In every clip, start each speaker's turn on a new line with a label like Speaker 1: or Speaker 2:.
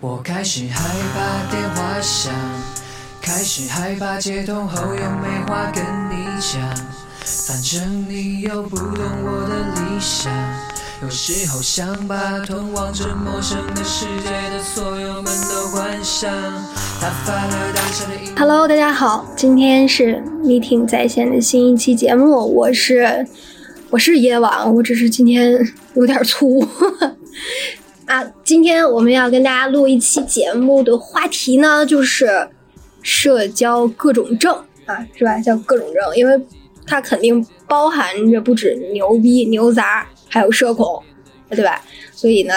Speaker 1: 我开始害怕电话响，开始害怕接通后又没话跟你讲。反正你又不懂我的理想，有时候想把通往这陌生的世界的所有门都关上。打发了单身的一
Speaker 2: Hello，大家好，今天是 Meeting 在线的新一期节目，我是我是野网，我只是今天有点粗 啊。今天我们要跟大家录一期节目的话题呢，就是社交各种症啊，是吧？叫各种症，因为它肯定包含着不止牛逼、牛杂，还有社恐，对吧？所以呢，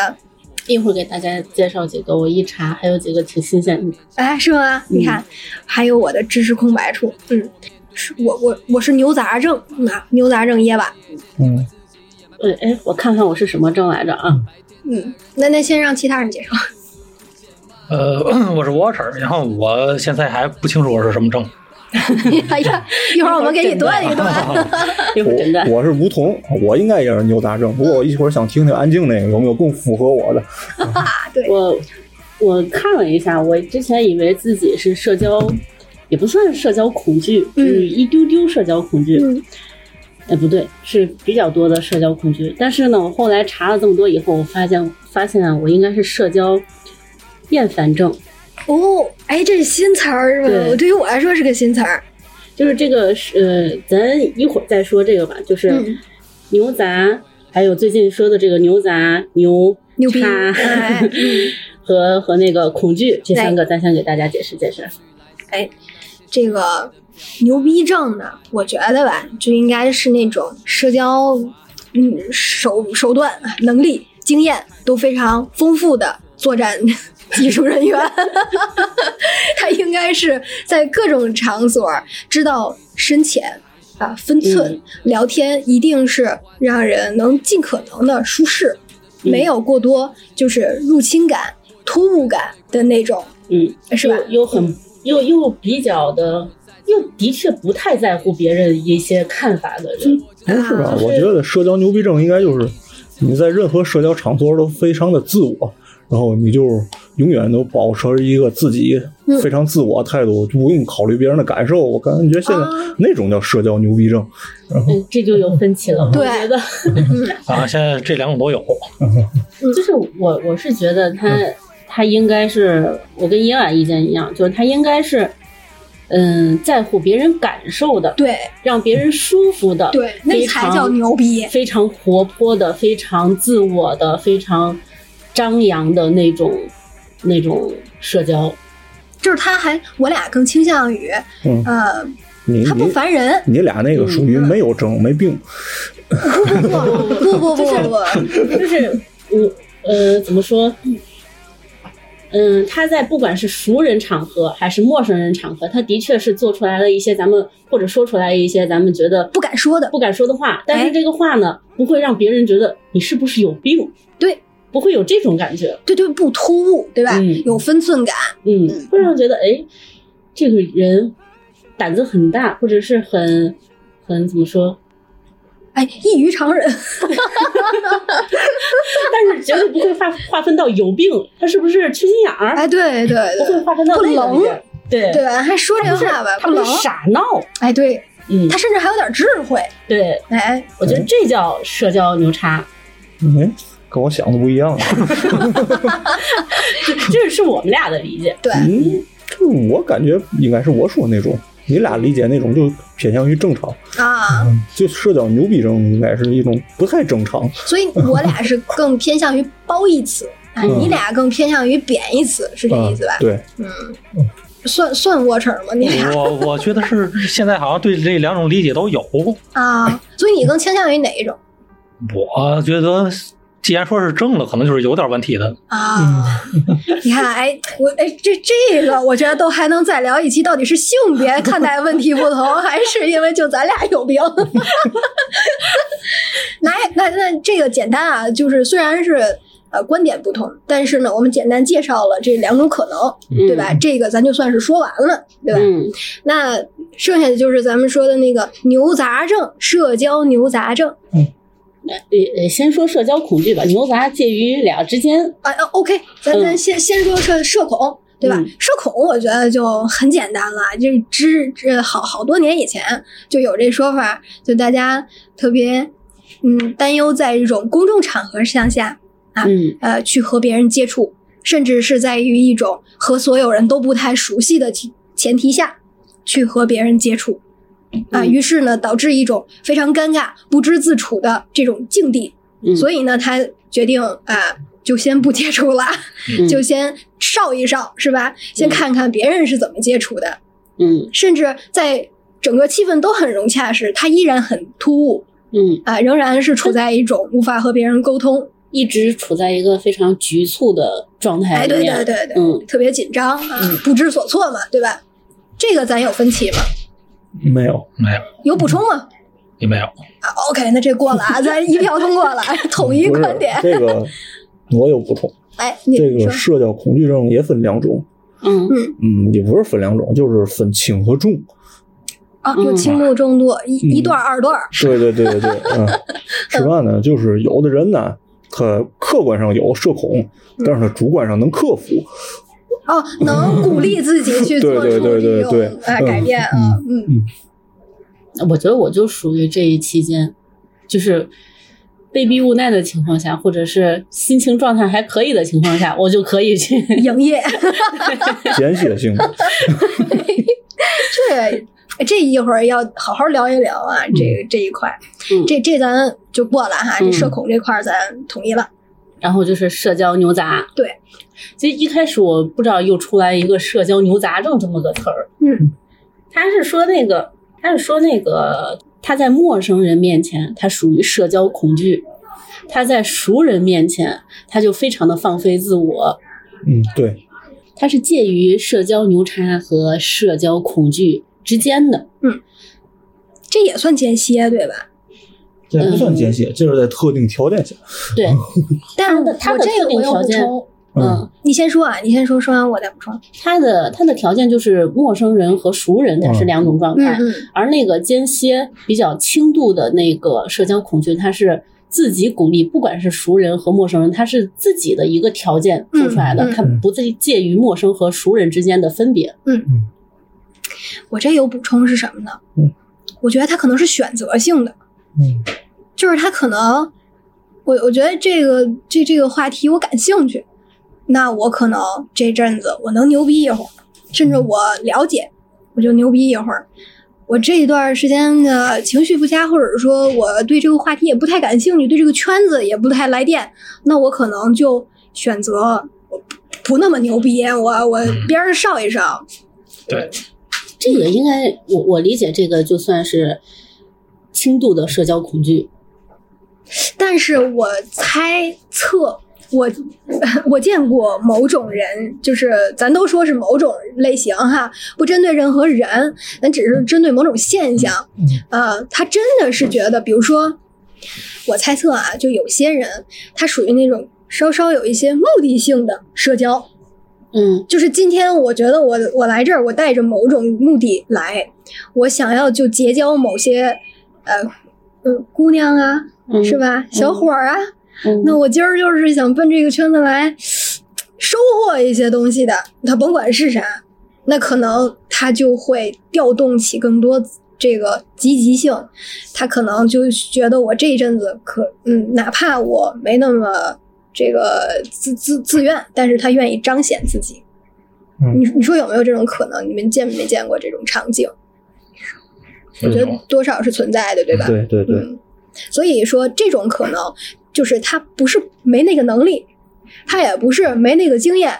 Speaker 3: 一会儿给大家介绍几个，我一查还有几个挺新鲜的。
Speaker 2: 哎，是吗？你看，还有我的知识空白处，嗯，是我我我是牛杂症啊，牛杂症耶吧，
Speaker 4: 嗯，
Speaker 3: 呃，哎，我看看我是什么症来着啊？
Speaker 2: 嗯，那那先让其他人介绍，
Speaker 4: 呃，我是 Water，然后我现在还不清楚我是什么症。
Speaker 2: 哎呀，一会儿我们给你断一断，
Speaker 3: 一会儿诊断。
Speaker 5: 我我是梧桐，我应该也是牛杂症，不过我一会儿想听听安静那个有没有更符合我的。
Speaker 2: 嗯对，
Speaker 3: 我我看了一下，我之前以为自己是社交，也不算是社交恐惧，就是一丢丢社交恐惧。
Speaker 2: 嗯
Speaker 3: 哎，不对，是比较多的社交恐惧。但是呢，我后来查了这么多以后，我发现发现啊，我应该是社交厌烦症。
Speaker 2: 哦，哎，这是新词儿是吧？
Speaker 3: 对
Speaker 2: 我对于我来说是个新词儿，
Speaker 3: 就是这个是呃，咱一会儿再说这个吧。就是
Speaker 2: 嗯
Speaker 3: 牛杂，还有最近说的这个牛杂、牛
Speaker 2: 牛逼
Speaker 3: 叉
Speaker 2: 哎嗯
Speaker 3: 和和那个恐惧这三个，咱先给大家解释解释。
Speaker 2: 哎，这个牛逼症呢，我觉得吧，就应该是那种社交，嗯，手手段、能力、经验都非常丰富的作战技术人员。 他应该是在各种场所知道深浅啊分寸，
Speaker 3: 嗯
Speaker 2: 聊天一定是让人能尽可能的舒适，没有过多就是入侵感、突兀感的那种，
Speaker 3: 嗯，
Speaker 2: 是吧？
Speaker 3: 又又很又又比较的，又的确不太在乎别人一些看法的人。
Speaker 5: 不是
Speaker 2: 啊
Speaker 5: 啊，
Speaker 3: 就是
Speaker 5: 我觉得社交牛逼症应该就是你在任何社交场所都非常的自我，然后你就永远都保持一个自己
Speaker 2: 嗯
Speaker 5: 非常自我的态度，就不用考虑别人的感受。我感觉现在
Speaker 2: 啊
Speaker 5: 那种叫社交牛逼症。
Speaker 3: 嗯，这就有分歧了。
Speaker 2: 嗯对
Speaker 3: 我觉得
Speaker 4: 啊，现在这两种都有。
Speaker 3: 就是我我是觉得他、他应该是我跟野婉意见一样，就是他应该是嗯在乎别人感受的，
Speaker 2: 对。
Speaker 3: 让别人舒服的，
Speaker 2: 对，那
Speaker 3: 非
Speaker 2: 才
Speaker 3: 常
Speaker 2: 叫牛逼。
Speaker 3: 非常活泼的、非常自我的、非常张扬的那种那种社交。
Speaker 2: 就是他还，我俩更倾向于，
Speaker 5: 嗯
Speaker 2: 呃，
Speaker 5: 你
Speaker 2: 他不嗯
Speaker 5: 你
Speaker 2: 烦人，
Speaker 5: 你俩那个属于没有症没病，
Speaker 2: 不不不不不不，
Speaker 3: 就是我呃，怎么说？嗯，他在不管是熟人场合还是陌生人场合，他的确是做出来了一些咱们或者说出来一些咱们觉得
Speaker 2: 不敢说的，
Speaker 3: 不敢说的话，但
Speaker 2: 哎
Speaker 3: 是这个话呢，不会让别人觉得你是不是有病，
Speaker 2: 对
Speaker 3: 不会有这种感觉，
Speaker 2: 对对，不突兀，对吧？
Speaker 3: 嗯
Speaker 2: 有分寸感，
Speaker 3: 嗯，会让人觉得哎，这个人胆子很大，或者是很很怎么说，
Speaker 2: 哎，异于常 人，
Speaker 3: 但是绝对不会划划分到有病，他是不是缺心眼儿，
Speaker 2: 哎，对对
Speaker 3: 不会
Speaker 2: 对，
Speaker 3: 划分到
Speaker 2: 不
Speaker 3: 那个里
Speaker 2: 聋
Speaker 3: 边，对
Speaker 2: 对吧？还说这
Speaker 3: 他不是
Speaker 2: 话吧，
Speaker 3: 他不
Speaker 2: 冷
Speaker 3: 是，傻闹，
Speaker 2: 哎，对
Speaker 3: 嗯，
Speaker 2: 他甚至还有点智慧，
Speaker 3: 对，
Speaker 2: 哎，
Speaker 3: 我觉得这叫社交牛叉，
Speaker 5: 哎，跟我想的不一样。
Speaker 3: 这这是我们俩的理解，
Speaker 2: 对，
Speaker 5: 嗯，就我感觉应该是我说那种，你俩理解那种就偏向于正常，
Speaker 2: 啊，
Speaker 5: 就社交牛逼症应该是一种不太正常。
Speaker 2: 所以我俩是更偏向于褒义词，哎，
Speaker 5: 嗯
Speaker 2: 你俩更偏向于贬义词，是这意思吧
Speaker 5: 嗯？对，
Speaker 2: 算算 watcher 吗？你
Speaker 5: 嗯
Speaker 2: 俩
Speaker 4: 我我觉得是现在好像对这两种理解都有。
Speaker 2: 啊，所以你更倾向于哪一种
Speaker 4: 我觉得既然说是症了，可能就是有点问题的。
Speaker 2: 啊？你看，哎，我哎，这这个我觉得都还能再聊一期，到底是性别看待问题不同，还是因为就咱俩有病？ 来，那那这个简单啊，就是虽然是呃观点不同，但是呢，我们简单介绍了这两种可能，对吧？这个咱就算是说完了，对吧？
Speaker 3: 嗯？
Speaker 2: 那剩下的就是咱们说的那个牛杂症，社交牛杂症。
Speaker 5: 嗯
Speaker 3: 呃呃，先说社交恐惧吧，牛杂介于俩之间，
Speaker 2: 哎呃，OK，咱咱先、先说社社恐，对吧？
Speaker 3: 嗯
Speaker 2: 社恐我觉得就很简单了，就是之这好好多年以前就有这说法，就大家特别嗯担忧在这种公众场合向下，
Speaker 3: 嗯
Speaker 2: 呃去和别人接触，甚至是在于一种和所有人都不太熟悉的前前提下去和别人接触，啊、
Speaker 3: 嗯
Speaker 2: 于是呢导致一种非常尴尬、不知自处的这种境地，
Speaker 3: 嗯，
Speaker 2: 所
Speaker 3: 以
Speaker 2: 以呢他决定啊、就先不接触了，
Speaker 3: 嗯
Speaker 2: 就先少一少，是吧？先
Speaker 3: 嗯
Speaker 2: 看看别人是怎么接触的，
Speaker 3: 嗯
Speaker 2: 甚至在整个气氛都很融洽时，他依然很突兀
Speaker 3: 嗯，
Speaker 2: 啊、仍然是处在一种无法和别人沟通，
Speaker 3: 一直处在一个非常局促的状态
Speaker 2: 哎，
Speaker 3: 里
Speaker 2: 对
Speaker 3: 面，
Speaker 2: 对对对，
Speaker 3: 嗯
Speaker 2: 特别紧张啊、
Speaker 3: 嗯
Speaker 2: 不知所措嘛，对吧？这个咱有分歧吗？
Speaker 5: 没有，
Speaker 4: 没有，
Speaker 2: 有补充吗、
Speaker 4: 也没有。
Speaker 2: 啊、？OK，那这过了啊，咱一票通过了，统一
Speaker 5: 不是
Speaker 2: 观点。
Speaker 5: 这个我有补充，
Speaker 2: 哎， 你
Speaker 5: 这
Speaker 2: 说
Speaker 5: 个社交恐惧症也分两种，
Speaker 3: 嗯
Speaker 5: 嗯，也不是分两种，就是分轻和重。
Speaker 2: 啊，有轻度、中度，一一
Speaker 5: 嗯
Speaker 2: 段儿二段儿，
Speaker 5: 对对对对对， 嗯，是嘛呢？就是有的人呢，他客观上有社恐，
Speaker 2: 嗯
Speaker 5: 但是他主观上能克 服。
Speaker 2: 哦，能鼓励自己去做
Speaker 5: 对对
Speaker 2: 出
Speaker 5: 对
Speaker 2: 这
Speaker 5: 对
Speaker 2: 种
Speaker 5: 对
Speaker 2: 啊改
Speaker 5: 嗯
Speaker 2: 变啊，嗯。
Speaker 3: 我觉得我就属于这一期间，就是被逼无奈的情况下，或者是心情状态还可以的情况下，我就可以去。
Speaker 2: 营业，
Speaker 5: 间歇性的，
Speaker 2: 这这一会儿要好好聊一聊啊，这这一块，
Speaker 3: 嗯
Speaker 2: 这这咱就过了哈，这
Speaker 3: 嗯
Speaker 2: 社恐这块儿咱统一了。
Speaker 3: 然后就是社交牛杂，
Speaker 2: 对，
Speaker 3: 其实一开始我不知道又出来一个社交牛杂症这么个词儿，
Speaker 2: 嗯，
Speaker 3: 他是说那个，他是说那个他在陌生人面前，他属于社交恐惧；他在熟人面前，他就非常的放飞自我。
Speaker 5: 嗯，对，
Speaker 3: 它是介于社交牛叉和社交恐惧之间的。
Speaker 2: 这也算间歇对吧？
Speaker 5: 这不算间歇，这是在特定条件下。
Speaker 3: 对，
Speaker 2: 但是
Speaker 3: 它
Speaker 2: 我我
Speaker 3: 的它啊的
Speaker 2: 这
Speaker 3: 特
Speaker 2: 个
Speaker 3: 定
Speaker 2: 我有
Speaker 3: 条
Speaker 2: 补
Speaker 3: 件
Speaker 2: 充，
Speaker 3: 嗯，
Speaker 2: 你先说啊，你先说，说完我再补充。
Speaker 3: 它的它的条件就是陌生人和熟人，它是两种状态。
Speaker 2: 嗯
Speaker 3: 而那个间歇比较轻度的那个社交恐惧，它是自己鼓励，不管是熟人和陌生人，它是自己的一个条件做出来的，
Speaker 2: 嗯嗯
Speaker 3: 它不在介于陌生和熟人之间的分别。
Speaker 2: 我这有补充是什么呢？
Speaker 5: 嗯，
Speaker 2: 我觉得它可能是选择性的，
Speaker 5: 嗯
Speaker 2: 就是他可能，我我觉得这个这这个话题我感兴趣，那我可能这阵子我能牛逼一会儿，甚至我了解，我就牛逼一会儿。我这一段时间的情绪不佳，或者说我对这个话题也不太感兴趣，对这个圈子也不太来电，那我可能就选择我不不那么牛逼，我我边儿上一上，
Speaker 4: 对，
Speaker 3: 这个应该，我我理解这个就算是轻度的社交恐惧。
Speaker 2: 但是我猜测，我 我见过某种人，就是咱都说是某种类型哈，不针对任何人，咱只是针对某种现象。
Speaker 5: 嗯
Speaker 2: 呃，他真的是觉得，比如说，我猜测啊，就有些人他属于那种稍稍有一些目的性的社交，
Speaker 3: 嗯
Speaker 2: 就是今天我觉得我我来这儿，我带着某种目的来，我想要就结交某些呃嗯姑娘啊，
Speaker 3: 嗯
Speaker 2: 是吧？小伙儿啊，
Speaker 3: 嗯
Speaker 2: 那我今儿就是想奔这个圈子来收获一些东西的，他甭管是啥，那可能他就会调动起更多这个积极性，他可能就觉得我这一阵子可嗯，哪怕我没那么这个自自自愿，但是他愿意彰显自己。
Speaker 5: 嗯
Speaker 2: 你你说有没有这种可能？你们见没见过这种场景？我觉
Speaker 4: 这
Speaker 2: 得
Speaker 4: 种
Speaker 2: 多少是存在的，对吧？
Speaker 5: 对对对，
Speaker 2: 嗯，所以说这种可能就是他不是没那个能力，他也不是没那个经验，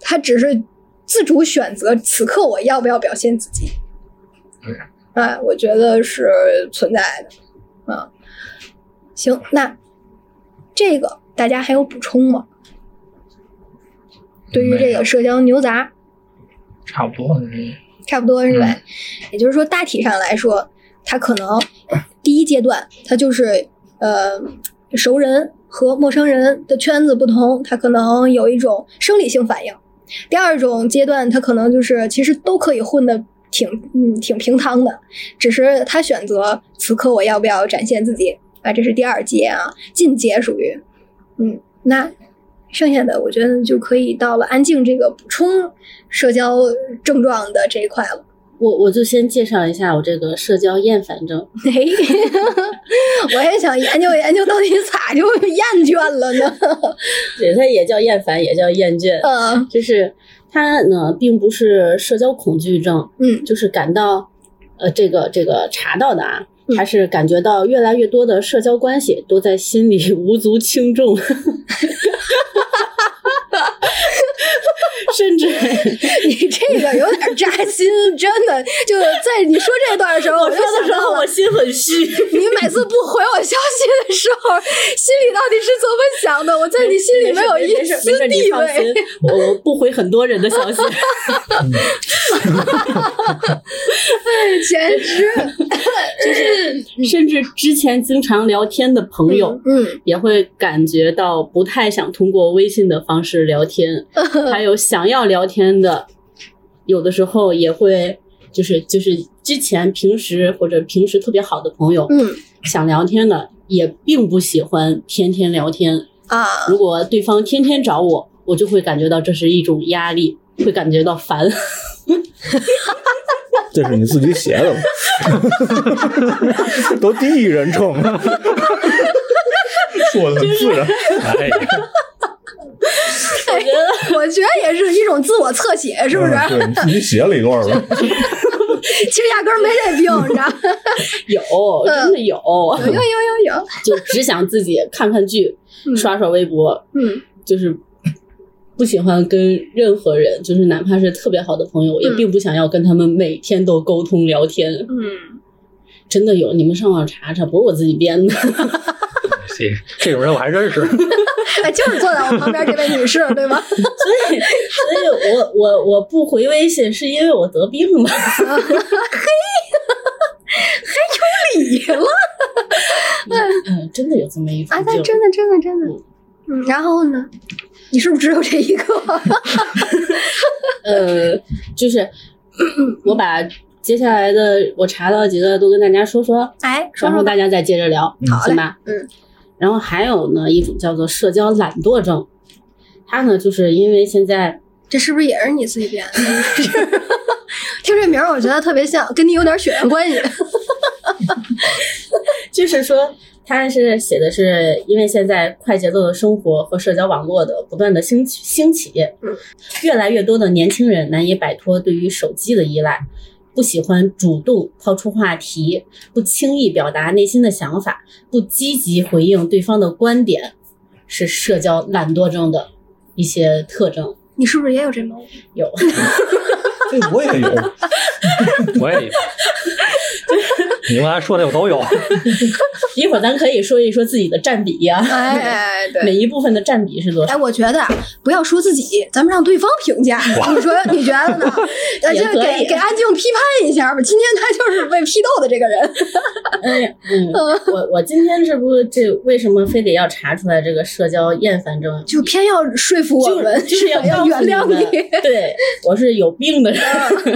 Speaker 2: 他只是自主选择此刻我要不要表现自己。
Speaker 4: 对，
Speaker 2: 哎，我觉得是存在的。啊，行，那这个大家还有补充吗？对于这
Speaker 4: 没
Speaker 2: 个
Speaker 4: 有
Speaker 2: 社交牛杂，
Speaker 4: 差不多，嗯
Speaker 2: 差不多是吧？也就是说，大体上来说，他可能第一阶段，他就是呃，熟人和陌生人的圈子不同，他可能有一种生理性反应；第二种阶段，他可能就是其实都可以混的挺嗯挺平常的，只是他选择此刻我要不要展现自己，啊，这是第二阶啊，进阶属于，嗯，那剩下的我觉得就可以到了安静这个补充社交症状的这一块了。
Speaker 3: 我我就先介绍一下我这个社交厌烦症。
Speaker 2: 嘿， 我也想研究研究到底咋就厌倦了 呢？
Speaker 3: 对，它也叫厌烦，也叫厌倦。
Speaker 2: 嗯
Speaker 3: 就是它呢，并不是社交恐惧症，
Speaker 2: 嗯
Speaker 3: 就是感到，呃，这个这个查到的啊
Speaker 2: 嗯，
Speaker 3: 它是感觉到越来越多的社交关系都在心里 无足轻重，甚至
Speaker 2: 你这个有点扎心，真的。就在你说这段的时候，我
Speaker 3: 我
Speaker 2: 就
Speaker 3: 说的
Speaker 2: 想
Speaker 3: 时
Speaker 2: 到
Speaker 3: 候
Speaker 2: 了
Speaker 3: 我心很 虚。
Speaker 2: 你每次不回我消息的时候，心里到底是怎么想的？我在你心里没有一
Speaker 3: 没事
Speaker 2: 丝
Speaker 3: 没事，你
Speaker 2: 地
Speaker 3: 放心
Speaker 2: 位。，
Speaker 3: 我我不回很多人的消息。
Speaker 2: 简直，
Speaker 3: 甚至之前经常聊天的朋友，
Speaker 2: 嗯，
Speaker 3: 也会感觉到不太想通过微信的方式聊 天，还有想要聊天的，有的时候也会就是就是之前平时或者平时特别好的朋友，
Speaker 2: 嗯
Speaker 3: 想聊天的也并不喜欢天天聊天。
Speaker 2: 啊，
Speaker 3: 如果对方天天找我，我就会感觉到这是一种压力，会感觉到烦。
Speaker 5: 这是你自己写 的吧？都第一人称了，说的很自然。
Speaker 4: 哎呀，
Speaker 3: 我觉得
Speaker 2: 我觉得也是一种自我侧写，是不是？
Speaker 5: 嗯对，你自己写了一段吧？
Speaker 2: 其实压根儿没这病，你知道吗？
Speaker 3: 有，
Speaker 2: 嗯
Speaker 3: 真的有，
Speaker 2: 有有有有有，
Speaker 3: 就只想自己看看剧，
Speaker 2: 嗯
Speaker 3: 刷刷微博，
Speaker 2: 嗯
Speaker 3: 就是不喜欢跟任何人，就是哪怕是特别好的朋友，也并不想要跟他们每天都沟通聊天。
Speaker 2: 嗯，
Speaker 3: 真的有，你们上网查查，不是我自己 编的。
Speaker 4: 这这种人我还认识。
Speaker 2: 哎，就是坐在我旁边这位女士，对 吗？
Speaker 3: 所以，所以我我我不回微信是因为我得病 了。
Speaker 2: 理了
Speaker 3: 嗯，真的有这么一种
Speaker 2: 啊，那
Speaker 3: 病。
Speaker 2: 真的真的真的，嗯，然后呢？你是不是只有这一个？
Speaker 3: 呃，就是 我把接下来的我查到的几个都跟大家说说，
Speaker 2: 哎，说
Speaker 3: 然后
Speaker 2: 说吧
Speaker 3: 大。家再接着聊，
Speaker 2: 好嘞
Speaker 3: 行吧？
Speaker 2: 嗯。
Speaker 3: 然后还有呢，一种叫做社交懒惰症，它呢就是因为现在
Speaker 2: 这是不是也是你自己编的？ 听这名儿，我觉得特别像，跟你有点血缘关系。
Speaker 3: 就是说，他是写的是因为现在快节奏的生活和社交网络的不断的兴起兴起，
Speaker 2: 嗯
Speaker 3: 越来越多的年轻人难以摆脱对于手机的依赖，不喜欢主动抛出话题，不轻易表达内心的想法，不积极回应对方的观点，是社交懒惰症的一些特征。
Speaker 2: 你是不是也有这毛病？
Speaker 3: 有，
Speaker 5: 这我也有，
Speaker 4: 我也有，你们刚才说的我都有。
Speaker 3: 一会儿咱可以说一说自己的占比呀、
Speaker 2: 哎哎，
Speaker 3: 每
Speaker 2: 对。
Speaker 3: 一部分的占比是多
Speaker 2: 哎，
Speaker 3: 少？
Speaker 2: 我觉得啊不要说自己，咱们让对方评价。你说你觉得 呢？那就
Speaker 3: 也可以
Speaker 2: 给给安静批判一下吧。今天他就是被批斗的这个人。
Speaker 3: 哎， 嗯，我我今天这不这为什么非得要查出来这个社交厌烦症 啊？
Speaker 2: 就偏要说服我
Speaker 3: 就
Speaker 2: 们，
Speaker 3: 就是
Speaker 2: 要
Speaker 3: 告
Speaker 2: 要
Speaker 3: 诉
Speaker 2: 原谅
Speaker 3: 你们
Speaker 2: 你。
Speaker 3: 对我是有病的人，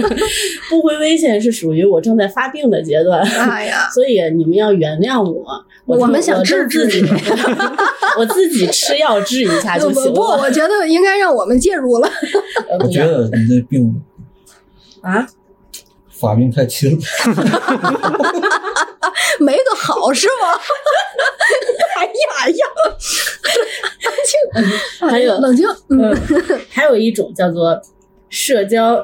Speaker 3: 不回微信是属于我正在发病的阶段，
Speaker 2: 哎呀，
Speaker 3: 所以你们要原谅我。
Speaker 2: 我
Speaker 3: 我
Speaker 2: 们
Speaker 3: 就
Speaker 2: 想
Speaker 3: 我就
Speaker 2: 治
Speaker 3: 自
Speaker 2: 治
Speaker 3: 己， 我自己吃药治一下就
Speaker 2: 不
Speaker 3: 行
Speaker 2: 不，
Speaker 3: 了。
Speaker 2: 我觉得应该让我们介入了。
Speaker 3: 呃
Speaker 6: 我
Speaker 3: 不
Speaker 6: 觉
Speaker 3: 要
Speaker 6: 得你这病
Speaker 3: 啊，
Speaker 6: 发病太轻了，
Speaker 2: 没个好是吗？ 哎呀哎呀，冷静，
Speaker 3: 还有
Speaker 2: 冷静，嗯
Speaker 3: 嗯，还有一种叫做社交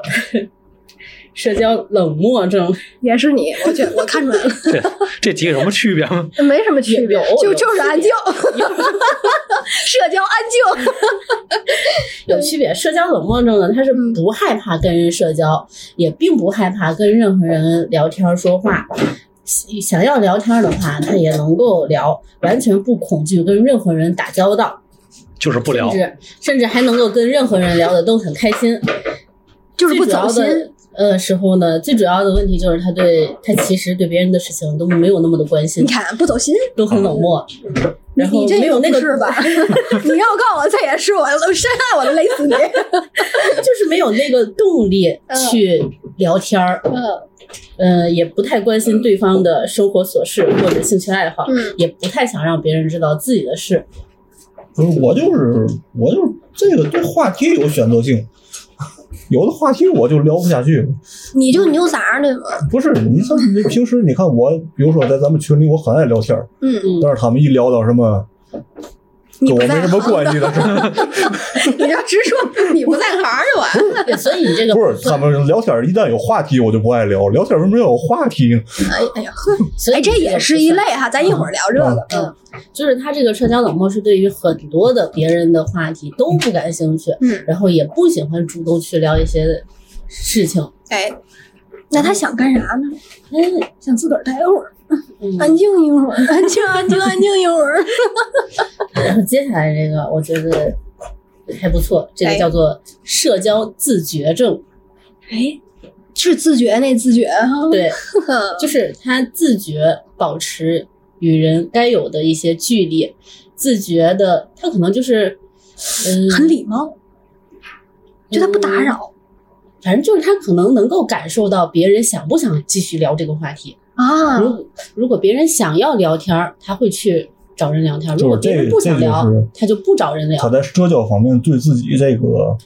Speaker 3: 社交冷漠症，
Speaker 2: 也是你，我觉我看出来了，
Speaker 4: 这这几个有什么区别吗？
Speaker 2: 没什么区别
Speaker 3: 有，
Speaker 2: 就
Speaker 3: 有
Speaker 2: 就是安静，社交安静，
Speaker 3: 有区别。社交冷漠症呢，他是
Speaker 2: 嗯
Speaker 3: 不害怕跟人社交，也并不害怕跟任何人聊天儿说话。想想要聊天儿的话，他也能够聊，完全不恐惧跟任何人打交道，
Speaker 4: 就是不聊
Speaker 2: 哦
Speaker 3: 甚，至甚至还能够跟任何人聊的都很开心。
Speaker 2: 就是不
Speaker 3: 最主
Speaker 2: 走
Speaker 3: 要
Speaker 2: 心。
Speaker 3: 的呃时候呢，最主要的问题就是他对他其实对别人的事情都没有那么的关心
Speaker 2: 你，看不走心，
Speaker 3: 都很冷漠，
Speaker 2: 你
Speaker 3: 然后
Speaker 2: 你这
Speaker 3: 没有
Speaker 2: 个
Speaker 3: 那
Speaker 2: 不
Speaker 3: 个
Speaker 2: 是吧？ 你要告我，这也是我深爱我的勒死你。
Speaker 3: 就是没有那个动力
Speaker 2: 嗯
Speaker 3: 去聊天儿。
Speaker 2: 嗯，
Speaker 3: 呃，也不太关心对方的生活琐事或者兴趣爱好，
Speaker 2: 嗯
Speaker 3: 也不太想让别人知道自己的 事。
Speaker 6: 不是我就是我就是这个对话题有选择性，有的话题我就聊不下去。
Speaker 2: 你就牛杂的嘛，
Speaker 6: 不是你像你平时你看我，比如说在咱们群里我很爱聊天儿，
Speaker 2: 嗯，
Speaker 3: 嗯，
Speaker 6: 但是他们一聊到什么
Speaker 2: 你
Speaker 6: 跟我
Speaker 2: 不在
Speaker 6: 没什么
Speaker 2: 行
Speaker 6: 关系的事儿，
Speaker 2: 你就直说你不在行就完 了。
Speaker 3: 对所以你这个
Speaker 6: 不是他们聊天儿一旦有话题我就不爱聊，聊天儿为什么要有话题呢？
Speaker 2: 哎哎呀，呵，
Speaker 3: 所以
Speaker 2: 哎，
Speaker 3: 你
Speaker 2: 这
Speaker 3: 个
Speaker 2: 也
Speaker 3: 不
Speaker 2: 是
Speaker 3: 算
Speaker 2: 一类哈，咱一会儿聊这个。
Speaker 3: 嗯，就是他这个社交冷漠是对于很多的别人的话题都不感兴趣，
Speaker 2: 嗯，
Speaker 3: 然后也不喜欢主动去聊一些事情。
Speaker 2: 哎，那他想干啥呢？哎，想自个儿待会儿，
Speaker 3: 嗯，
Speaker 2: 安静一会儿，安静安静安静一会儿。
Speaker 3: 然后 接下来这个我觉得还不错，这个
Speaker 2: 哎
Speaker 3: 叫做社交自觉症。
Speaker 2: 哎，是自觉那自觉哈，
Speaker 3: 对，
Speaker 2: 呵，
Speaker 3: 就是他自觉保持与人该有的一些距离，自觉的他可能就是，嗯，
Speaker 2: 很礼貌，就他不打
Speaker 3: 嗯
Speaker 2: 扰
Speaker 3: 反正就是他可能能够感受到别人想不想继续聊这个话题。
Speaker 6: 嗯
Speaker 2: 啊。
Speaker 3: 如果如果别人想要聊天儿，他会去找人聊天儿；
Speaker 6: 就是
Speaker 3: 如果别人
Speaker 6: 这
Speaker 3: 不想
Speaker 6: 这就
Speaker 3: 聊
Speaker 6: 是，
Speaker 3: 他就不找人
Speaker 6: 他
Speaker 3: 聊。
Speaker 6: 在社交方面对自己这个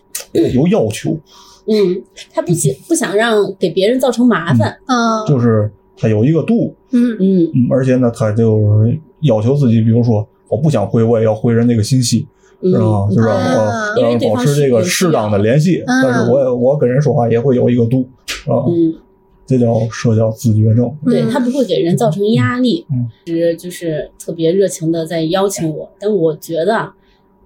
Speaker 6: 有要求，
Speaker 3: 嗯，他不想不想让给别人造成麻烦。
Speaker 2: 嗯
Speaker 6: 就是他有一个度，
Speaker 2: 嗯
Speaker 3: 嗯
Speaker 6: 嗯，而且呢，他就是要求自己，比如说我不想回，我也要回人这个信息，
Speaker 3: 嗯，
Speaker 6: 是吧？就是
Speaker 2: 啊
Speaker 6: 我
Speaker 3: 因为
Speaker 6: 要
Speaker 3: 对方
Speaker 6: 保持这个适当的联系，但是我也我跟人说话也会有一个度啊，
Speaker 3: 嗯，
Speaker 6: 这叫社交自觉症。
Speaker 3: 对
Speaker 2: 嗯
Speaker 3: 他不会给人造成压力
Speaker 6: 嗯，
Speaker 3: 是就是特别热情的在邀请我，但我觉得啊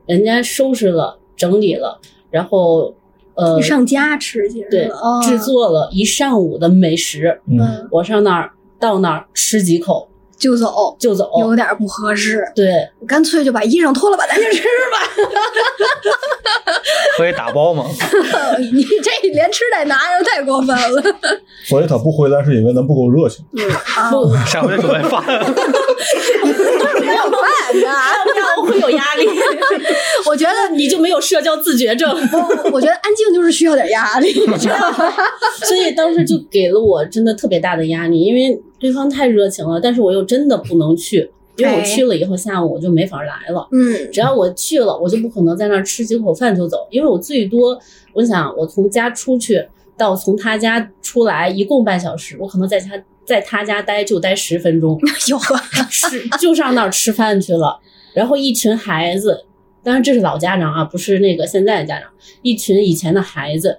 Speaker 3: 人家收拾了、整理了，然后呃
Speaker 2: 你上家吃去
Speaker 3: 对
Speaker 2: 是吧？哦
Speaker 3: 制作了一上午的美食，
Speaker 6: 嗯，
Speaker 2: 嗯
Speaker 3: 我上那儿到那儿吃几口
Speaker 2: 就走，
Speaker 3: 就走，
Speaker 2: 有点不合适，
Speaker 3: 对，
Speaker 2: 干脆就把衣裳脱了吧，咱就吃
Speaker 4: 可以打包 吗？
Speaker 2: 吧。你这连吃带拿着太过分了。
Speaker 6: 所以他不回来是因为咱不够热情，
Speaker 2: 啊，
Speaker 3: 不
Speaker 4: 下回准备饭。
Speaker 2: 没有办法，
Speaker 3: 让我会有压力，
Speaker 2: 我觉得
Speaker 3: 你就没有社交自觉症。
Speaker 2: 我我觉得安静就是需要点压力，你知道吗？
Speaker 3: 所以当时就给了我真的特别大的压力，因为对方太热情了，但是我又真的不能去，因为我
Speaker 2: 哎
Speaker 3: 去了以后下午我就没法来了。
Speaker 2: 嗯
Speaker 3: 只要我去了，我就不可能在那儿吃几口饭就走，因为我最多，我想我从家出去到从他家出来一共半小时，我可能在他在他家待就待十分钟，
Speaker 2: 有啊，
Speaker 3: 吃就上那儿吃饭去了。然后一群孩子，当然这是老家长啊，不是那个现在的家长，一群以前的孩子。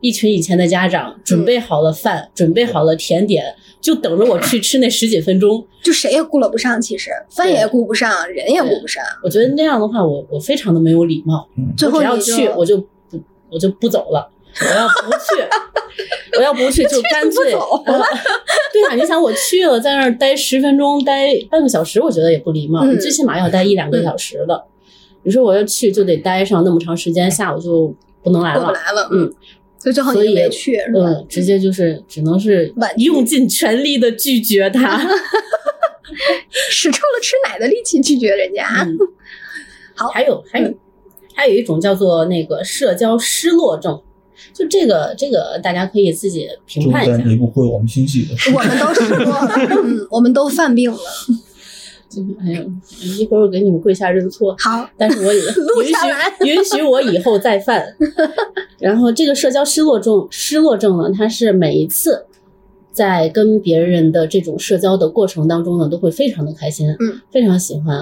Speaker 3: 一群以前的家长准备好了饭，准备好了甜点，就等着我去吃那十几分钟。
Speaker 2: 就谁也顾了不上，其实饭也顾不上，人也顾不上，
Speaker 3: 我觉得那样的话，我我非常的没有礼貌。
Speaker 2: 最后
Speaker 3: 我只要
Speaker 2: 你就
Speaker 3: 去，我就不我就不走了。我要不去，我 要不去就干脆。
Speaker 2: 不 走
Speaker 3: 呃对啊，你想我去了，在那儿待十分钟，待半个小时，我觉得也不礼貌。
Speaker 2: 嗯
Speaker 3: 你最起码要待一两个小时的。你说我要去，就得待上那么长时间，下午就不能来
Speaker 2: 过不
Speaker 3: 了。
Speaker 2: 来了，
Speaker 3: 嗯，
Speaker 2: 所以最后你就没去，是吧？
Speaker 3: 嗯，直接就是只能是
Speaker 2: 婉拒
Speaker 3: 用尽全力的拒 绝他。
Speaker 2: 使出了吃奶的力气拒绝人家，啊
Speaker 3: 嗯
Speaker 2: 好嗯
Speaker 3: 还有还有、还有一种叫做那个社交失落症，就这个这个大家可以自己评
Speaker 6: 就是
Speaker 3: 判一下。
Speaker 6: 在你不回我们信息的时
Speaker 2: 我们都失落了，嗯，我们都犯病了。
Speaker 3: 哎呦，一会儿我给你们跪下认错，
Speaker 2: 好，
Speaker 3: 但是我也
Speaker 2: 录下来
Speaker 3: 允许允许我以后再 犯。然后这个社交失落症，失落症呢，它是每一次在跟别人的这种社交的过程当中呢，都会非常的开心，
Speaker 2: 嗯，
Speaker 3: 非常喜欢，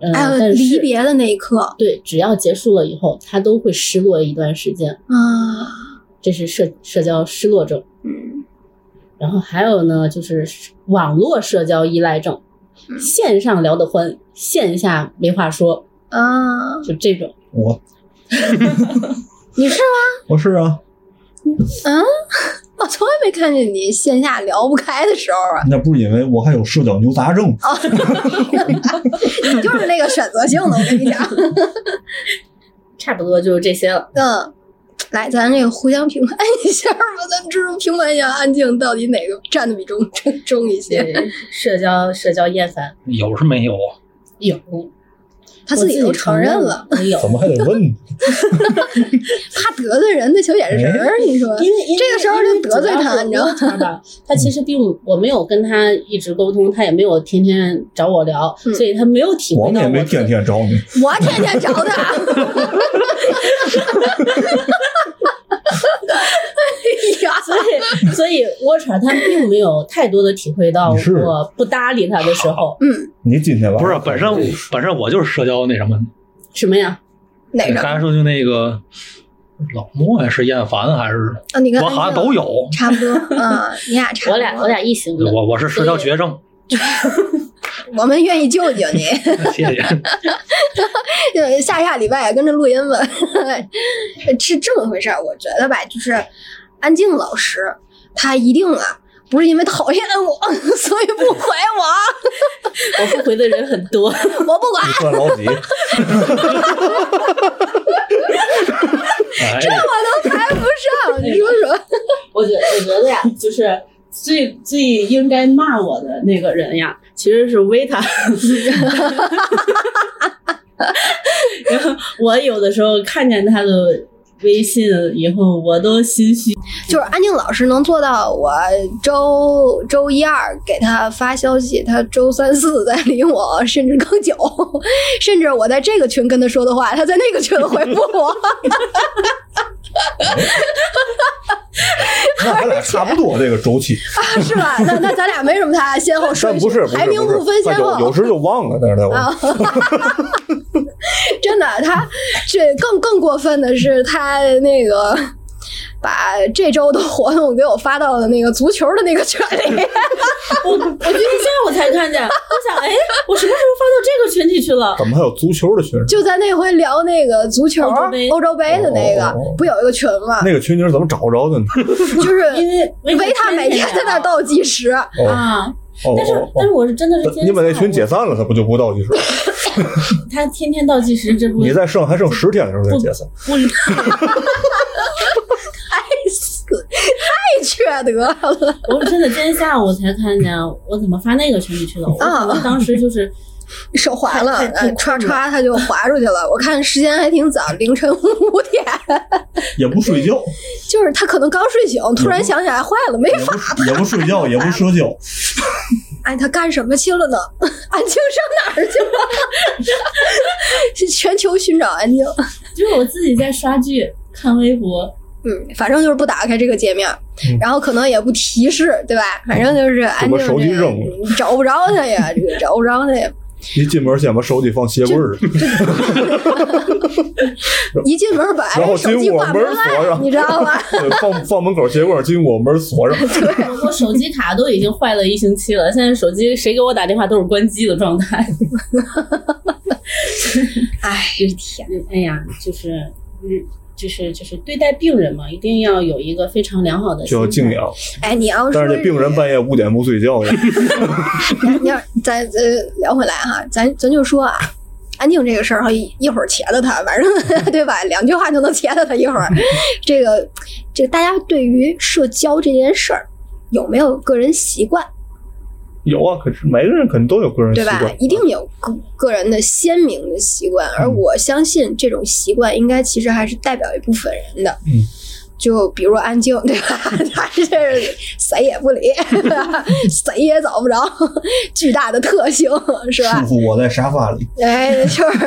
Speaker 3: 呃，
Speaker 2: 还有
Speaker 3: 但是
Speaker 2: 离别的那一刻，
Speaker 3: 对，只要结束了以后，他都会失落一段时间，
Speaker 2: 啊，
Speaker 3: 这是社社交失落症。
Speaker 2: 嗯，
Speaker 3: 然后还有呢，就是网络社交依赖症，
Speaker 2: 嗯
Speaker 3: 线上聊得欢，线下没话说，
Speaker 2: 啊，
Speaker 3: 就这种。
Speaker 6: 候， 我
Speaker 2: 你是
Speaker 6: 我是啊，
Speaker 2: 嗯，我从来没看见你线下聊不开的时候啊，
Speaker 6: 那不是因为我还有社交牛杂症，
Speaker 3: 哦
Speaker 2: 你就是那个选择性的，我跟你讲。
Speaker 3: 差不多就是这些了。
Speaker 2: 嗯，来，咱这个互相评判一下吧， 咱们这种评判一下安静到底哪个占的比重重重一些。
Speaker 3: 对，社交社交厌烦
Speaker 4: 有是没有啊？
Speaker 3: 有，
Speaker 2: 他自己都承认了，
Speaker 3: 我自己承认了，我有
Speaker 5: 怎么还得问呢？
Speaker 2: 怕得罪人的小眼神儿，哎你说
Speaker 3: 因为因为
Speaker 2: 这个时候就得罪他你知道吗
Speaker 3: 吗？吧，他其实并我没有跟他一直沟通，他也没有天天找我聊，
Speaker 2: 嗯
Speaker 3: 所以他没有体
Speaker 5: 我
Speaker 3: 会
Speaker 5: 们
Speaker 3: 到
Speaker 5: 也
Speaker 3: 我
Speaker 5: 没天天找你，
Speaker 2: 我天天找他，哎呀，
Speaker 3: 所以， 所以 Watcher 他并没有太多的体会到
Speaker 5: 你是
Speaker 3: 我不搭理他的时候
Speaker 2: 嗯
Speaker 5: 你今天来
Speaker 4: 不是本身本身我就是社交那什么，
Speaker 3: 什么呀？
Speaker 2: 哪
Speaker 4: 你
Speaker 2: 个
Speaker 4: 刚才说就那个老莫呀，是厌烦还是
Speaker 2: 啊？你跟
Speaker 4: 我好像
Speaker 2: 安静
Speaker 4: 都有，
Speaker 2: 差不多啊，你俩差不多，
Speaker 3: 我俩我俩一行的，
Speaker 4: 我我是社交绝症，
Speaker 2: 我们愿意救救你，
Speaker 4: 谢谢。
Speaker 2: 就 下下礼拜跟着录音吧，是这么回事儿。我觉得吧，就是安静老师他一定啊，不是因为讨厌我， 所以不回我，
Speaker 3: 我不回的人很多，
Speaker 2: 我不管
Speaker 5: 你。算老几？
Speaker 4: 哎，
Speaker 2: 我都谈不上，你说说，
Speaker 3: 我觉我觉得呀，就是最最应该骂我的那个人呀，其实是维 塔。然后我有的时候看见他的微信以后，我都心虚。
Speaker 2: 就是安静老师能做到，我周周一二给他发消息，他周三四再理我，甚至更久，甚至我在这个群跟他说的话，他在那个群回复我。
Speaker 5: 那咱俩差不多这个周期，
Speaker 2: 啊，是吧？那那咱俩没什么太先
Speaker 3: 哦
Speaker 2: 后顺
Speaker 5: 但
Speaker 2: 序，
Speaker 5: 不是不是
Speaker 2: 排名
Speaker 5: 不是
Speaker 2: 不分先
Speaker 5: 有有
Speaker 2: 后。
Speaker 5: 时就忘了，但是在
Speaker 2: 啊
Speaker 3: 哦
Speaker 5: 我，
Speaker 2: 真的，他这更更过分的是，他那个 把这周的活动给我发到了那个足球的那个群 里，
Speaker 3: 我我今天下午才看见，我想，哎，我什么时候发到这个群体去了？
Speaker 5: 怎么还有足球 的群？
Speaker 2: 就在那回聊那个足球
Speaker 3: 欧洲杯
Speaker 2: 欧洲杯的那个
Speaker 5: 哦哦哦，
Speaker 2: 不有一个群吗？
Speaker 5: 那个群你是怎么找 着的呢？
Speaker 2: 就是
Speaker 3: 因为
Speaker 2: 维他每天在那
Speaker 3: 都
Speaker 2: 倒计时，
Speaker 5: 哦
Speaker 3: 啊，
Speaker 5: 哦
Speaker 3: 但是
Speaker 5: 哦
Speaker 3: 但是
Speaker 5: 哦，
Speaker 3: 我是真的是今天
Speaker 5: 你把那群
Speaker 3: 下
Speaker 5: 解
Speaker 3: 午，
Speaker 5: 散了，他不就不倒计时？
Speaker 3: 他天天倒计时，这不
Speaker 5: 你在剩还剩十天的时候再解 散。
Speaker 3: 不
Speaker 2: 太缺德了。
Speaker 3: 我是真的今天下午才看见，我怎么发那个群里去了？我
Speaker 2: 啊
Speaker 3: 可能当时就是
Speaker 2: 手滑了，
Speaker 3: 太太
Speaker 2: 呃
Speaker 3: 太
Speaker 2: 歘
Speaker 3: 酷了
Speaker 2: 歘，他就滑出去了。我看时间还挺早，凌晨五点。
Speaker 5: 也不睡觉，
Speaker 2: 就是他可能刚睡醒，突然想起来坏了，没
Speaker 5: 也
Speaker 2: 法。
Speaker 5: 不也不睡觉，也不社 交，
Speaker 2: 哎，他干什么去了呢？ 安静上哪儿去了？ 是全球寻找安静。
Speaker 3: 就是我自己在刷剧、看微 博，
Speaker 2: 嗯，反正就是不打开这个界面，然后可能也不提示，对吧？反正就是安静、这
Speaker 5: 把嗯手机
Speaker 2: 个
Speaker 5: 扔 了
Speaker 2: 找不着他呀，这个找不着他呀。
Speaker 5: 一进门先把手机放鞋柜儿里，
Speaker 2: 一进门本
Speaker 5: 然
Speaker 2: 来
Speaker 5: 后
Speaker 2: 手
Speaker 5: 进
Speaker 2: 机
Speaker 5: 屋
Speaker 2: 挂
Speaker 5: 门
Speaker 2: 门
Speaker 5: 儿锁
Speaker 2: 外，
Speaker 5: 上
Speaker 2: 你知道吧？
Speaker 5: 对呃放放门口鞋柜儿，进屋门 锁上。
Speaker 3: 我我手机卡都已经坏了一星期了，现在手机谁给我打电话都是关机的状态。
Speaker 2: 哎，天，
Speaker 3: 哎呀，就是嗯。就是就是对待病人嘛，一定要有一个非常良好的
Speaker 5: 就要
Speaker 3: 心
Speaker 5: 静
Speaker 3: 态。
Speaker 5: 养，
Speaker 2: 哎，你要说
Speaker 5: 但是这病人半夜五点不睡 觉的，
Speaker 2: 你要咱咱聊回来哈，咱咱就说啊，安静这个事儿哈，一一会儿茄子他，反正 对吧？两句话就能茄子他一会 儿。这个这个大家对于社交这件事儿有没有个人习惯，
Speaker 5: 有啊，可是每个人肯定都有个人习
Speaker 2: 对吧
Speaker 5: 惯，？嗯
Speaker 2: 一定有个个人的鲜明的习惯，而我相信这种习惯应该其实还是代表一部分人的。
Speaker 5: 嗯。
Speaker 2: 就比如安静，对吧？ 他是谁也不理， 谁也找不着， 巨大的特性是吧？
Speaker 5: 呃束缚我在沙发里，
Speaker 2: 哎，就是，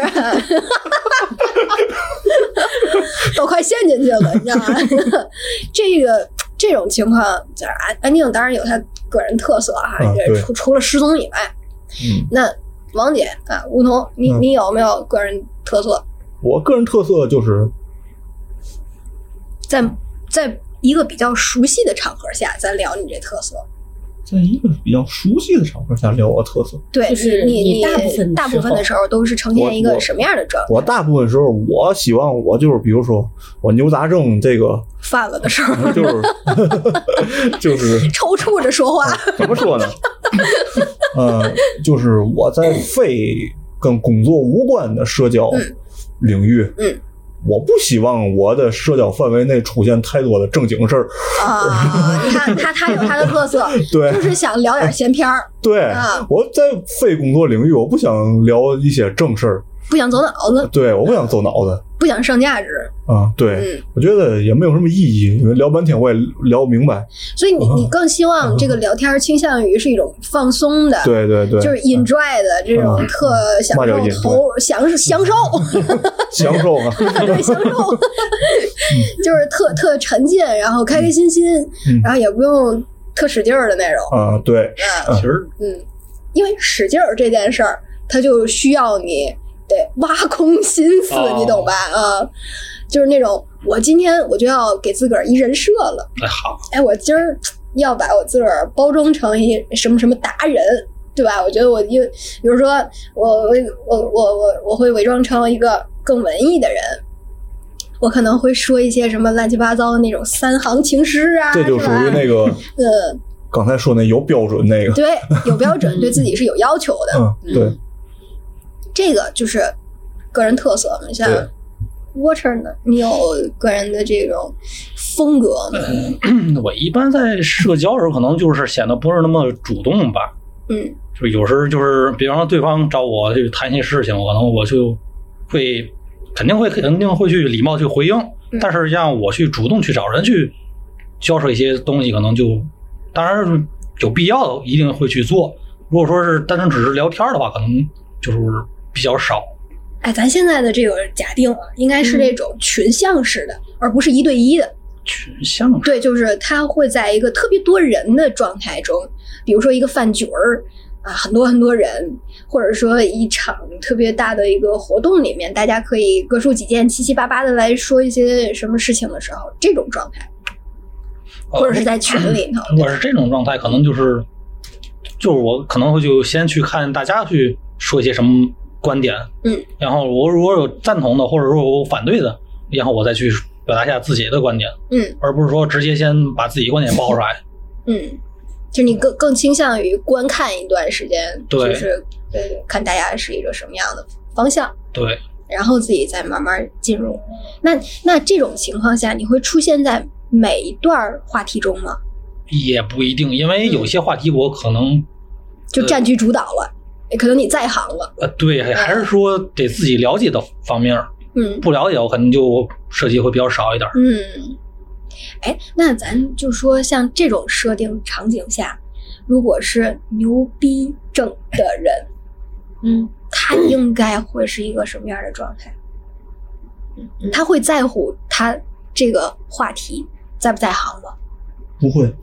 Speaker 2: 都快陷进去了，你知道吗？这个这种情况，就是安安静当然有他个人特色啊，
Speaker 5: 啊
Speaker 2: 这
Speaker 5: 对
Speaker 2: 除除了失踪以外，
Speaker 5: 嗯，
Speaker 2: 那王姐啊，吴桐，你、
Speaker 5: 嗯
Speaker 2: 你有没有个人特色？
Speaker 5: 我个人特色就是
Speaker 2: 在在一个比较熟悉的场合下，咱聊你这特色。
Speaker 5: 在一个比较熟悉的场合下聊我特色。
Speaker 2: 对，
Speaker 3: 就是
Speaker 2: 你
Speaker 3: 你
Speaker 2: 你
Speaker 3: 大部分的
Speaker 2: 大部
Speaker 3: 时
Speaker 2: 分的
Speaker 3: 候
Speaker 2: 时候都是呈
Speaker 5: 我
Speaker 2: 现一个
Speaker 5: 我
Speaker 2: 什么样的状态？
Speaker 5: 我大部分时候，我希望我就是，比如说我牛杂症这个，
Speaker 2: 犯了的时候，
Speaker 5: 就是就是
Speaker 2: 抽搐着说话，
Speaker 5: 怎么 说呢？呃，就是我在非跟工作无关的社交领域，
Speaker 2: 嗯
Speaker 5: 我不希望我的社交范围内出现太多的正经 事儿。
Speaker 2: 啊，你看他他有他的特色，
Speaker 5: 对
Speaker 2: 就是想聊点闲篇儿。
Speaker 5: 对，
Speaker 2: 啊
Speaker 5: 我在非工作领域，我不想聊一些正事儿。
Speaker 2: 不想走脑子，
Speaker 6: 对，我不想走脑子
Speaker 2: 不想上价值。
Speaker 6: 啊、对，
Speaker 2: 嗯，
Speaker 6: 我觉得也没有什么意义，因为聊半天我也聊不明白。
Speaker 2: 所以你
Speaker 6: 嗯
Speaker 2: 你更希望这个聊天倾向于是一种放松的，
Speaker 6: 对对对，
Speaker 2: 就是 enjoy 的这种
Speaker 6: 嗯
Speaker 2: 特享
Speaker 6: 那叫
Speaker 2: 受
Speaker 6: enjoy
Speaker 2: 投入享受享受，
Speaker 6: 享受 啊，
Speaker 2: 对享 受，就是特特沉浸，然后开开心心，
Speaker 6: 嗯
Speaker 2: 然后也不用特使劲儿的那种。
Speaker 6: 啊、对，
Speaker 2: 嗯
Speaker 4: 其实
Speaker 2: 嗯，因为使劲儿这件事儿，它就需要你得挖空心思，
Speaker 4: 哦
Speaker 2: 你懂吧？啊，就是那种我今天我就要给自个儿一人设了，
Speaker 4: 哎好，
Speaker 2: 哎，我今儿要把我自个儿包装成一什么什么达人，对吧？我觉得我就，比如说我我我我我我会伪装成一个更文艺的人。我可能会说一些什么乱七八糟的那种三行情诗啊，
Speaker 6: 这就属于那
Speaker 2: 个
Speaker 6: 个
Speaker 2: 嗯，
Speaker 6: 刚才说那有标准那个，
Speaker 2: 对，有标准，对自己是有要求的。
Speaker 6: 嗯，对，
Speaker 2: 这个就是个人特色嘛。像
Speaker 6: 对
Speaker 2: Water 呢，你有个人的这种风格吗？
Speaker 4: 我一般在社交时候可能就是显得不是那么主动吧，
Speaker 2: 嗯
Speaker 4: 就有时就是，比方说对方找我去谈一些事情，我可能我就会肯定会肯定会去礼貌去回应，
Speaker 2: 嗯
Speaker 4: 但是让我去主动去找人去交涉一些东西，可能就当然是有必要的一定会去做。如果说是单纯只是聊天的话，可能就是比较少。
Speaker 2: 哎，咱现在的这个假定啊，应该是这种群像式的，而不是一对一的。
Speaker 4: 群像
Speaker 2: 对，就是他会在一个特别多人的状态中，比如说一个饭局儿啊，很多很多人，或者说一场特别大的一个活动里面，大家可以各抒己见，七七八八的来说一些什么事情的时候，这种状态，或
Speaker 4: 呃
Speaker 2: 者是在群里头，
Speaker 4: 如果是这种状态，可能就是就是我可能会就先去看大家去说一些什么观点，
Speaker 2: 嗯，
Speaker 4: 然后我如果有赞同的，或者说我反对的，然后我再去表达一下自己的观点，
Speaker 2: 嗯
Speaker 4: 而不是说直接先把自己观点爆出来。
Speaker 2: 嗯，就你更更倾向于观看一段时间，
Speaker 4: 对
Speaker 2: 就是对看大家是一个什么样的方向，
Speaker 4: 对，
Speaker 2: 然后自己再慢慢进入。那那这种情况下，你会出现在每一段儿话题中吗？
Speaker 4: 也不一定，因为有些话题我可能
Speaker 2: 就占据主导了，可能你在行了，
Speaker 4: 呃，对，还还是说得自己了解的方面，
Speaker 2: 嗯
Speaker 4: 不了解我可能就涉及会比较少 一点。
Speaker 2: 嗯。哎，那咱就说像这种设定场景下，如果是牛逼症的人，
Speaker 3: 嗯，
Speaker 2: 他应该会是一个什么样的状态？他会在乎他这个话题在不在行吗？
Speaker 6: 不会，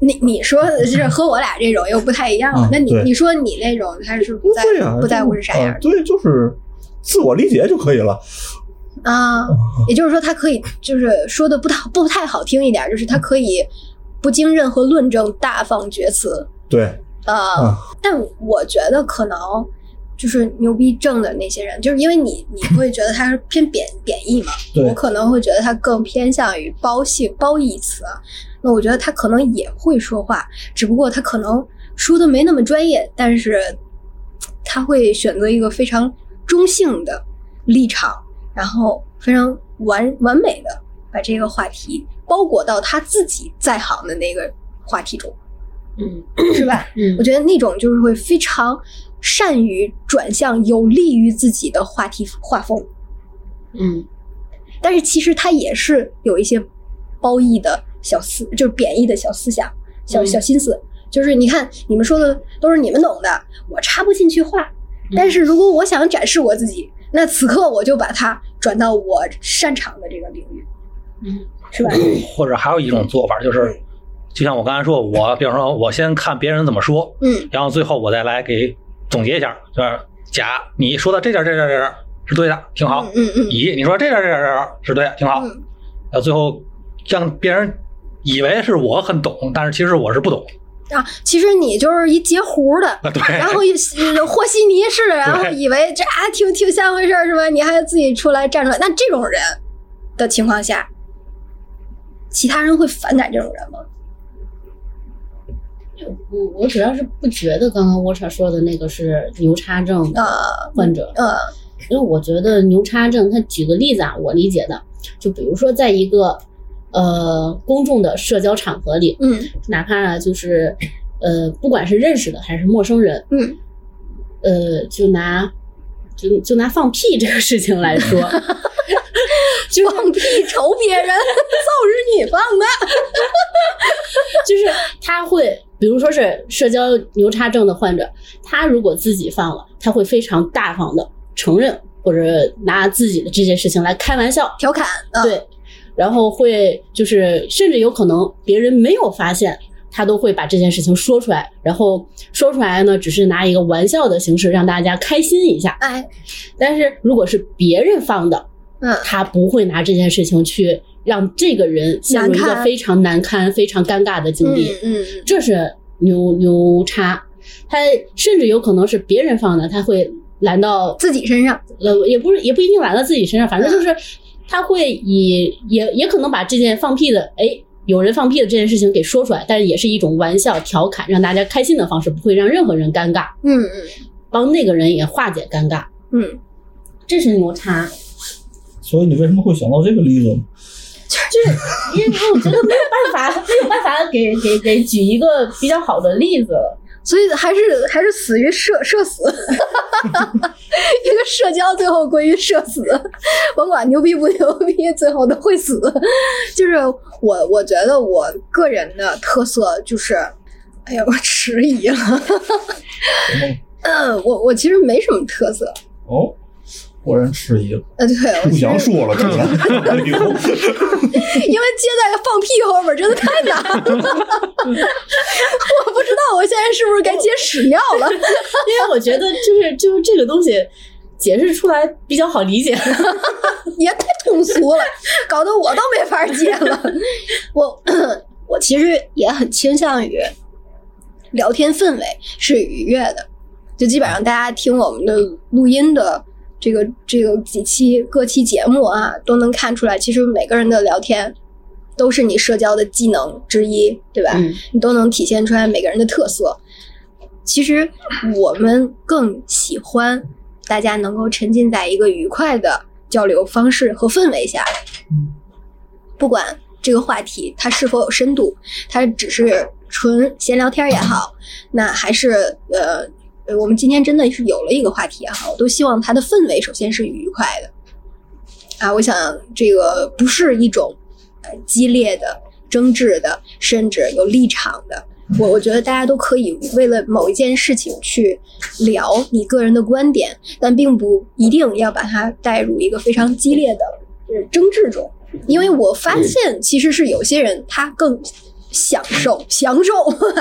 Speaker 2: 你你说的就是和我俩这种又不太一样了。
Speaker 6: 嗯
Speaker 2: 那你
Speaker 6: 对
Speaker 2: 你说你那种他是不
Speaker 6: 不
Speaker 2: 在
Speaker 6: 会啊，
Speaker 2: 不在乎是啥样
Speaker 6: 啊对，就是自我理解就可以了。
Speaker 2: 的啊？
Speaker 6: 嗯
Speaker 2: 也就是说，他可以就是说的不太不太好听一点，就是他可以不经任何论证大放厥词
Speaker 6: 对，
Speaker 2: 啊。
Speaker 6: 嗯
Speaker 2: 但我觉得可能就是牛逼症的那些人，就是因为你你会觉得他是偏贬贬义嘛，
Speaker 6: 对
Speaker 2: 我可能会觉得他更偏向于褒系褒义词。那我觉得他可能也会说话，只不过他可能说的没那么专业，但是他会选择一个非常中性的立场，然后非常完完美的把这个话题包裹到他自己在行的那个话题中，
Speaker 3: 嗯
Speaker 2: 是吧？
Speaker 3: 嗯
Speaker 2: 我觉得那种就是会非常善于转向有利于自己的话题画风，
Speaker 3: 嗯
Speaker 2: 但是其实他也是有一些褒义的小思，就是贬义的小思想、小
Speaker 3: 嗯
Speaker 2: 小心思。就是你看你们说的都是你们懂的，我插不进去话。
Speaker 3: 嗯
Speaker 2: 但是如果我想展示我自己，那此刻我就把它转到我擅长的这个领域，
Speaker 3: 嗯
Speaker 2: 是吧？
Speaker 4: 或者还有一种做法
Speaker 2: 嗯
Speaker 4: 就是，就像我刚才说，我比方说我先看别人怎么说，
Speaker 2: 嗯
Speaker 4: 然后最后我再来给总结一下，就是甲你说的这点儿这点儿这点儿是对的，挺好
Speaker 2: 嗯。嗯嗯
Speaker 4: 乙你说这点儿这点儿这点儿是对的，挺好。
Speaker 2: 嗯
Speaker 4: 然后最后让别人以为是我很懂，但是其实我是不懂。
Speaker 2: 啊，其实你就是一截胡的，
Speaker 4: 啊，对，
Speaker 2: 然后一呃和稀泥似的，然后以为这啊挺挺像回事儿是吧？你还自己出来站出来，那这种人的情况下，其他人会反感这种人吗？
Speaker 3: 我我主要是不觉得刚刚 Water 说的那个是牛叉症的
Speaker 2: 呃
Speaker 3: 患者，
Speaker 2: 呃，
Speaker 3: 因为我觉得牛叉症，他举个例子啊，我理解的，就比如说在一个呃公众的社交场合里，
Speaker 2: 嗯
Speaker 3: 哪怕啊就是呃不管是认识的还是陌生人，
Speaker 2: 嗯
Speaker 3: 呃，就拿就就拿放屁这个事情来说，就是
Speaker 2: 放 屁瞅别人，就是你放的。
Speaker 3: 就是他会，比如说是社交牛叉症的患者，他如果自己放了，他会非常大方的承认，或者拿自己的这件事情来开玩笑，
Speaker 2: 调侃，嗯，
Speaker 3: 对，然后会就是甚至有可能别人没有发现，他都会把这件事情说出来，然后说出来呢，只是拿一个玩笑的形式让大家开心一下。
Speaker 2: 哎，
Speaker 3: 但是如果是别人放的，
Speaker 2: 嗯
Speaker 3: 他不会拿这件事情去让这个人陷入一
Speaker 2: 难
Speaker 3: 个
Speaker 2: 堪
Speaker 3: 非常难堪、非常尴尬的境
Speaker 2: 嗯
Speaker 3: 地。
Speaker 2: 嗯，
Speaker 3: 这是牛牛叉。他甚至有可能是别人放的，他会揽到
Speaker 2: 自己身上，
Speaker 3: 呃，也不是也不一定揽到自己身上，反正就是他会以也也可能把这件放屁的哎。有人放屁的这件事情给说出来，但是也是一种玩笑调侃，让大家开心的方式，不会让任何人尴尬，
Speaker 2: 嗯嗯
Speaker 3: 帮那个人也化解尴尬，
Speaker 2: 嗯，
Speaker 3: 这是牛叉。
Speaker 6: 所以你为什么会想到这个例子呢？
Speaker 3: 因为我觉得没有办法，没 有办法给给给举一个比较好的例子了。
Speaker 2: 所以还是还是死于社社死， 一个社交最后归于社死，甭管牛逼不牛逼，最后都会死。就是我我觉得我个人的特色就是，哎呀，我迟疑了。 嗯，我我其实没什么特色，
Speaker 6: 哦，果然迟疑了，
Speaker 2: 呃，对，我
Speaker 6: 不
Speaker 2: 其实
Speaker 6: 想说了，刚才。哎呦
Speaker 2: 因为接在放屁后面真的太难了， 我不知道我现在是不是该接屎尿了。
Speaker 3: 因为我觉得就是就是这个东西解释出来比较好理解。
Speaker 2: 也太通俗了，搞得我都没法接了。我我其实也很倾向于聊天氛围是愉悦的，就基本上大家听我们的录音的这个这个几期各期节目啊，都能看出来，其实每个人的聊天都是你社交的技能之一，对吧？
Speaker 3: 嗯
Speaker 2: 你都能体现出来每个人的特色。其实我们更喜欢大家能够沉浸在一个愉快的交流方式和氛围下，不管这个话题它是否有深度，它只是纯闲聊天也好，那还是呃。呃我们今天真的是有了一个话题也好，我都希望它的氛围首先是愉快的，啊，我想这个不是一种呃激烈的、争执的，甚至有立场的。我我觉得大家都可以为了某一件事情去聊你个人的观点，但并不一定要把它带入一个非常激烈的呃争执中，因为我发现其实是有些人他更享受享受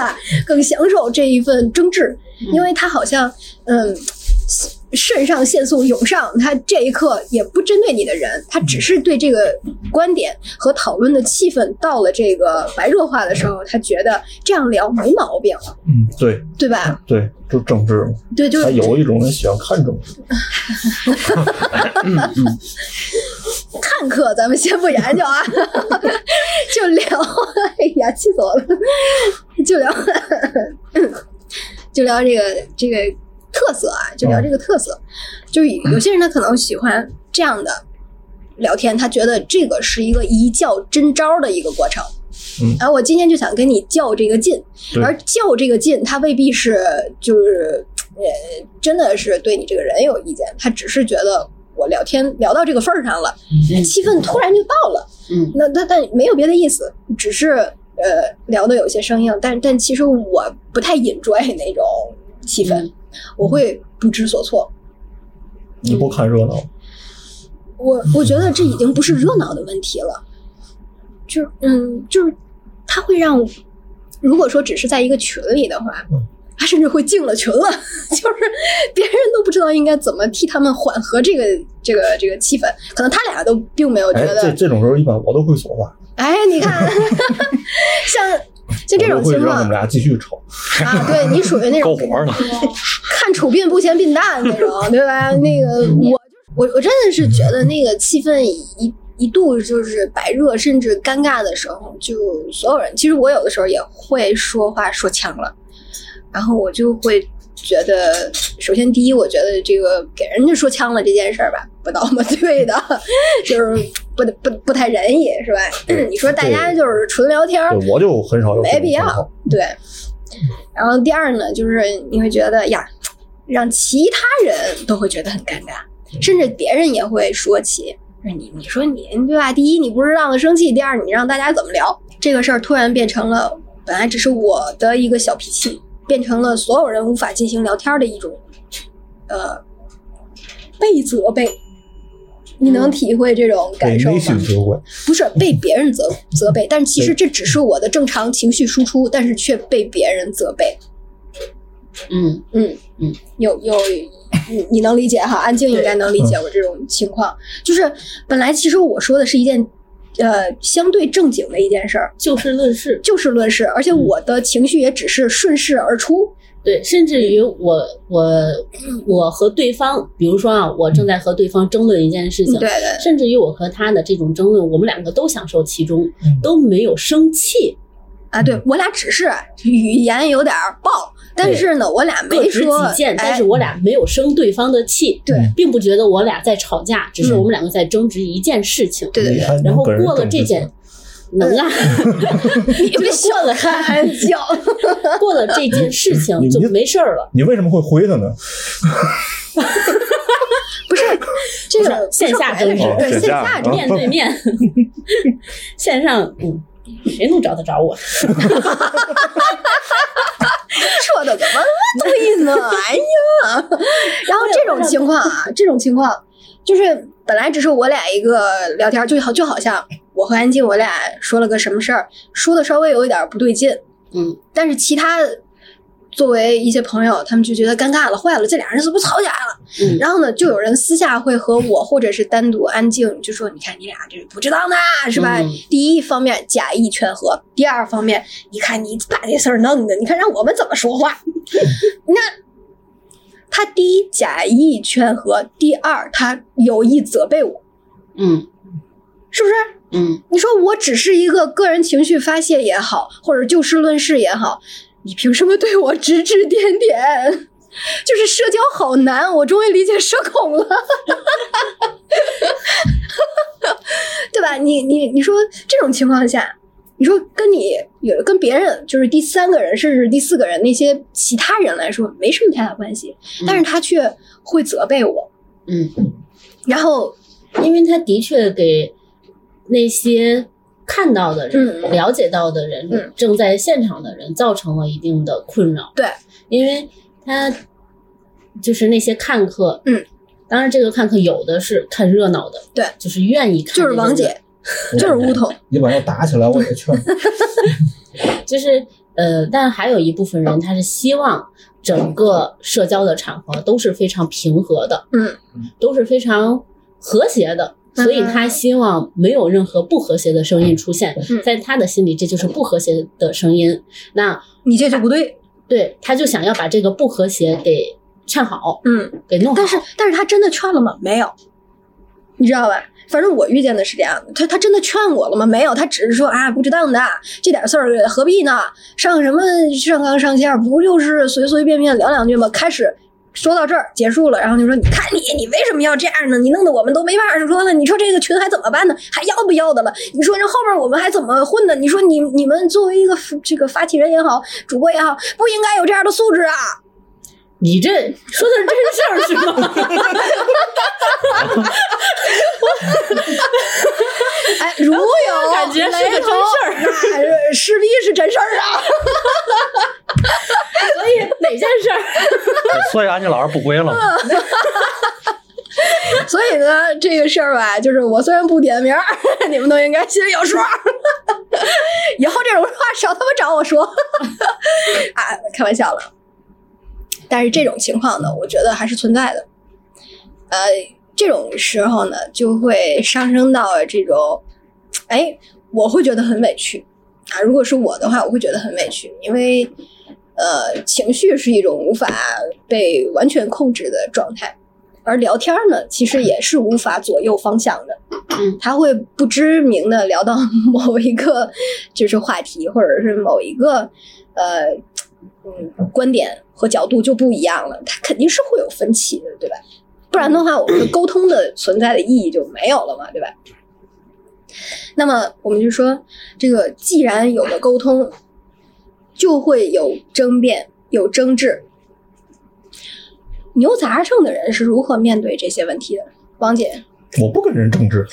Speaker 2: 更享受这一份争执，因为他好像嗯。肾上腺素涌上，他这一刻也不针对你的人，他只是对这个观点和讨论的气氛到了这个白热化的时候，他觉得这样聊没毛病，
Speaker 6: 嗯，对
Speaker 2: 对吧？
Speaker 6: 对，就政治嘛，
Speaker 2: 对，就
Speaker 6: 还
Speaker 2: 是
Speaker 6: 有一种人喜欢看政治。
Speaker 2: 看客，咱们先不研究啊， 就聊，哎呀，气死我了，就聊， 就聊这个这个特色啊，就聊这个特色，就是有些人他可能喜欢这样的聊天，他觉得这个是一个一较真招的一个过程。哎
Speaker 6: 嗯
Speaker 2: 然后我今天就想跟你较这个劲，
Speaker 6: 对
Speaker 2: 而较这个劲，他未必是就是呃，真的是对你这个人有意见，他只是觉得我聊天聊到这个份儿上了，
Speaker 3: 嗯
Speaker 2: 气氛突然就到了，
Speaker 3: 嗯，
Speaker 2: 那那但没有别的意思，只是呃聊的有些生硬，但但其实我不太 enjoy 那种气氛，
Speaker 3: 嗯
Speaker 2: 我会不知所措。
Speaker 6: 你不看热闹，
Speaker 2: 我我觉得这已经不是热闹的问题了，就是嗯，就是它会让我，如果说只是在一个群里的话
Speaker 6: 嗯，
Speaker 2: 他甚至会进了群了， 就是别人都不知道应该怎么替他们缓和这个这个这个气氛，可能他俩都并没有觉
Speaker 6: 哎，
Speaker 2: 得，
Speaker 6: 这这种时候一般我都会说话，
Speaker 2: 哎，你看， 像像这
Speaker 6: 我
Speaker 2: 种
Speaker 6: 都会
Speaker 2: 情
Speaker 6: 让你
Speaker 2: 况
Speaker 6: 们俩继续吵。
Speaker 2: 啊，对你属于那
Speaker 4: 够
Speaker 2: 种
Speaker 4: 活儿了。
Speaker 2: 看处病不嫌病大的那种，对吧？那个我我我真的是觉得那个气氛一一度就是白热，甚至尴尬的时候，就所有人，其实我有的时候也会说话说呛了，然后我就会觉得，首先第一，我觉得这个给人家说呛了这件事儿吧，不那么 对的，就是不不不太仁义，是吧？你说大家就是纯聊天儿，
Speaker 6: 对，我就很少有这种
Speaker 2: 没必要
Speaker 6: 情况。
Speaker 2: 对。然后第二呢，就是你会觉得呀，让其他人都会觉得很尴尬，甚至别人也会说起。说你你说你对吧？第一，你不是让我生气；第二，你让大家怎么聊这个事儿？突然变成了本来只是我的一个小脾气，变成了所有人无法进行聊天的一种呃被责备。你能体会这种
Speaker 6: 对
Speaker 2: 感受
Speaker 6: 内
Speaker 2: 吗？
Speaker 6: 心责怪，
Speaker 2: 不是被
Speaker 3: 嗯
Speaker 2: 别人责责备，但其实这只是我的正常情绪输出，但是却被别人责备。
Speaker 3: 嗯，
Speaker 2: 嗯
Speaker 3: 嗯，
Speaker 2: 有有，你你能理解哈？安静应该能理
Speaker 3: 嗯
Speaker 2: 解我这种情况，就是本来其实我说的是一件。呃，相对正经的一件事儿，
Speaker 3: 就事论事，
Speaker 2: 就事论事，而
Speaker 3: 嗯
Speaker 2: 且我的情绪也只是顺势而出。
Speaker 3: 对，甚至于我我我和对方，比如说啊，我正在和对方争论一件事情
Speaker 2: 嗯对，对，
Speaker 3: 甚至于我和他的这种争论，我们两个都享受其中，
Speaker 2: 嗯
Speaker 3: 都没有生气，
Speaker 2: 啊，
Speaker 3: 嗯
Speaker 2: 对我俩只是语言有点儿爆，但是呢，我俩
Speaker 3: 各
Speaker 2: 没
Speaker 3: 执
Speaker 2: 说，
Speaker 3: 己见，但
Speaker 2: 哎
Speaker 3: 是嗯我俩没有生对方的气，
Speaker 2: 对
Speaker 3: 并不觉得我俩在吵架，只是
Speaker 2: 嗯
Speaker 3: 我们两个在争执一件事情。
Speaker 2: 对嗯对
Speaker 6: 你
Speaker 2: 对，
Speaker 6: 还能
Speaker 3: 然后
Speaker 6: 跟人
Speaker 3: 过了
Speaker 6: 争
Speaker 3: 这
Speaker 6: 执
Speaker 3: 件，能啊，
Speaker 2: 你 别笑
Speaker 3: 过了
Speaker 2: 开玩笑。
Speaker 3: 过了这件事情
Speaker 6: 你
Speaker 3: 就
Speaker 6: 你
Speaker 3: 没事儿了。
Speaker 6: 你为什么会回他呢？
Speaker 2: 不是这
Speaker 3: 不是
Speaker 2: 个
Speaker 3: 线下
Speaker 2: 真
Speaker 3: 争执
Speaker 2: 是对
Speaker 6: 线
Speaker 2: 线
Speaker 6: 下
Speaker 2: 下
Speaker 6: 啊
Speaker 2: 争
Speaker 3: 面 对面，线上，嗯，谁能找得着我？
Speaker 2: 说的怎么对呢？哎呀，然后这种情况啊，这种情况就是本来只是我俩一个聊天，就好就好像我和安静我俩说了个什么事儿，说的稍微有一点不对劲，
Speaker 3: 嗯，
Speaker 2: 但是其他作为一些朋友，他们就觉得尴尬了，坏了，这俩人是不是吵架了？
Speaker 3: 嗯
Speaker 2: 然后呢，就有人私下会和我或者是单独安静就说，你看你俩这不值当的啊，是吧？
Speaker 3: 嗯
Speaker 2: 第一方面假意劝和，第二方面，你看你把这事儿弄的，你看让我们怎么说 话？那他第一假意劝和，第二他有意责备我，
Speaker 3: 嗯
Speaker 2: 是不是？
Speaker 3: 嗯，
Speaker 2: 你说我只是一个个人情绪发泄也好，或者就事论事也好，你凭什么对我指指点点？ 就是社交好难，我终于理解社恐了， 对吧？你你你说这种情况下，你说跟你有跟别人就是第三个人甚至第四个人那些其他人来说没什么太大关系，但是他却会责备我，
Speaker 3: 嗯，
Speaker 2: 然后
Speaker 3: 因为他的确给那些看到的人、
Speaker 2: 嗯
Speaker 3: 了解到的人、
Speaker 2: 嗯
Speaker 3: 正在现场的人造成了一定的困扰。
Speaker 2: 对，
Speaker 3: 因为他就是那些看客，
Speaker 2: 嗯，
Speaker 3: 当然这个看客有的是看热闹的，
Speaker 2: 对
Speaker 3: 就是愿意看，
Speaker 2: 就是王姐，，就是乌头，
Speaker 6: 你把要打起来，我也劝。
Speaker 3: 就是呃，但还有一部分人他是希望整个社交的场合都是非常平和的，
Speaker 2: 嗯，
Speaker 3: 都是非常和谐的。所以他希望没有任何不和谐的声音出现，
Speaker 2: 嗯
Speaker 3: 在他的心里这就是不和谐的声音。那
Speaker 2: 你这就不对，
Speaker 3: 对他就想要把这个不和谐给劝好，
Speaker 2: 嗯。
Speaker 3: 给弄好。
Speaker 2: 但是但是他真的劝了吗？没有，你知道吧？反正我遇见的是这样的，他他真的劝我了吗？没有，他只是说啊，不值当的，这点事儿何必呢？上什么上纲上线儿，不就是随随便便聊两句吗？开始说到这儿结束了，然后就说你看你，你为什么要这样呢？你弄得我们都没法说了，你说这个群还怎么办呢？还要不要的了？你说这后面我们还怎么混呢？你说你你们作为一个这个发起人也好，主播也好，不应该有这样的素质啊！
Speaker 3: 你这说的是真事儿是 吗？
Speaker 2: 哎，如有
Speaker 3: 感觉是个
Speaker 2: 雷同
Speaker 3: 真
Speaker 2: 那势必是真事儿啊！
Speaker 3: 所以哪件事儿？
Speaker 4: 所以安妮老师不归 了嘛。
Speaker 2: 所以呢，这个事儿吧，就是我虽然不点名儿，你们都应该心里有数儿。 以后这种话少他妈找我说， 啊，开玩笑了。但是这种情况呢，我觉得还是存在的。呃，这种时候呢，就会上升到这种，哎，我会觉得很委屈啊。如果是我的话，我会觉得很委屈，因为呃，情绪是一种无法被完全控制的状态。而聊天儿呢，其实也是无法左右方向的，
Speaker 3: 嗯
Speaker 2: 他会不知名的聊到某一个 就是话题，或者是某一个呃嗯观点和角度就不一样了，他肯定是会有分歧的，对吧？不然的话，我们的沟通的存在的意义就没有了嘛，对吧？那么我们就说，这个既然有了沟通，就会有争辩，有争执，牛杂症的人是如何面对这些问题的？王姐，
Speaker 6: 我不跟人争执，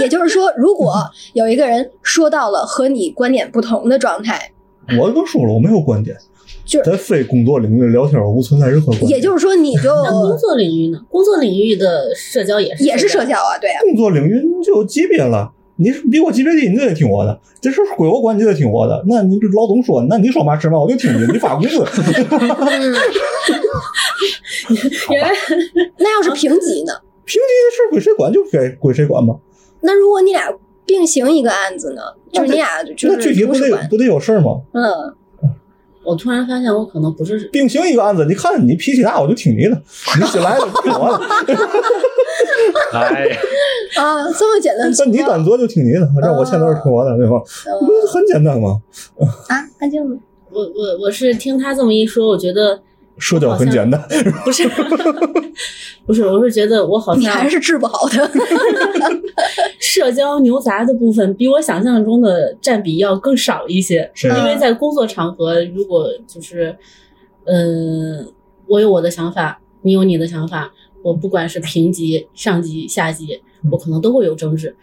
Speaker 2: 也就是说，如果有一个人说到了和你观点不同的状态，
Speaker 6: 我都说了我没有观点，
Speaker 2: 就是
Speaker 6: 在非工作领域聊天，我不存在任何观点。
Speaker 2: 也就是说你就
Speaker 3: 那工作领域呢？工作领域的社交也是
Speaker 2: 也是社交啊，对啊，
Speaker 6: 工作领域你就有级别了，你是比我级别低，你就得听我的。这事儿归我管，你就得听我的。那你这老总说，那你说嘛是嘛，我就听你，你发 工资。
Speaker 3: 原来
Speaker 2: 那要是评级呢？
Speaker 6: 平级的事儿归谁管就该归谁管吧。
Speaker 2: 那如果你俩并行一个案子呢？就是你俩就
Speaker 6: 那具体
Speaker 2: 是
Speaker 6: 不
Speaker 2: 图书
Speaker 6: 得
Speaker 2: 馆，
Speaker 6: 不得有事儿吗？
Speaker 2: 嗯，
Speaker 3: 我突然发现我可能不是
Speaker 6: 并行一个案子，你看你脾气大，我就听你的；你新来的我就听 我的，
Speaker 4: 哎，
Speaker 2: 啊，这么简单粗
Speaker 6: 那
Speaker 2: 暴，
Speaker 6: 你敢做就听你的，让我欠都
Speaker 2: 嗯
Speaker 6: 是听我的，对吧？不是很简单吗？
Speaker 2: 啊，安静呢？
Speaker 3: 我我我是听他这么一说，我觉得
Speaker 6: 社交很
Speaker 2: 嗯
Speaker 6: 简单，
Speaker 3: 不是不是，我是觉得我好
Speaker 2: 你
Speaker 3: 像
Speaker 2: 还是治不好的，
Speaker 3: 社交牛杂的部分比我想象中的占比要更少一些，
Speaker 6: 是
Speaker 3: 因为
Speaker 2: 嗯
Speaker 3: 在工作场合，如果就是，嗯、我有我的想法，你有你的想法，我不管是平级、上级、下级，我可能都会有争执，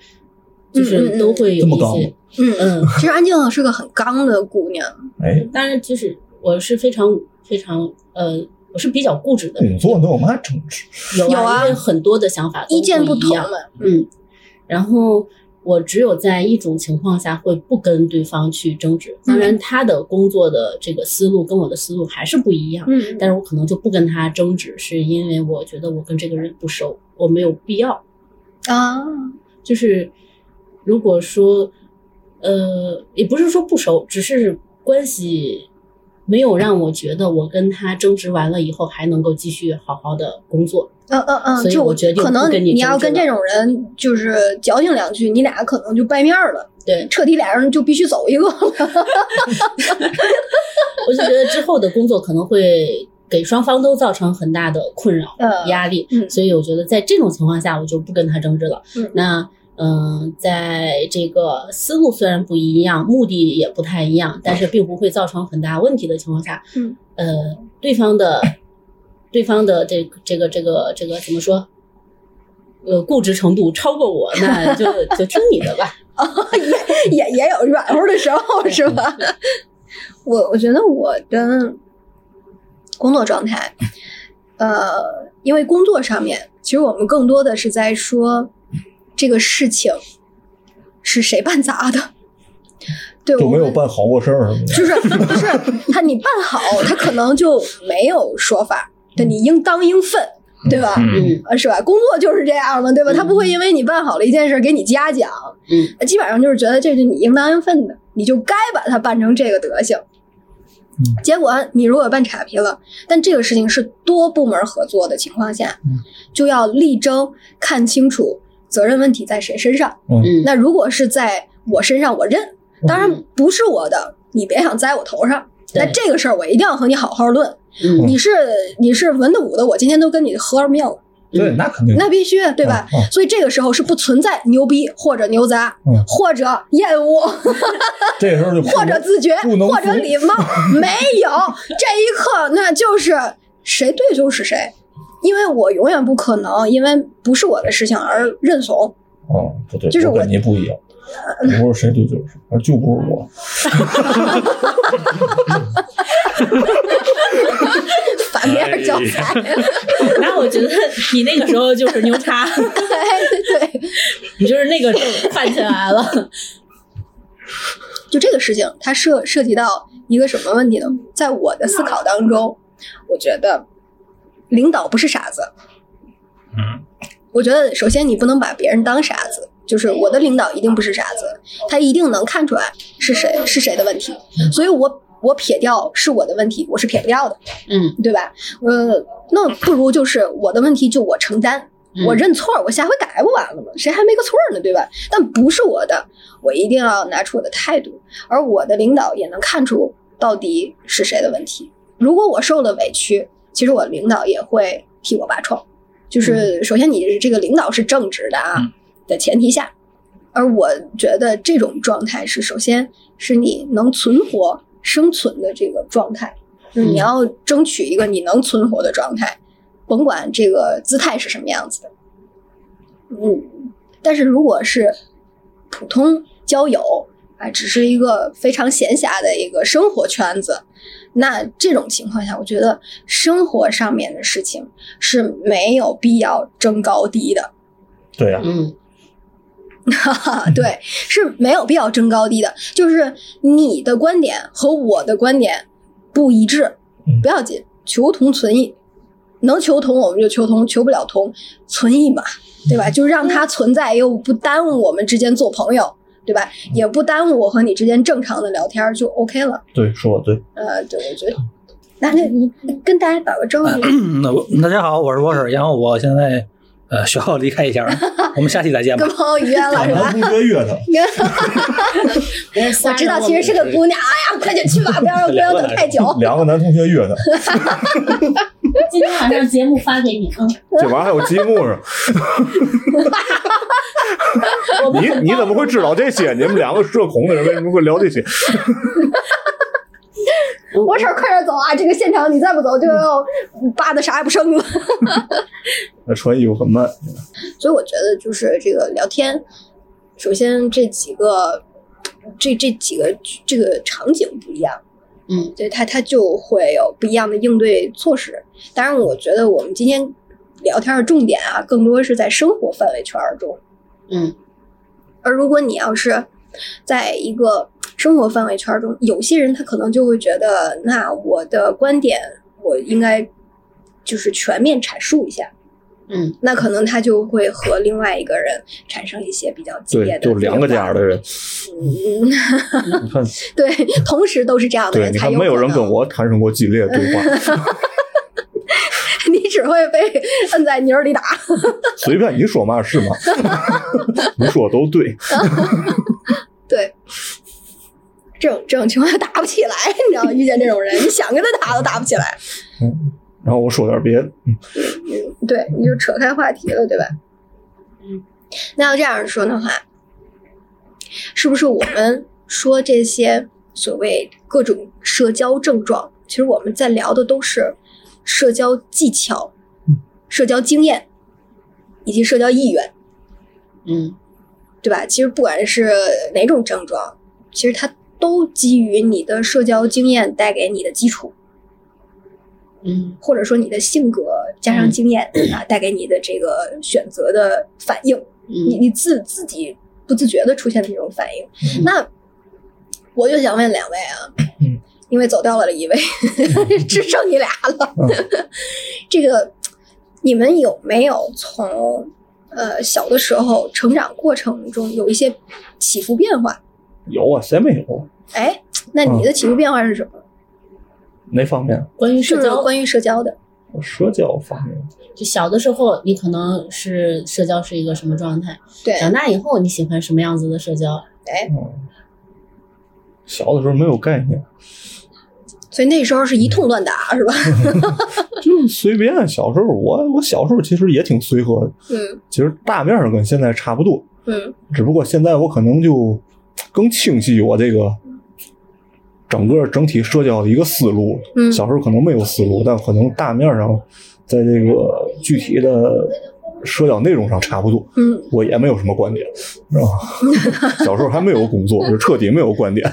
Speaker 3: 就
Speaker 2: 嗯嗯
Speaker 3: 是
Speaker 2: 嗯
Speaker 3: 都会有
Speaker 6: 这么
Speaker 3: 一
Speaker 6: 高
Speaker 3: 些，
Speaker 2: 嗯。
Speaker 3: 嗯，
Speaker 2: 其实安静是个很刚的姑娘，
Speaker 6: 哎，
Speaker 3: 当然就是我是非常非常呃，我是比较固执的人，
Speaker 6: 工作能有嘛争执？
Speaker 3: 有
Speaker 2: 有啊
Speaker 3: 因为很多的想法都
Speaker 2: 意见不
Speaker 3: 不一
Speaker 2: 同
Speaker 3: 样
Speaker 2: 嘛，
Speaker 3: 嗯，然后我只有在一种情况下会不跟对方去争执，当然他的工作的这个思路跟我的思路还是不一样，
Speaker 2: 嗯
Speaker 3: 但是我可能就不跟他争执，是因为我觉得我跟这个人不熟，我没有必要。
Speaker 2: 啊，
Speaker 3: 就是如果说，呃，也不是说不熟，只是关系没有让我觉得我跟他争执完了以后还能够继续好好的工作，
Speaker 2: 嗯嗯嗯，
Speaker 3: 所以
Speaker 2: 就
Speaker 3: 我决定
Speaker 2: 可能
Speaker 3: 不跟你
Speaker 2: 你要
Speaker 3: 争执
Speaker 2: 跟这种人就是矫情两句，你俩可能就掰面儿了，
Speaker 3: 对
Speaker 2: 彻底俩人就必须走一个 了。
Speaker 3: 我就觉得之后的工作可能会给双方都造成很大的困扰、
Speaker 2: 嗯
Speaker 3: 压力，
Speaker 2: 嗯
Speaker 3: 所以我觉得在这种情况下，我就不跟他争执了。
Speaker 2: 嗯
Speaker 3: 那嗯、在这个思路虽然不一样，目的也不太一样，但是并不会造成很大问题的情况下，
Speaker 2: 嗯，
Speaker 3: 呃，对方的对方的这这个这个这个怎么说？呃，固执程度超过我，那就就听你的吧。
Speaker 2: 也也有软乎的时候，是吧？ 我我觉得我的工作状态，呃，因为工作上面，其实我们更多的是在说这个事情是谁办砸的，对，
Speaker 6: 就
Speaker 2: 我
Speaker 6: 没有
Speaker 2: 们
Speaker 6: 办好过事儿，
Speaker 2: 就是不是他你办好，他可能就没有说法，对你应当应分，对吧？
Speaker 4: 嗯，
Speaker 3: 嗯
Speaker 2: 呃，是吧？工作就是这样嘛，对吧？
Speaker 3: 嗯
Speaker 2: 他不会因为你办好了一件事儿给你嘉奖，
Speaker 3: 嗯
Speaker 2: 呃，基本上就是觉得这是你应当应分的，你就该把它办成这个德行。
Speaker 6: 嗯
Speaker 2: 结果你如果办岔劈了，但这个事情是多部门合作的情况下，
Speaker 6: 嗯
Speaker 2: 就要力争看清楚责任问题在谁身上。
Speaker 3: 嗯，
Speaker 2: 那如果是在我身上，我认，
Speaker 6: 嗯
Speaker 2: 当然不是我的，你别想栽我头上。
Speaker 3: 对
Speaker 2: 那这个事儿我一定要和你好好论。
Speaker 3: 嗯
Speaker 2: 你是你是文的武的，我今天都跟你合了命了。
Speaker 6: 对，那肯定
Speaker 2: 嗯那必须对吧？
Speaker 6: 嗯嗯
Speaker 2: 所以这个时候是不存在牛逼或者牛杂，
Speaker 6: 嗯
Speaker 2: 或者厌恶，
Speaker 6: 这个时候就
Speaker 2: 或者自觉，
Speaker 6: 不能
Speaker 2: 或者
Speaker 6: 服
Speaker 2: 礼貌，没 有这一刻，那就是谁对就是谁，因为我永远不可能因为不是我的事情而认怂。
Speaker 6: 哦，不对，
Speaker 2: 就是
Speaker 6: 我
Speaker 2: 我
Speaker 6: 跟你不一样，不是谁对就是谁，而就不是我。
Speaker 2: 反面教材，
Speaker 3: 那我觉得你那个时候就是牛 叉。
Speaker 2: 对对，
Speaker 3: 你就是那个就串起来了。
Speaker 2: 就这个事情，它涉涉及到一个什么问题呢？在我的思考当中，我觉得领导不是傻子，
Speaker 4: 嗯，
Speaker 2: 我觉得首先你不能把别人当傻子，就是我的领导一定不是傻子，他一定能看出来是谁是谁的问题，所以我我撇掉是我的问题，我是撇不掉的，
Speaker 3: 嗯，
Speaker 2: 对吧？呃，那不如就是我的问题就我承担，我认错，我下回改不完了吗？谁还没个错呢，对吧？但不是我的，我一定要拿出我的态度，而我的领导也能看出到底是谁的问题。如果我受了委屈，其实我领导也会替我拔创。就是首先你这个领导是正直的啊
Speaker 4: 嗯
Speaker 2: 的前提下，而我觉得这种状态是首先是你能存活生存的这个状态，就是你
Speaker 3: 嗯
Speaker 2: 要争取一个你能存活的状态，甭管这个姿态是什么样子的。嗯，但是如果是普通交友啊，只是一个非常闲暇的一个生活圈子，那这种情况下，我觉得生活上面的事情是没有必要争高低的。
Speaker 5: 对呀、
Speaker 3: 嗯，
Speaker 2: 啊，对，是没有必要争高低的，就是你的观点和我的观点不一致
Speaker 5: 嗯，
Speaker 2: 不要紧，求同存异，能求同我们就求同，求不了同存异嘛，对吧？就让它存在，又不耽误我们之间做朋友，对吧？也不耽误我和你之间正常的聊天，就 OK 了。
Speaker 5: 对，说 的对。
Speaker 2: 呃，对，我觉得，那那你跟大家打个招 呼，
Speaker 4: 嗯那我大家好，我是沃婶，然后我现在呃需要离开一下，我们下期再见吧
Speaker 2: 跟。朋友约 了是
Speaker 5: 然后
Speaker 2: 吧？
Speaker 5: 不约约他，
Speaker 3: 我
Speaker 2: 我知道，其实是个姑娘，哎呀，快点去 吧，不要让姑娘等太久。
Speaker 5: 两个男同学约他，
Speaker 3: 今天晚上节目发给你，嗯，
Speaker 7: 这玩意儿还有积木 呢，你你怎么会知道这些？你们两个社恐的人为什么会聊这些？
Speaker 2: 我婶儿快点走啊！这个现场你再不走就要
Speaker 5: 嗯
Speaker 2: 扒的啥也不剩了。
Speaker 5: 那穿衣服很慢。
Speaker 2: 所以我觉得就是这个聊天，首先这几个，这这几个这个场景不一样，
Speaker 3: 嗯，
Speaker 2: 对他他就会有不一样的应对措施。当然，我觉得我们今天聊天的重点啊，更多是在生活范围圈儿中。
Speaker 3: 嗯，
Speaker 2: 而如果你要是在一个生活范围圈中，有些人他可能就会觉得，那我的观点我应该就是全面阐述一下。
Speaker 3: 嗯，
Speaker 2: 那可能他就会和另外一个人产生一些比较激烈
Speaker 7: 对就
Speaker 2: 的，
Speaker 7: 两个这样的人，
Speaker 2: 嗯，
Speaker 5: 你看，
Speaker 2: 对，同时都是这样的
Speaker 7: 对，
Speaker 2: 人
Speaker 7: 你
Speaker 2: 才
Speaker 7: 看没有
Speaker 2: 可
Speaker 7: 人
Speaker 2: 能
Speaker 7: 跟我产生过激烈的对 话，
Speaker 2: 你只会被摁在泥儿里打。
Speaker 7: 随便你说嘛是嘛，你说都对，
Speaker 2: 对，这种这种情况下打不起来，你知道吗？遇见这种人，你想跟他打都打不起来。
Speaker 5: 然后我说点别的，
Speaker 2: 嗯，对，你就扯开话题了，对吧？
Speaker 3: 嗯，
Speaker 2: 那要这样说的话，是不是我们说这些所谓各种社交症状，其实我们在聊的都是社交技巧、社交经验以及社交意愿，
Speaker 3: 嗯
Speaker 2: 对吧？其实不管是哪种症状，其实它都基于你的社交经验带给你的基础。
Speaker 3: 嗯
Speaker 2: 或者说你的性格加上经验、啊，带给你的这个选择的反应，你
Speaker 3: 嗯，
Speaker 2: 你自自己不自觉的出现的这种反应。那我就想问两位啊，
Speaker 5: 嗯
Speaker 2: 因为走掉了一位， 只剩你俩了。 这个你们有没有从呃小的时候成长过程中有一些起伏变化？
Speaker 5: 有啊，谁没有啊？
Speaker 2: 哎，那你
Speaker 5: 嗯
Speaker 2: 的起伏变化是什么？
Speaker 5: 哪方面？
Speaker 3: 关于
Speaker 2: 是
Speaker 3: 社
Speaker 2: 不是
Speaker 3: 交，
Speaker 2: 关于社交的？
Speaker 5: 我社交方面，
Speaker 3: 就小的时候你可能是社交是一个什么状态，
Speaker 2: 对，
Speaker 3: 长大以后你喜欢什么样子的社交？
Speaker 5: 嗯，小的时候没有概念，
Speaker 2: 所以那时候是一通乱打，是吧？
Speaker 5: 就随便。小时候我我小时候其实也挺随和的，
Speaker 2: 嗯
Speaker 5: 其实大面上跟现在差不多，
Speaker 2: 嗯。
Speaker 5: 只不过现在我可能就更清晰我这个整个整体社交的一个思路。
Speaker 2: 嗯
Speaker 5: 小时候可能没有思路，但可能大面上在这个具体的社交内容上差不多。
Speaker 2: 嗯，
Speaker 5: 我也没有什么观点，是吧？ 小时候还没有工作，就彻底没有观点。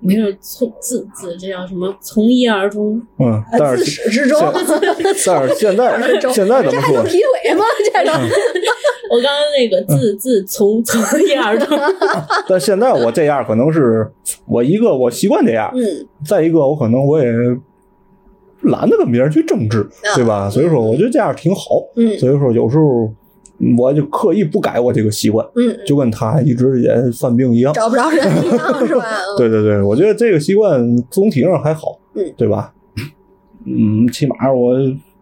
Speaker 3: 没有从自自这叫什么？从一而终，
Speaker 5: 嗯，但
Speaker 2: 自
Speaker 5: 是
Speaker 2: 始至终，
Speaker 5: 但是 现在现在
Speaker 2: 这还
Speaker 5: 怎么
Speaker 2: 能
Speaker 5: 说？
Speaker 2: 劈腿吗？这种，
Speaker 3: 我刚刚那个自自从从一而终，
Speaker 5: 但现在我这样可能是我一个我习惯这样，
Speaker 2: 嗯，
Speaker 5: 再一个，我可能我也懒得跟别人去争执，对吧？所以说，我觉得这样挺好。
Speaker 2: 嗯
Speaker 5: 所以说，有时候嗯我就刻意不改我这个习惯，
Speaker 2: 嗯，
Speaker 5: 就跟他一直也犯病一样。
Speaker 2: 找不着人一样是吧？嗯
Speaker 5: 对对对，我觉得这个习惯总体上还好，
Speaker 2: 嗯
Speaker 5: 对吧？嗯，起码我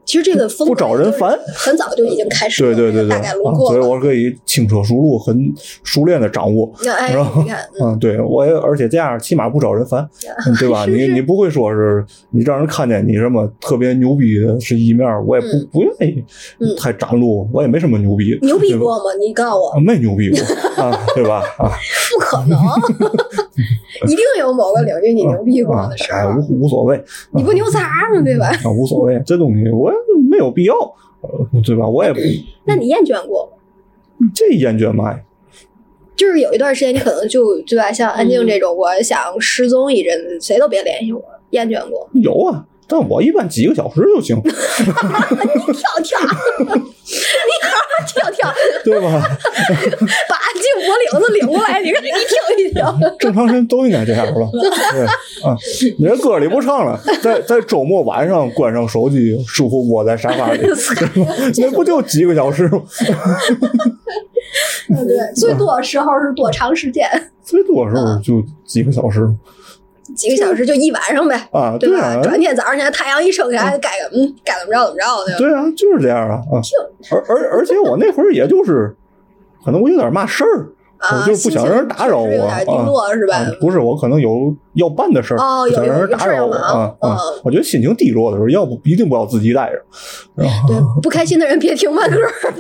Speaker 2: 其实这个风格
Speaker 5: 不找人烦
Speaker 2: 很早就已经开始
Speaker 5: 对
Speaker 2: 了，
Speaker 5: 对对对，
Speaker 2: 大
Speaker 5: 啊
Speaker 2: 概轮廓
Speaker 5: 所以
Speaker 2: 了。
Speaker 5: 我可以轻车熟路，很熟练的掌握。
Speaker 2: 那哎，
Speaker 5: 是吧
Speaker 2: 你看，嗯
Speaker 5: 嗯，对我也，而且这样起码不招 人烦，嗯对吧？你你不会说是你让人看见你什么特别牛逼的是一面儿，我也不、
Speaker 2: 嗯
Speaker 5: 不愿意
Speaker 2: 嗯
Speaker 5: 太展露，我也没什么牛逼，
Speaker 2: 牛逼
Speaker 5: 对吧嗯
Speaker 2: 过吗？你告诉我
Speaker 5: 啊，，没牛逼过啊，对吧？啊，
Speaker 2: 不可能。一定有某个领域你牛逼 过
Speaker 5: 啊
Speaker 2: 的时
Speaker 5: 哎，
Speaker 2: 候，
Speaker 5: 无无所谓
Speaker 2: 你不牛杂吗？ 对吧？
Speaker 5: 啊，无所谓，这东西我也没有必要，呃，对吧？我也不
Speaker 2: 那你厌倦过吗？
Speaker 5: 这厌倦嘛，
Speaker 2: 就是有一段时间，你可能就对吧？像安
Speaker 5: 嗯
Speaker 2: 静这种，我想失踪一阵子，谁都别联系我，厌倦过。
Speaker 5: 有啊，但我一般几个小时就行，
Speaker 2: 跳跳，你好好跳跳，
Speaker 5: 对吧？
Speaker 2: 把安静脖领子领过来，你看你跳一跳。
Speaker 5: 正常人都应该这样吧？对啊，
Speaker 8: 你这歌里不唱了，在在周末晚上关上手机，舒服窝在沙 发里，
Speaker 5: 那不就几个小时吗？
Speaker 2: 对，
Speaker 5: 嗯
Speaker 2: 最多的时候是多长时间？
Speaker 5: 最多时候就几个小时
Speaker 2: 几个小时就一晚上呗，
Speaker 5: 啊，
Speaker 2: 对吧？
Speaker 5: 啊，嗯
Speaker 2: 转天早上起来太阳一升起来，该怎么该怎么着怎么着，对吧？
Speaker 5: 对啊，就是这样啊啊！而而而且我那会儿也就是，可能我有点嘛事儿，
Speaker 2: 啊，
Speaker 5: 我就不想让人打扰我
Speaker 2: 心情是有点低落是吧？
Speaker 5: 啊不是我可能有要办的事儿，
Speaker 2: 哦
Speaker 5: 不想
Speaker 2: 有
Speaker 5: 让
Speaker 2: 有
Speaker 5: 人
Speaker 2: 有
Speaker 5: 打
Speaker 2: 事儿
Speaker 5: 扰我
Speaker 2: 了
Speaker 5: 啊
Speaker 2: 啊
Speaker 5: 啊！我觉得心情低落的时候，要不一定不要自己待着。
Speaker 2: 对，不开心的人别听慢歌。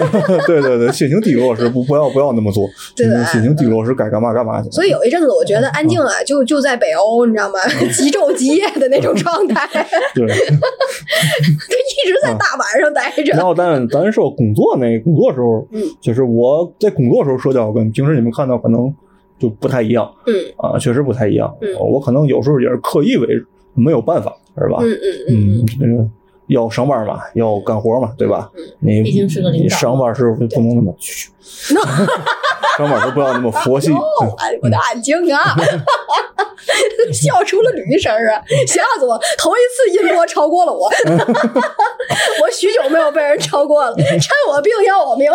Speaker 5: 对对对，心情低落时不不要不要那么做，
Speaker 2: 对嗯
Speaker 5: 心情心情低落时该干嘛干嘛去。
Speaker 2: 所以有一阵子，我觉得安静
Speaker 5: 嗯
Speaker 2: 啊，就就在北欧，你知道吗？ 极昼极夜的那种状 态，就
Speaker 5: 对，
Speaker 2: 一直在大晚上待
Speaker 5: 然
Speaker 2: 着。
Speaker 5: 后咱咱说工作那工作时候，
Speaker 2: 嗯，
Speaker 5: 就是我在工作时候社交跟平时你们看到可能就不太一样
Speaker 2: 嗯
Speaker 5: 啊，确实不太一样。呃
Speaker 2: 嗯
Speaker 5: 我可能有时候也是刻意为之，没有办法，是吧？
Speaker 2: 嗯嗯嗯
Speaker 5: 嗯，这个要上班嘛，要干活嘛，对吧？
Speaker 2: 嗯
Speaker 5: 你
Speaker 3: 毕竟是个领导
Speaker 5: 你上班时候不能那么，上班时候不要那么 佛系。
Speaker 2: 哦，哎我的安静啊，
Speaker 5: 嗯
Speaker 2: 笑出了驴声啊，吓死我！头一次音波超过了 我，我许久没有被人超过
Speaker 5: 嗯
Speaker 2: 了，趁我病要我命。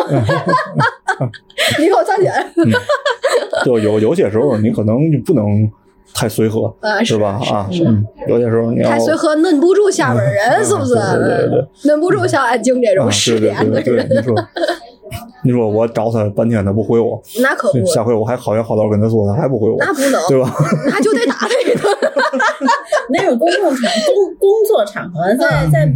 Speaker 2: 你给我站起来！
Speaker 5: 就有有些时候你可能就不能太随和，
Speaker 2: 啊，
Speaker 5: 是
Speaker 2: 是
Speaker 5: 吧？啊，
Speaker 3: 是
Speaker 5: 嗯，有些时候你要
Speaker 2: 太随和，摁不住下边人，是不是？
Speaker 5: 嗯对对对
Speaker 2: 摁不住像安静这
Speaker 5: 啊
Speaker 2: 种失
Speaker 5: 对
Speaker 2: 联的
Speaker 5: 对对
Speaker 2: 人，
Speaker 5: 对，你说，你说我找他半天他不回我，
Speaker 2: 那可不，
Speaker 5: 下回我还好言好道跟他说，他还不回我，
Speaker 2: 那不能，
Speaker 5: 对吧？
Speaker 2: 那就得打他一顿。
Speaker 3: 那种公 共场工工作场合，
Speaker 5: 嗯
Speaker 3: 在在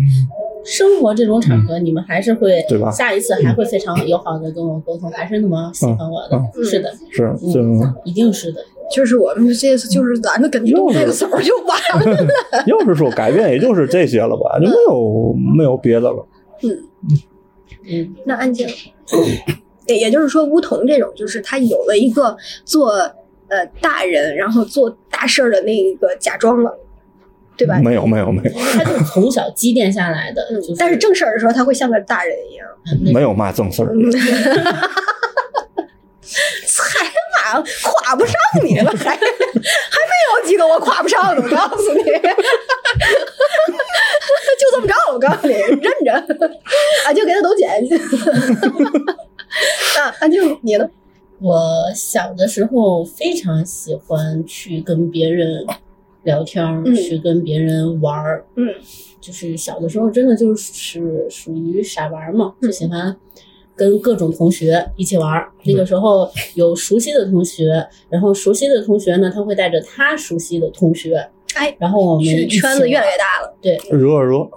Speaker 3: 生活这种场合，你们还是会
Speaker 5: 对吧
Speaker 3: 下一次还会非常友好的跟我沟通，还是那么喜欢我
Speaker 5: 嗯
Speaker 3: 的，是的，
Speaker 5: 是，这
Speaker 3: 一定是的。
Speaker 2: 就是我们这次就是懒得跟你动这个手儿就完了。
Speaker 5: 要是说改变，也就是这些了吧，就没有没有别的了。
Speaker 3: 嗯，
Speaker 2: 那安静，对，也就是说，梧桐这种，就是他有了一个做呃大人，然后做大事儿的那个假装了，对吧？
Speaker 5: 没有没有没有
Speaker 3: 他就是从小积淀下来的
Speaker 2: 嗯，
Speaker 3: 就，
Speaker 2: 但是正事儿的时候，他会像个大人一样。
Speaker 5: 没有嘛正事儿，
Speaker 2: 才嘛，夸不上你了，还 还没有几个我夸不上的，我告诉你， 就这么着，我告诉你，认着，俺就给他都剪去。 啊，安静，你呢？
Speaker 3: 我小的时候非常喜欢去跟别人聊天儿，
Speaker 2: 嗯
Speaker 3: 去跟别人玩儿。
Speaker 2: 嗯，
Speaker 3: 就是小的时候真的就是属于傻玩儿嘛，
Speaker 2: 嗯
Speaker 3: 就喜欢跟各种同学一起玩儿。
Speaker 2: 嗯
Speaker 3: 那个时候有熟悉的同学，然后熟悉的同学呢，他会带着他熟悉的同学，
Speaker 2: 哎，
Speaker 3: 然后我们
Speaker 2: 是
Speaker 3: 一起
Speaker 2: 圈子越
Speaker 3: 玩
Speaker 2: 来
Speaker 3: 儿
Speaker 2: 越大了，
Speaker 5: 热热，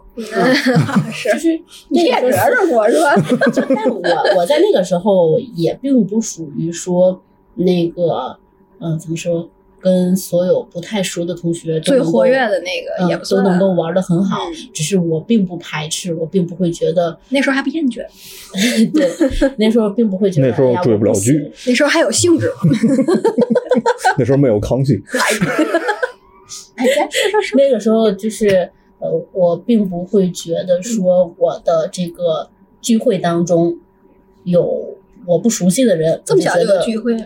Speaker 2: 是
Speaker 3: 就是那
Speaker 2: 你也
Speaker 3: 个
Speaker 2: 觉
Speaker 3: 时候
Speaker 2: 着我是吧？
Speaker 3: 就但我我在那个时候也并不属于说那个，嗯、怎么说，跟所有不太熟的同学都
Speaker 2: 最
Speaker 3: 能够
Speaker 2: 活跃的那
Speaker 3: 嗯
Speaker 2: 个也不
Speaker 3: 都
Speaker 2: 算，啊
Speaker 3: 能够玩的很好
Speaker 2: 嗯，
Speaker 3: 只是我并不排斥，我并不会觉得，
Speaker 2: 那时候还不厌倦，
Speaker 3: 对，那时候并不会觉得
Speaker 5: 那时候
Speaker 3: 哎呀
Speaker 5: 追不了
Speaker 3: 我行
Speaker 5: 剧
Speaker 2: 那时候还有兴致。
Speaker 5: 那时候没有康熙，
Speaker 3: 哎，咱那个时候就是呃，我并不会觉得说我的这个聚会当中有我不熟悉的人，
Speaker 2: 这么小就
Speaker 3: 我觉
Speaker 2: 有
Speaker 3: 得
Speaker 2: 聚会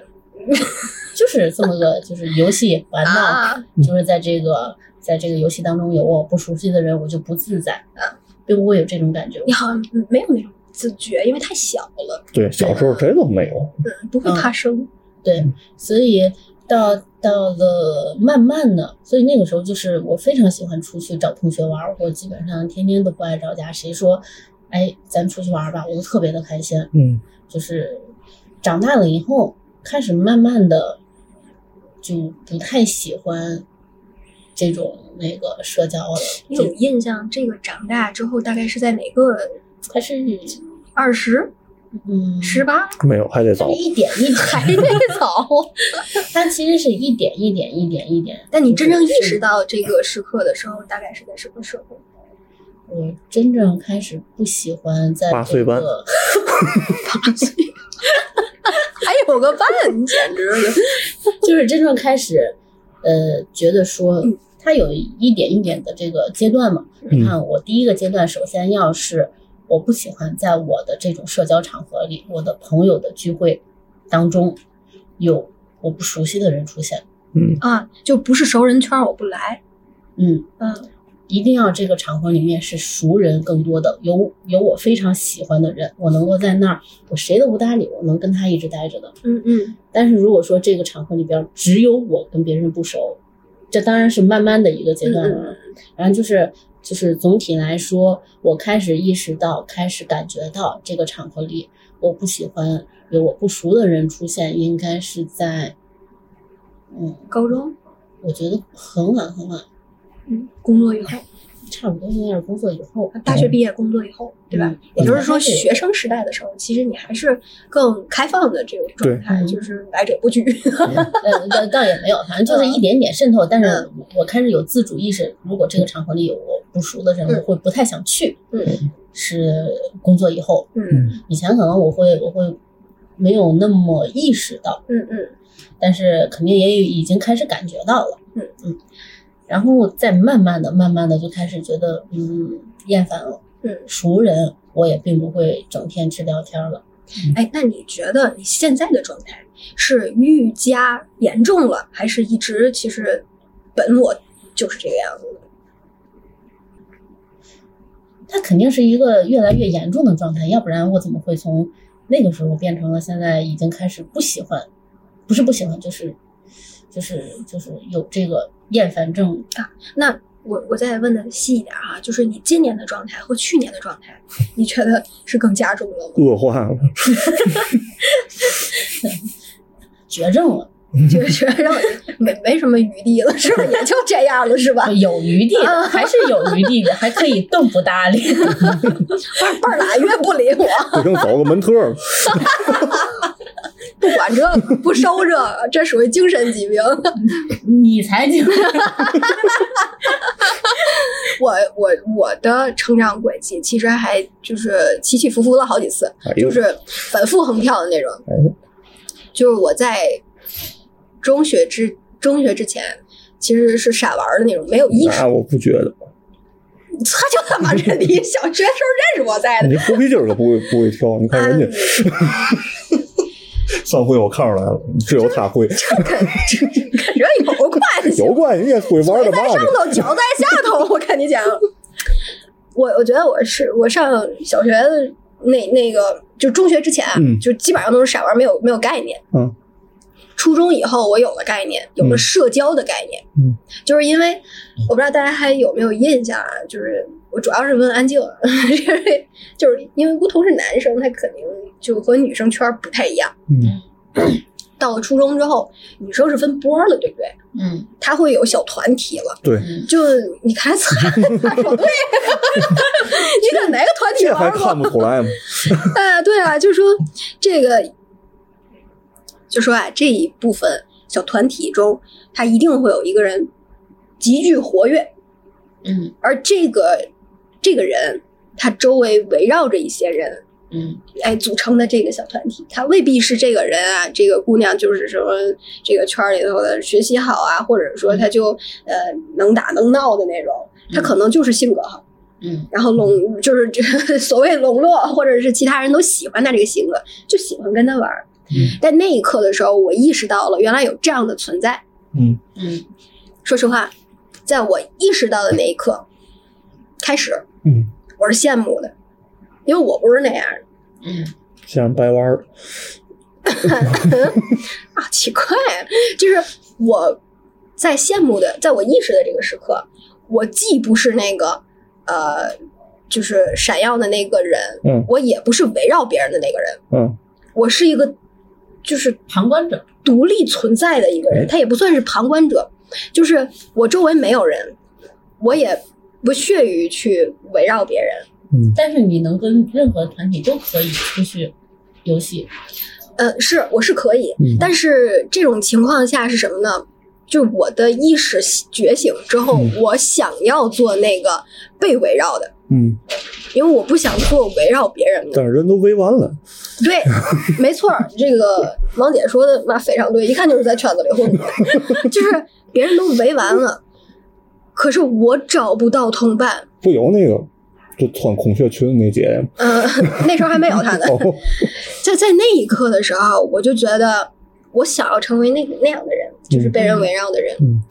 Speaker 3: 就是这么个就是游戏玩闹，
Speaker 2: 啊？
Speaker 3: 就是在这个在这个游戏当中有我不熟悉的人，我就不自在，啊并不会有这种感觉。
Speaker 2: 你好像没有那种自觉，因为太小了，
Speaker 5: 对，小时候谁都没有，
Speaker 2: 不会怕生。
Speaker 3: 对，所以到到了慢慢的，所以那个时候就是我非常喜欢出去找同学玩儿，我基本上天天都不爱着家。谁说，哎，咱出去玩儿吧，我都特别的开心。
Speaker 5: 嗯，
Speaker 3: 就是长大了以后，开始慢慢的就不太喜欢这种那个社交了。
Speaker 2: 你有印象这个长大之后大概是在哪个
Speaker 3: 它是
Speaker 2: 二十
Speaker 3: 嗯，
Speaker 2: 十 八
Speaker 5: 没有，还得早
Speaker 2: 哎
Speaker 3: 就是。一点一
Speaker 2: 还
Speaker 3: 点，
Speaker 2: 得早。
Speaker 3: 它其实是一点一点一点一点。
Speaker 2: 但你真正意识到这个时刻的时候，大概是在什么时候？
Speaker 3: 我真正开始不喜欢在
Speaker 5: 八岁
Speaker 3: 这
Speaker 5: 半
Speaker 3: 个
Speaker 2: 还有个伴，你简直
Speaker 3: 就是真正开始，呃，觉得说
Speaker 2: 嗯
Speaker 3: 它有一点一点的这个阶段嘛。
Speaker 5: 嗯
Speaker 3: 你看，我第一个阶段，首先要是我不喜欢在我的这种社交场合里，我的朋友的聚会当中有我不熟悉的人出现，
Speaker 5: 嗯
Speaker 2: 啊，就不是熟人圈，我不来。
Speaker 3: 嗯。
Speaker 2: 嗯，
Speaker 3: 一定要这个场合里面是熟人更多的，有有我非常喜欢的人，我能够在那儿，我谁都不搭理，我能跟他一直待着的。
Speaker 2: 嗯嗯，
Speaker 3: 但是如果说这个场合里边只有我跟别人不熟，这当然是慢慢的一个阶段了。然后就是就是总体来说，我开始意识到，开始感觉到这个场合里我不喜欢有我不熟的人出现，应该是在，嗯，
Speaker 2: 高中，
Speaker 3: 我觉得很晚很晚，
Speaker 2: 嗯，工作以后，
Speaker 3: 差不多应该是工作以后。嗯
Speaker 2: 大学毕业，工作以后，对吧？也就是说，学生时代的时候，其实你还是更开放的这种状态，
Speaker 3: 对
Speaker 2: 就是来者不拒。
Speaker 3: 呃，倒倒也没有，反正就是一点点渗透。但是
Speaker 2: 嗯
Speaker 3: 我开始有自主意识，如果这个场合里有我不熟的人，
Speaker 2: 嗯
Speaker 3: 我会不太想去。
Speaker 2: 嗯
Speaker 3: 是工作以后，
Speaker 2: 嗯
Speaker 3: 以前可能我会我会没有那么意识到，
Speaker 2: 嗯嗯
Speaker 3: 但是肯定也已经开始感觉到了。
Speaker 2: 嗯
Speaker 3: 嗯，然后再慢慢的、慢慢的就开始觉得，嗯，厌烦了。
Speaker 2: 嗯，
Speaker 3: 熟人我也并不会整天去聊天了。
Speaker 2: 哎，那你觉得你现在的状态是愈加严重了，还是一直其实本我就是这个样子的？
Speaker 3: 它肯定是一个越来越严重的状态，要不然我怎么会从那个时候变成了现在已经开始不喜欢，不是不喜欢，就是就是就是有这个厌烦症。
Speaker 2: 那我我再问的细一点啊，就是你今年的状态和去年的状态，你觉得是更加重了吗？
Speaker 5: 恶化了，
Speaker 3: 绝症了，
Speaker 2: 就是觉得让我没没什么余地了，是不是也就这样了，是吧？
Speaker 3: 有余地的，还是有余地的，还可以动不搭理。
Speaker 2: 半半拉月不理我，
Speaker 5: 得剩走个门特儿了。
Speaker 2: 不管这个，不收这个，这属于精神疾病。
Speaker 3: 你才精，
Speaker 2: 我我我的成长轨迹其实还就是起起伏伏了好几次，
Speaker 5: 哎
Speaker 2: 就
Speaker 5: 呦，
Speaker 2: 是反复横跳的那种。
Speaker 5: 哎
Speaker 2: 就是我在中学之中学之前，其实是傻玩儿的那种，没有意识
Speaker 5: 那。我不觉得，
Speaker 2: 他就他妈是 你小学时候认识我在的。
Speaker 5: 你猴皮筋儿都不会不会跳，你看人 家
Speaker 2: 嗯
Speaker 9: 上回我看出来了，只有他会，
Speaker 2: 这跟这跟人有关系。
Speaker 5: 有关人家会玩的
Speaker 2: 在
Speaker 5: 嘛
Speaker 2: 上
Speaker 5: 呢？
Speaker 2: 头，脚在下头。我跟你讲，我我觉得我是我上小学的那那个就中学之前啊，
Speaker 5: 嗯
Speaker 2: 就基本上都是傻玩，没有没有概念。
Speaker 5: 嗯。
Speaker 2: 初中以后，我有了概念，有了
Speaker 5: 嗯
Speaker 2: 社交的概念。
Speaker 5: 嗯，
Speaker 2: 就是因为我不知道大家还有没有印象啊，就是我主要是问安静，因为 就是因为梧桐是男生，他肯定就和女生圈儿不太一样。
Speaker 5: 嗯，
Speaker 2: 到了初中之后，女生是分波儿了，对不对？
Speaker 3: 嗯，
Speaker 2: 她会有小团体了。
Speaker 5: 对
Speaker 3: 嗯
Speaker 2: 就你看 他说 对，你在哪个团体
Speaker 5: 这还
Speaker 2: 玩
Speaker 5: 看
Speaker 2: 过？
Speaker 5: 不出来 吗？
Speaker 2: 哎，对啊，就说这个，就说啊，这一部分小团体中，他一定会有一个人极具活跃，
Speaker 3: 嗯
Speaker 2: 而这个这个人，他周围围绕着一些人，
Speaker 3: 嗯
Speaker 2: 哎组成的这个小团体，他未必是这个人啊，这个姑娘就是什么这个圈儿里头的学习好啊，或者说他就呃能打能闹的那种，他可能就是性格好，
Speaker 3: 嗯
Speaker 2: 然后笼就是这 个所谓笼络，或者是其他人都喜欢他这个性格，就喜欢跟他玩儿。
Speaker 3: 嗯
Speaker 2: 在那一刻的时候，我意识到了原来有这样的存在。
Speaker 3: 嗯
Speaker 2: 说实话，在我意识到的那一刻开始，
Speaker 5: 嗯，
Speaker 2: 我是羡慕的，因为我不是那样的。
Speaker 3: 嗯
Speaker 5: 像白玩儿，
Speaker 2: 啊，奇怪，就是我在羡慕的，在我意识的这个时刻，我既不是那个呃，就是闪耀的那个人，
Speaker 5: 嗯
Speaker 2: 我也不是围绕别人的那个人，
Speaker 5: 嗯，
Speaker 2: 我是一个就是
Speaker 3: 旁观者，
Speaker 2: 独立存在的一个人，他也不算是旁观者，就是我周围没有人，我也不屑于去围绕别人，
Speaker 5: 嗯
Speaker 3: 但是你能跟任何团体都可以出去游戏？
Speaker 2: 呃，是我是可以，
Speaker 5: 嗯
Speaker 2: 但是这种情况下是什么呢？就我的意识觉醒之后，我想要做那个被围绕的，
Speaker 5: 嗯，
Speaker 2: 因为我不想做围绕别人的。
Speaker 5: 但是人都围完了，
Speaker 2: 对，没错儿，这个王姐说的那非常对，一看就是在圈子里混的， 就是别人都围完了，可是我找不到同伴。
Speaker 5: 不有那个就穿孔雀裙那姐姐
Speaker 2: 嗯、那时候还没有他呢。
Speaker 5: 哦，
Speaker 2: 在在那一刻的时候，我就觉得我想要成为那那样的人，就是被人围绕的人。
Speaker 5: 嗯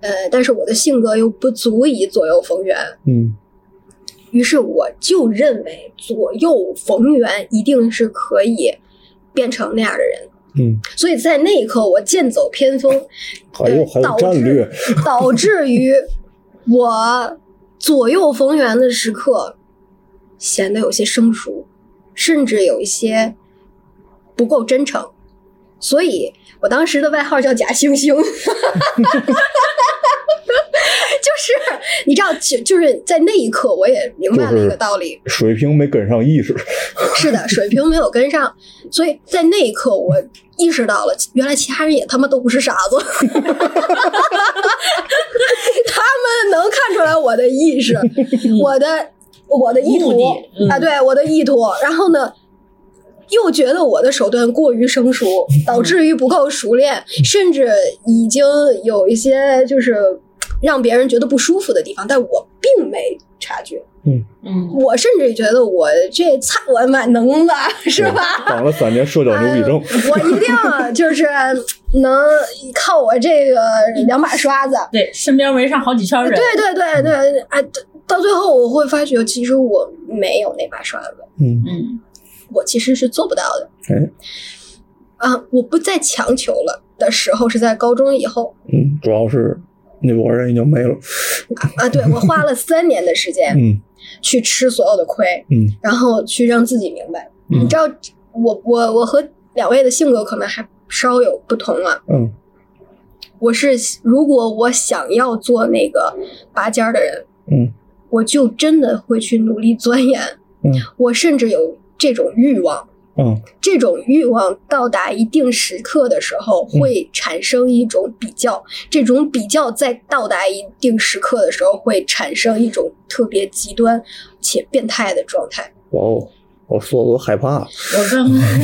Speaker 2: 呃，但是我的性格又不足以左右逢源，
Speaker 5: 嗯
Speaker 2: 于是我就认为左右逢源一定是可以变成那样的人。
Speaker 5: 嗯，
Speaker 2: 所以在那一刻，我剑走偏锋，
Speaker 5: 还有还有
Speaker 2: 导
Speaker 5: 战略
Speaker 2: 致， 导致于我左右逢源的时刻显得有些生疏，甚至有一些不够真诚。所以我当时的外号叫假惺 惺，就是你知道，就就是在那一刻，我也明白了一个道理，
Speaker 5: 水平没跟上意识，
Speaker 2: 是的，水平没有跟上，所以在那一刻我意识到了，原来其他人也他妈都不是傻子， 他们能看出来我的意识，我的我的意图
Speaker 3: 目的嗯
Speaker 2: 啊，对我的意图，然后呢。又觉得我的手段过于生疏，导致于不够熟练，甚至已经有一些就是让别人觉得不舒服的地方，但我并没察觉。
Speaker 3: 嗯，
Speaker 2: 我甚至觉得我这菜我蛮能的， 是吧？哎
Speaker 5: 当了三年社交牛逼症，
Speaker 2: 我一定就是能靠我这个两把刷子。
Speaker 3: 对，身边围上好几圈人，
Speaker 2: 对对对对，哎，到最后我会发觉，其实我没有那把刷子，
Speaker 5: 嗯
Speaker 3: 嗯，
Speaker 2: 我其实是做不到的。
Speaker 5: 哎
Speaker 2: 啊，我不再强求了的时候是在高中以后
Speaker 5: 嗯，主要是那波人已经没了，
Speaker 2: 啊，对我花了三年的时间
Speaker 5: 嗯
Speaker 2: 去吃所有的亏，
Speaker 5: 嗯
Speaker 2: 然后去让自己明白。
Speaker 5: 嗯
Speaker 2: 你知道，我我我和两位的性格可能还稍有不同啊。
Speaker 5: 嗯
Speaker 2: 我是如果我想要做那个拔尖儿的人，
Speaker 5: 嗯，
Speaker 2: 我就真的会去努力钻研，
Speaker 5: 嗯，
Speaker 2: 我甚至有这种欲望。
Speaker 5: 嗯
Speaker 2: 这种欲望到达一定时刻的时候，
Speaker 5: 嗯
Speaker 2: 会产生一种比较，这种比较在到达一定时刻的时候，会产生一种特别极端且变态的状态。
Speaker 5: 哇哦，我说我害怕，
Speaker 3: 我刚刚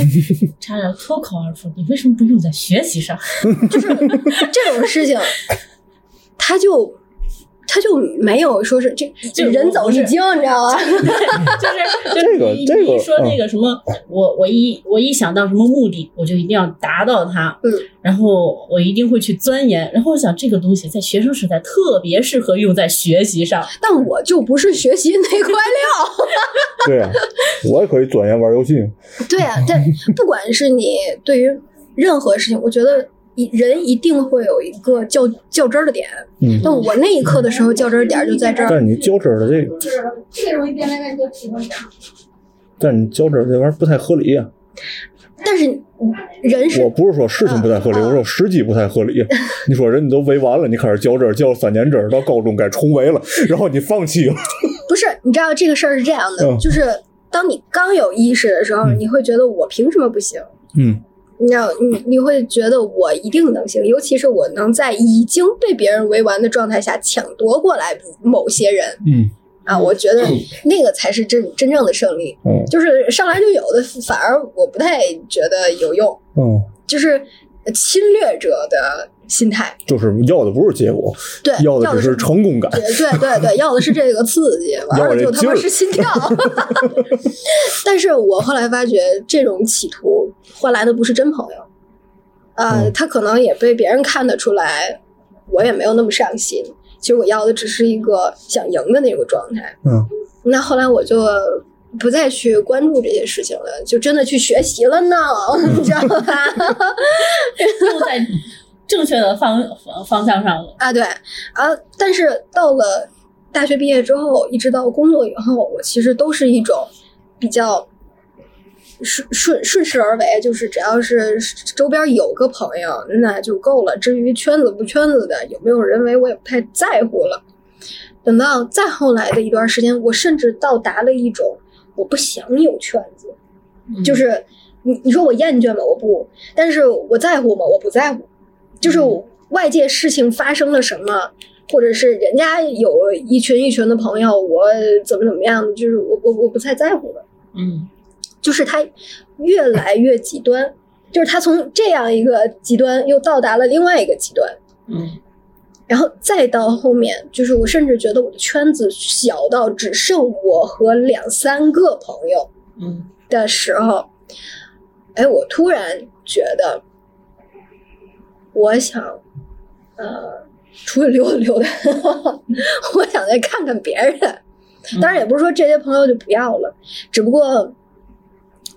Speaker 3: 差点脱口而出，你为什么不用在学习上？
Speaker 2: 就是这种事情，他就他就没有说是这
Speaker 3: 这
Speaker 2: 这人
Speaker 3: 我
Speaker 2: 走
Speaker 3: 不是
Speaker 2: 一惊，你知道吗？
Speaker 3: 就是就是
Speaker 5: 这个
Speaker 3: 你
Speaker 5: 这个嗯
Speaker 3: 你说那个什么，我我一我一想到什么目的，我就一定要达到它，
Speaker 2: 嗯，
Speaker 3: 然后我一定会去钻研，然后我想这个东西在学生时代特别适合用在学习上，
Speaker 2: 但我就不是学习那块料。
Speaker 5: 对呀、我也可以钻研玩游戏，
Speaker 2: 对啊，但不管是你对于任何事情，我觉得一人一定会有一个较较真儿的点。
Speaker 5: 嗯
Speaker 2: 但我那一刻的时候，较真儿点儿就在这
Speaker 5: 但是
Speaker 2: 儿。
Speaker 5: 你较真儿的这个，
Speaker 10: 这个容易变来变去，喜欢讲。
Speaker 5: 但是你较真儿这玩意儿不太合理呀、
Speaker 2: 但是人
Speaker 5: 我
Speaker 2: 是
Speaker 5: 不是说事情不太合理，
Speaker 2: 嗯嗯嗯
Speaker 5: 我说时机不太合理。你说人你都围完了，你开始较真儿，较了三年真儿，到高中该重围了，然后你放弃了。
Speaker 2: 不是？你知道这个事儿是这样的，
Speaker 5: 嗯
Speaker 2: 就是当你刚有意识的时候，你会觉得我凭什么不行？
Speaker 5: 嗯
Speaker 2: 你知道，你你会觉得我一定能行，尤其是我能在已经被别人围完的状态下抢夺过来某些人
Speaker 5: 嗯
Speaker 2: 啊，我觉得 那个才是真真正的胜利。
Speaker 5: 嗯
Speaker 2: 就是上来就有的，反而我不太觉得有用，
Speaker 5: 嗯，
Speaker 2: 就是侵略者的心态。
Speaker 5: 就是要的不是结果，
Speaker 2: 对，
Speaker 5: 要
Speaker 2: 要
Speaker 5: 的只是成功感。
Speaker 2: 对对对对，要的是这个刺激，完
Speaker 5: 要
Speaker 2: 了
Speaker 5: 这
Speaker 2: 就他
Speaker 5: 劲
Speaker 2: 妈
Speaker 5: 儿
Speaker 2: 是心 跳。但是我后来发觉，这种企图换来的不是真朋友，呃，
Speaker 5: 嗯
Speaker 2: 他可能也被别人看得出来，我也没有那么上心。其实我要的只是一个想赢的那个状态。
Speaker 5: 嗯，
Speaker 2: 那后来我就。不再去关注这些事情了，就真的去学习了呢，你知道吧？
Speaker 3: 用在正确的方方方向上了。
Speaker 2: 啊，对啊，但是到了大学毕业之后，一直到工作以后，我其实都是一种比较顺顺顺势而为，就是只要是周边有个朋友那就够了，至于圈子不圈子的，有没有人为我也不太在乎了。等到再后来的一段时间，我甚至到达了一种我不想有圈子，就是你你说我厌倦吗？我不，但是我在乎吗？我不在乎。就是外界事情发生了什么，或者是人家有一群一群的朋友，我怎么怎么样，就是我我我不太在乎了。
Speaker 3: 嗯
Speaker 2: 就是它越来越极端，就是它从这样一个极端又到达了另外一个极端。
Speaker 3: 嗯
Speaker 2: 然后再到后面，就是我甚至觉得我的圈子小到只剩我和两三个朋友
Speaker 3: 嗯
Speaker 2: 的时候，哎，我突然觉得，我想，呃，出去溜达 溜达，我想再看看别人。
Speaker 3: 嗯
Speaker 2: 当然也不是说这些朋友就不要了，只不过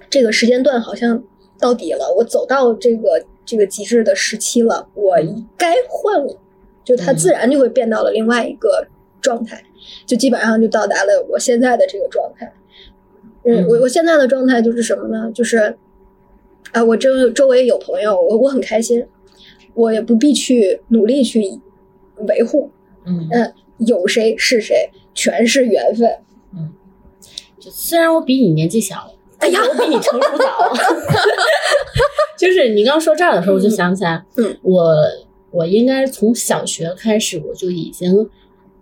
Speaker 2: 这个时间段好像到底了，我走到这个这个极致的时期了，我该换了，就它自然就会变到了另外一个状态，就基本上就到达了我现在的这个状态。嗯，我我现在的状态就是什么呢？就是，啊、我周周围有朋友，我我很开心，我也不必去努力去维护，
Speaker 3: 嗯，
Speaker 2: 嗯，有谁是谁，全是缘分。
Speaker 3: 就虽然我比你年纪小，
Speaker 2: 哎呀，
Speaker 3: 我比你成熟早。 就是你刚说这儿的时候，我就想起来，
Speaker 2: 嗯，
Speaker 3: 我我应该从小学开始，我就已经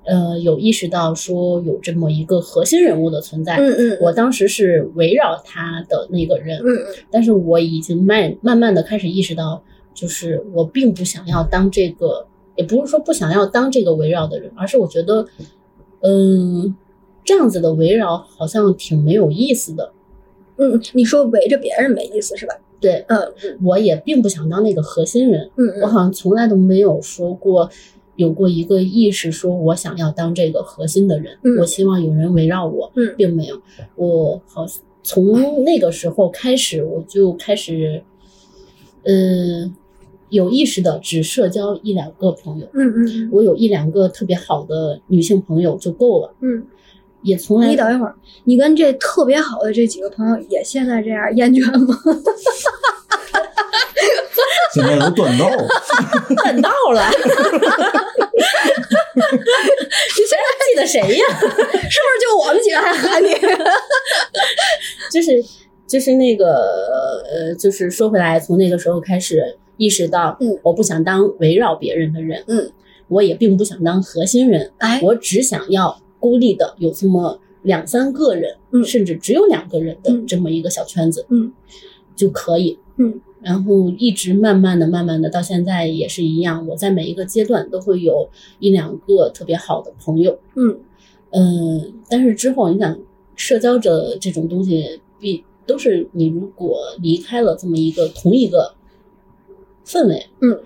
Speaker 3: 呃有意识到说有这么一个核心人物的存在。
Speaker 2: 嗯嗯，
Speaker 3: 我当时是围绕他的那个人，
Speaker 2: 嗯嗯
Speaker 3: 但是我已经慢慢慢的开始意识到，就是我并不想要当这个，也不是说不想要当这个围绕的人，而是我觉得，嗯，这样子的围绕好像挺没有意思的。
Speaker 2: 嗯，你说围着别人没意思是吧？
Speaker 3: 对
Speaker 2: 嗯嗯
Speaker 3: 我也并不想当那个核心人，
Speaker 2: 嗯
Speaker 3: 我
Speaker 2: 嗯
Speaker 3: 好像从来都没有说过。有过一个意识，说我想要当这个核心的人，
Speaker 2: 嗯
Speaker 3: 我希望有人围绕我，
Speaker 2: 嗯
Speaker 3: 并没有。我好像从那个时候开始，我就开始，嗯，有意识的只社交一两个朋友。
Speaker 2: 嗯嗯
Speaker 3: 我有一两个特别好的女性朋友就够了，
Speaker 2: 嗯
Speaker 3: 也从
Speaker 2: 嗯，
Speaker 3: 来
Speaker 2: 你等一会儿，你跟这特别好的这几个朋友也现在这样厌倦吗？
Speaker 6: 现在有短道，
Speaker 3: 等到了。你谁还记得谁呀？
Speaker 2: 是不是就我们几个还喊 你？
Speaker 3: 哎就是就是那个呃，就是说回来，从那个时候开始意识到，
Speaker 2: 嗯，
Speaker 3: 我不想当围绕别人的人，
Speaker 2: 嗯，
Speaker 3: 我也并不想当核心人，
Speaker 2: 哎，
Speaker 3: 我只想要孤立的有这么两三个人，
Speaker 2: 嗯
Speaker 3: 甚至只有两个人的
Speaker 2: 嗯
Speaker 3: 这么一个小圈子，
Speaker 2: 嗯，
Speaker 3: 就可以，
Speaker 2: 嗯。
Speaker 3: 然后一直慢慢的、慢慢的，到现在也是一样。我在每一个阶段都会有一两个特别好的朋友，
Speaker 2: 嗯
Speaker 3: 嗯，但是之后你想，社交者这种东西必都是你如果离开了这么一个同一个氛围，
Speaker 2: 嗯，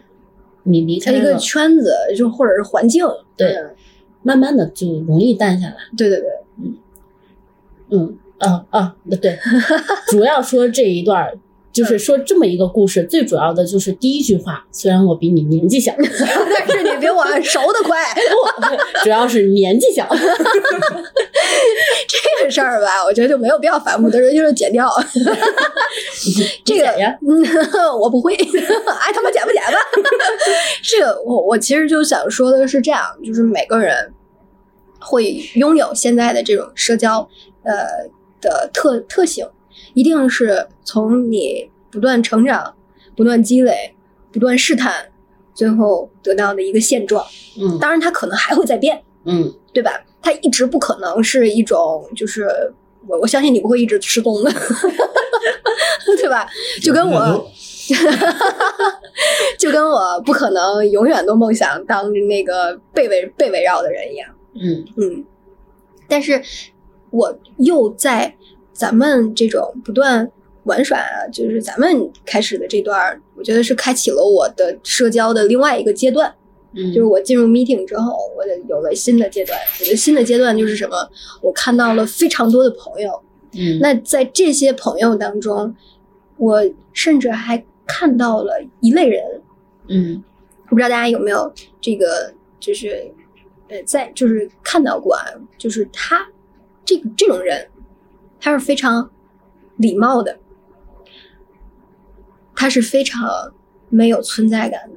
Speaker 3: 你离开
Speaker 2: 一个
Speaker 3: 了
Speaker 2: 圈子就或者是环境，
Speaker 3: 对慢慢的就容易淡下来。
Speaker 2: 对 对对，
Speaker 3: 嗯
Speaker 2: 哦
Speaker 3: 啊啊， 对，主要说这一段儿，
Speaker 2: 嗯
Speaker 3: 就是说这么一个故事，最主要的就是第一句话。虽然我比你年 纪小，
Speaker 2: 但是你比我熟的快。
Speaker 3: 主要是年纪小，
Speaker 2: 这个事儿吧，我觉得就没有必要反复的人就是剪掉。这个
Speaker 3: 你剪呀，
Speaker 2: 嗯， 我不会，爱他妈剪不剪吧。 这个我我其实就想说的是这样，就是每个人会拥有现在的这种社交呃的特特性，一定是从你不断成长、不断积累、不断试探，最后得到的一个现状。
Speaker 3: 嗯
Speaker 2: 当然，它可能还会再变。
Speaker 3: 嗯
Speaker 2: 对吧？它一直不可能是一种，就是我我相信你不会一直失踪的， 对吧？就
Speaker 4: 嗯
Speaker 2: 跟我， 就跟我不可能永远都梦想当那个被围被围绕的人一样，
Speaker 3: 嗯
Speaker 2: 嗯。但是我又在咱们这种不断玩耍啊，就是咱们开始的这段儿，我觉得是开启了我的社交的另外一个阶段。
Speaker 3: 嗯，
Speaker 2: 就是我进入 meeting 之后，我得有了新的阶段。我的新的阶段就是什么？我看到了非常多的朋友。
Speaker 3: 嗯
Speaker 2: 那在这些朋友当中，我甚至还看到了一类人，
Speaker 3: 嗯
Speaker 2: 我不知道大家有没有这个，就是呃，在就是看到过啊，就是他这个这种人，他是非常礼貌的，他是非常没有存在感的，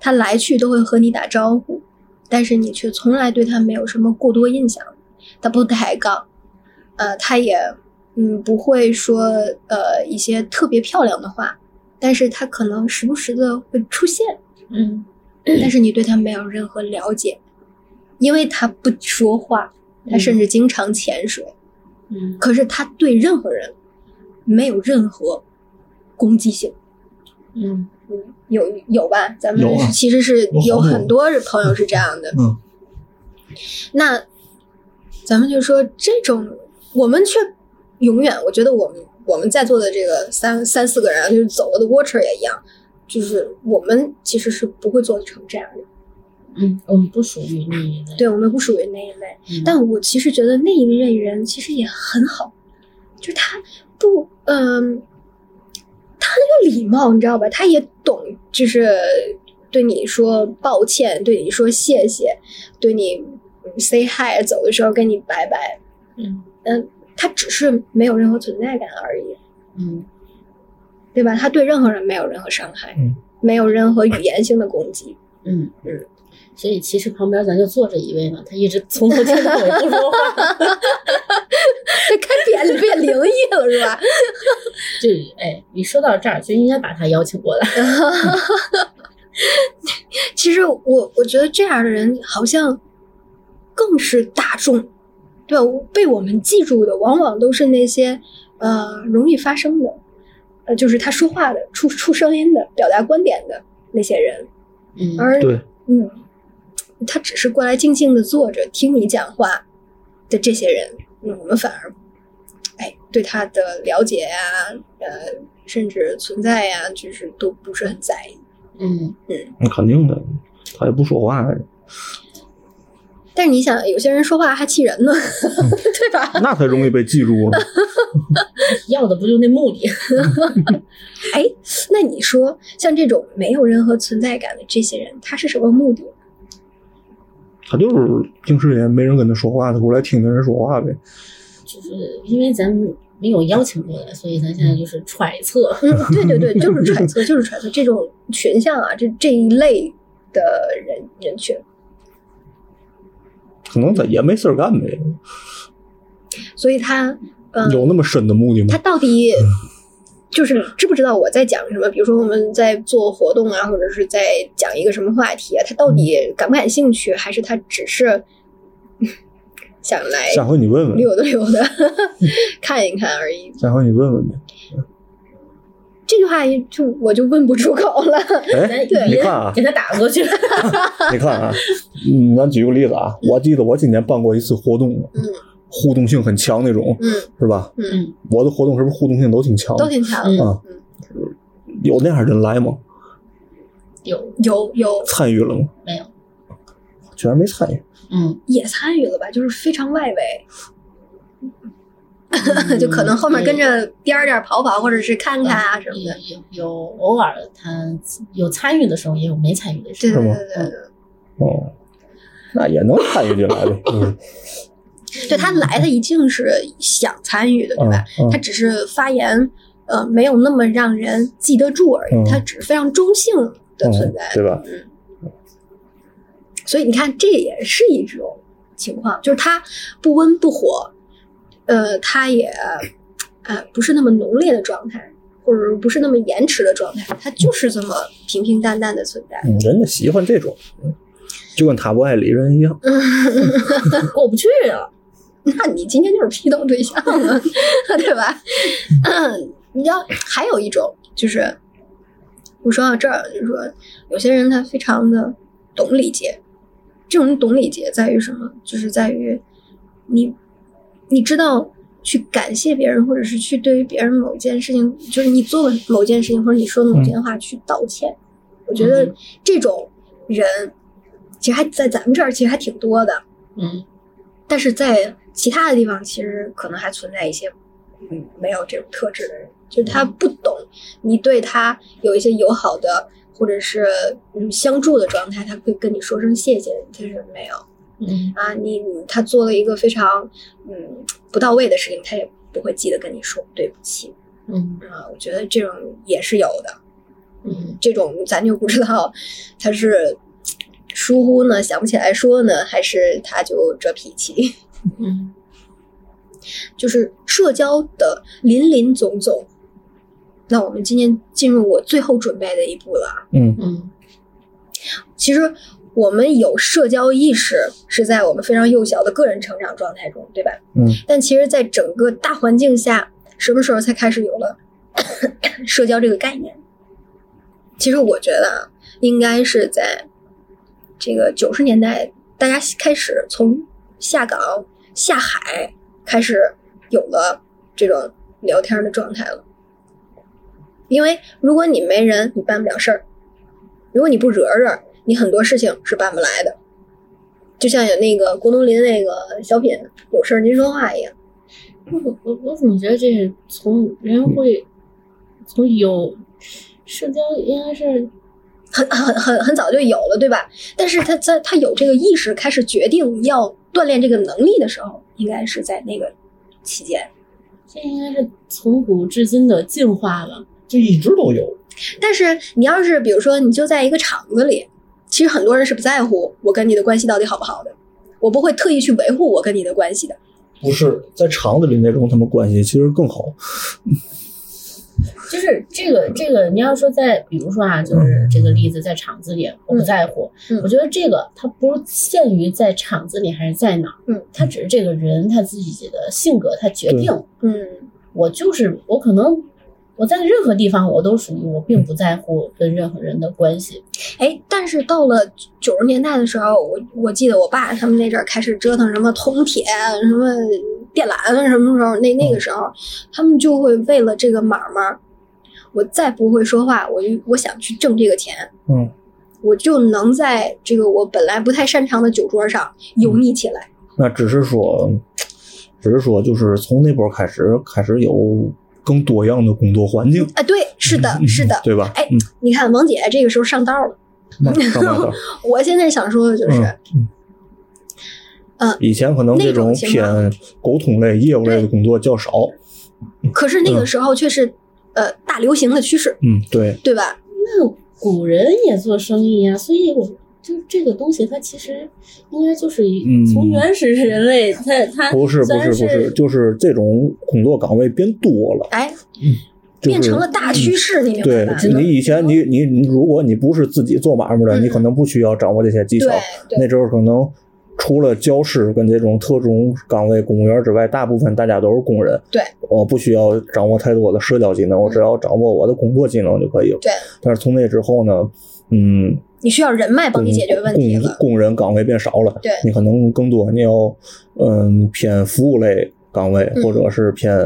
Speaker 2: 他来去都会和你打招呼，但是你却从来对他没有什么过多印象，他不抬杠，呃，他也嗯，不会说呃一些特别漂亮的话，但是他可能时不时的会出现，
Speaker 3: 嗯，
Speaker 2: 但是你对他没有任何了解，因为他不说话，他甚至经常潜水，
Speaker 3: 嗯
Speaker 2: 可是他对任何人没有任何攻击性。
Speaker 3: 嗯
Speaker 2: 有有吧？咱们
Speaker 6: 有啊
Speaker 2: 其实是
Speaker 6: 有好多
Speaker 2: 有很多是朋友是这样的。
Speaker 6: 嗯，
Speaker 2: 那咱们就说这种，我们却永远，我觉得我们我们在座的这个三三四个人啊，就是走了的 watcher 也一样，就是我们其实是不会做成这样的，
Speaker 3: 嗯，我们不属于那一类，
Speaker 2: 对我们不属于那一类。
Speaker 3: 嗯
Speaker 2: 但我其实觉得那一类人其实也很好，就是他不，嗯、他很有礼貌，你知道吧？他也懂，就是对你说抱歉，对你说谢谢，对你嗯 say hi，走的时候跟你拜拜，
Speaker 3: 嗯
Speaker 2: 嗯，他只是没有任何存在感而已，
Speaker 3: 嗯
Speaker 2: 对吧？他对任何人没有任何伤害，
Speaker 6: 嗯
Speaker 2: 没有任何语言性的攻击，
Speaker 3: 嗯嗯。所以其实旁边咱就坐着一位嘛，他一直从头听到尾不说 话，
Speaker 2: 开变变灵异了是吧？
Speaker 3: 就哎，你说到这儿就应该把他邀请过来。
Speaker 2: 其实我我觉得这样的人好像更是大众，对吧？被我们记住的往往都是那些呃容易发声的，呃，就是他说话的、出出声音的、表达观点的那些人，
Speaker 3: 嗯
Speaker 2: 而
Speaker 4: 对
Speaker 2: 嗯，他只是过来静静的坐着听你讲话的这些人，嗯，我们反而哎对他的了解呀、呃，甚至存在呀、就是都不是很在意。
Speaker 3: 嗯
Speaker 5: 那肯定的，他也不说话，
Speaker 2: 但是你想，有些人说话还气人呢， 对吧？
Speaker 5: 那才容易被记住啊了。
Speaker 3: 要的不就那目的？
Speaker 2: 哎，那你说，像这种没有任何存在感的这些人，他是什么目的？
Speaker 5: 他就是
Speaker 9: 平时也没人跟他说话，他过来听的人说话呗。
Speaker 3: 就是因为咱们没有邀请过来，所以咱现在就是揣测。
Speaker 2: 嗯，对对对，就是揣测， 就是揣测这种群像啊，这这一类的人人群。
Speaker 5: 可能他也没事儿干呗，
Speaker 2: 所以他，嗯、
Speaker 5: 有那么深的目的吗
Speaker 2: 他？到底就是知不知道我在讲什么？比如说我们在做活动啊，或者是在讲一个什么话题啊，他到底感不感兴趣，还是他只是 想来
Speaker 5: 下回你问问，
Speaker 2: 溜达溜达，看一看而已。
Speaker 5: 下回你问问呗。
Speaker 2: 这句话也就我就问不出口了。
Speaker 5: 哎，
Speaker 3: 咱
Speaker 5: 你
Speaker 3: 别
Speaker 5: 看啊
Speaker 3: 给他打过去。
Speaker 5: 你看啊，嗯，咱举个例子啊，我记得我今年办过一次活动，
Speaker 2: 嗯
Speaker 5: 互动性很强那种，
Speaker 2: 嗯，
Speaker 5: 是吧？
Speaker 2: 嗯，
Speaker 5: 我的活动是不是互动性都挺强
Speaker 2: 都
Speaker 5: 的？
Speaker 2: 挺强。
Speaker 3: 嗯
Speaker 5: 啊，有那样人来吗？
Speaker 3: 有
Speaker 2: 有有
Speaker 5: 参与了吗？
Speaker 3: 没有？
Speaker 5: 居然没参与，
Speaker 3: 嗯，
Speaker 2: 也参与了吧，就是非常外围， 就可能后面跟着颠儿颠儿跑跑，或者是看看啊什么的。
Speaker 3: 有有偶尔他有参与的时候，也有没参与的时
Speaker 2: 对
Speaker 3: 候。
Speaker 2: 对
Speaker 5: 吗
Speaker 2: 对对对
Speaker 5: 哦，那也能参与进 来呗。嗯
Speaker 2: 对，对他来他一定是想参与的，对吧？
Speaker 5: 嗯
Speaker 2: 他只是发言，呃，没有那么让人记得住而
Speaker 5: 嗯
Speaker 2: 已，他只是非常中性的存在，
Speaker 5: 对吧？
Speaker 2: 所以你看，这也是一种情况，就是他不温不火，呃，他也呃不是那么浓烈的状态，或者说不是那么延迟的状态，他就是这么平平淡淡的存在。
Speaker 5: 嗯，人家喜欢这种，就跟他不爱理人一样。
Speaker 3: 过不去啊了。
Speaker 2: 那你今天就是批斗对象了， 对吧？嗯你知道还有一种就是，我说到这儿，就是说有些人他非常的懂礼节，这种懂礼节在于什么？就是在于你你知道去感谢别人，或者是去对于别人某件事情，就是你做了某件事情或者你说某件话去道歉。我觉得
Speaker 3: 嗯
Speaker 2: 这种人其实还在咱们这儿其实还挺多的。
Speaker 3: 嗯
Speaker 2: 但是在其他的地方，其实可能还存在一些嗯没有这种特质的人，就是他不懂你对他有一些友好的或者是嗯相助的状态，他会跟你说声谢谢，但是没有
Speaker 3: 嗯
Speaker 2: 啊，你你他做了一个非常嗯不到位的事情，他也不会记得跟你说对不起
Speaker 3: 嗯
Speaker 2: 啊，我觉得这种也是有的，
Speaker 3: 嗯
Speaker 2: 这种咱就不知道他是。疏忽呢，想不起来说呢，还是他就这脾气？
Speaker 3: 嗯。
Speaker 2: 就是社交的林林总总。那我们今天进入我最后准备的一步了。
Speaker 3: 嗯
Speaker 2: 其实我们有社交意识是在我们非常幼小的个人成长状态中，对吧？
Speaker 9: 嗯。
Speaker 2: 但其实，在整个大环境下，什么时候才开始有了 社交这个概念？其实我觉得啊，应该是在这个九十年代，大家开始从下岗、下海开始有了这种聊天的状态了。因为如果你没人，你办不了事儿；如果你不惹惹，你很多事情是办不来的。就像有那个郭冬临那个小品“有事儿您说话”一样，
Speaker 3: 我我我怎么觉得这是从人
Speaker 2: 嗯
Speaker 3: 会从有社交应该是
Speaker 2: 很很很很早就有了，对吧？但是他在他有这个意识，开始决定要锻炼这个能力的时候，应该是在那个期间。
Speaker 3: 这应该是从古至今的进化吧？
Speaker 6: 就一直都有。
Speaker 2: 但是你要是比如说你就在一个场子里，其实很多人是不在乎我跟你的关系到底好不好的，我不会特意去维护我跟你的关系的。
Speaker 5: 不是在厂子里那种他们关系其实更好。
Speaker 3: 就是这个这个，你要说在比如说啊，就是这个例子在厂子里，我不在乎，
Speaker 2: 嗯
Speaker 3: 我觉得这个它不限于在厂子里还是在哪儿，
Speaker 2: 嗯，
Speaker 3: 它只是这个人他自己的性格他决定，
Speaker 2: 嗯
Speaker 3: 我就是我可能。我在任何地方，我都属于我
Speaker 2: 嗯
Speaker 3: 并不在乎跟任何人的关系，
Speaker 2: 哎，但是到了九十年代的时候，我我记得我爸他们那阵儿开始折腾什么铜铁、什么电缆，什么时候那那个时候，他们就会为了这个买卖，我再不会说话，我就我想去挣这个钱，
Speaker 5: 嗯，
Speaker 2: 我就能在这个我本来不太擅长的酒桌上
Speaker 5: 嗯
Speaker 2: 油腻起来。
Speaker 5: 那只是说，只是说，就是从那波开始，开始有更多样的工作环境，
Speaker 2: 啊，对，是的，是的。
Speaker 5: 对吧？
Speaker 2: 哎
Speaker 5: 嗯，
Speaker 2: 你看王姐这个时候上道了，
Speaker 5: 那上班的
Speaker 2: 我现在想说的 就是，
Speaker 5: 嗯
Speaker 2: 呃
Speaker 5: 以前可能这
Speaker 2: 那种情况
Speaker 5: 偏沟通类、业务类的工作较少。
Speaker 2: 可是那个时候却是、呃大流行的趋势，
Speaker 5: 嗯，对，
Speaker 2: 对吧？
Speaker 3: 那古人也做生意呀、所以我就这个东西，它其实应该就是一
Speaker 5: 嗯
Speaker 3: 从原始人类，它它
Speaker 5: 不是不
Speaker 3: 虽然
Speaker 5: 是不是，就是这种工作岗位变多了，
Speaker 2: 哎，
Speaker 5: 就是
Speaker 2: 变成了大趋势，你明白
Speaker 5: 对
Speaker 2: 吧？
Speaker 5: 你以前你你你，如果你不是自己做买卖的，
Speaker 2: 嗯
Speaker 5: 你可能不需要掌握这些技巧
Speaker 2: 对。对
Speaker 5: 那时候可能除了教师跟这种特种岗位公务员之外，大部分大家都是工人。
Speaker 2: 对，嗯
Speaker 5: 我不需要掌握太多的社交技能，我只要掌握我的工作技能就可以了。
Speaker 2: 对，
Speaker 5: 但是从那之后呢，嗯，
Speaker 2: 你需要人脉帮你解决问题
Speaker 5: 工
Speaker 2: 了。
Speaker 5: 工人岗位变少了，
Speaker 2: 对
Speaker 5: 你可能更多你要嗯偏服务类岗位，
Speaker 2: 嗯
Speaker 5: 或者是偏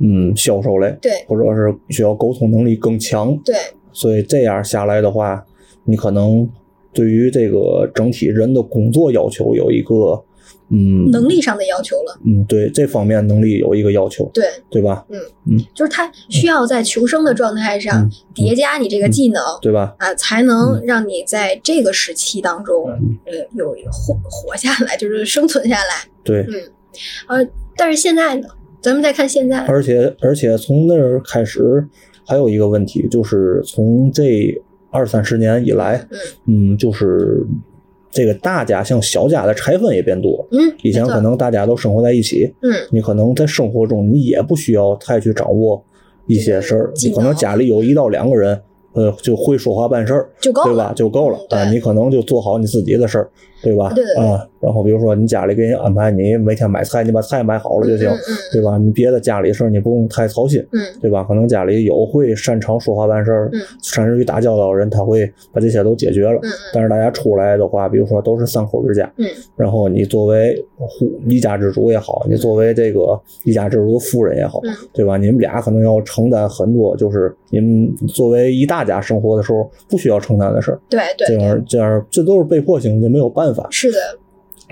Speaker 5: 嗯销售类，
Speaker 2: 对
Speaker 5: 或者是需要沟通能力更强，
Speaker 2: 对，
Speaker 5: 所以这样下来的话，你可能对于这个整体人的工作要求有一个嗯
Speaker 2: 能力上的要求了，
Speaker 5: 嗯对这方面能力有一个要求，
Speaker 2: 对，
Speaker 5: 对吧？
Speaker 2: 就是他需要在求生的状态上
Speaker 5: 嗯
Speaker 2: 叠加你这个技能
Speaker 5: 对吧？
Speaker 2: 啊，才能让你在这个时期当中，
Speaker 5: 嗯
Speaker 2: 呃，有活活下来，就是生存下来。
Speaker 5: 对，
Speaker 2: 呃，但是现在呢，咱们再看现在，
Speaker 5: 而且而且从那儿开始，还有一个问题就是从这二三十年以来，嗯，就是这个大家向小家的拆分也变多。
Speaker 2: 嗯，
Speaker 5: 以前
Speaker 2: 没错
Speaker 5: 可能大家都生活在一起，
Speaker 2: 嗯，
Speaker 5: 你可能在生活中你也不需要太去掌握一些事儿，
Speaker 2: 技
Speaker 5: 你
Speaker 2: 能
Speaker 5: 可能家里有一到两个人，呃，就会说话办事儿，
Speaker 2: 就够
Speaker 5: 对
Speaker 2: 了
Speaker 5: 吧？，就够了
Speaker 2: 嗯对
Speaker 5: 啊！你可能就做好你自己的事儿，对吧？
Speaker 2: 对对对
Speaker 5: 啊，然后比如说你家里给你安排，你每天买菜，你把菜买好了就行，
Speaker 2: 嗯嗯
Speaker 5: 对吧？你别的家里事儿你不用太操心，
Speaker 2: 嗯，
Speaker 5: 对吧？可能家里有会擅长说话办事儿、
Speaker 2: 嗯
Speaker 5: 擅长于打交道的人，他会把这些都解决了。
Speaker 2: 嗯
Speaker 5: 但是大家出来的话，比如说都是三口之家，
Speaker 2: 嗯
Speaker 5: 然后你作为户一家之主也好，你作为这个一家之主的夫人也好，
Speaker 2: 嗯
Speaker 5: 对吧？你们俩可能要承担很多，就是你们作为一大家生活的时候不需要承担的事儿。
Speaker 2: 对
Speaker 5: 这
Speaker 2: 对，
Speaker 5: 样这样，这都是被迫性的，没有办法，
Speaker 2: 是的，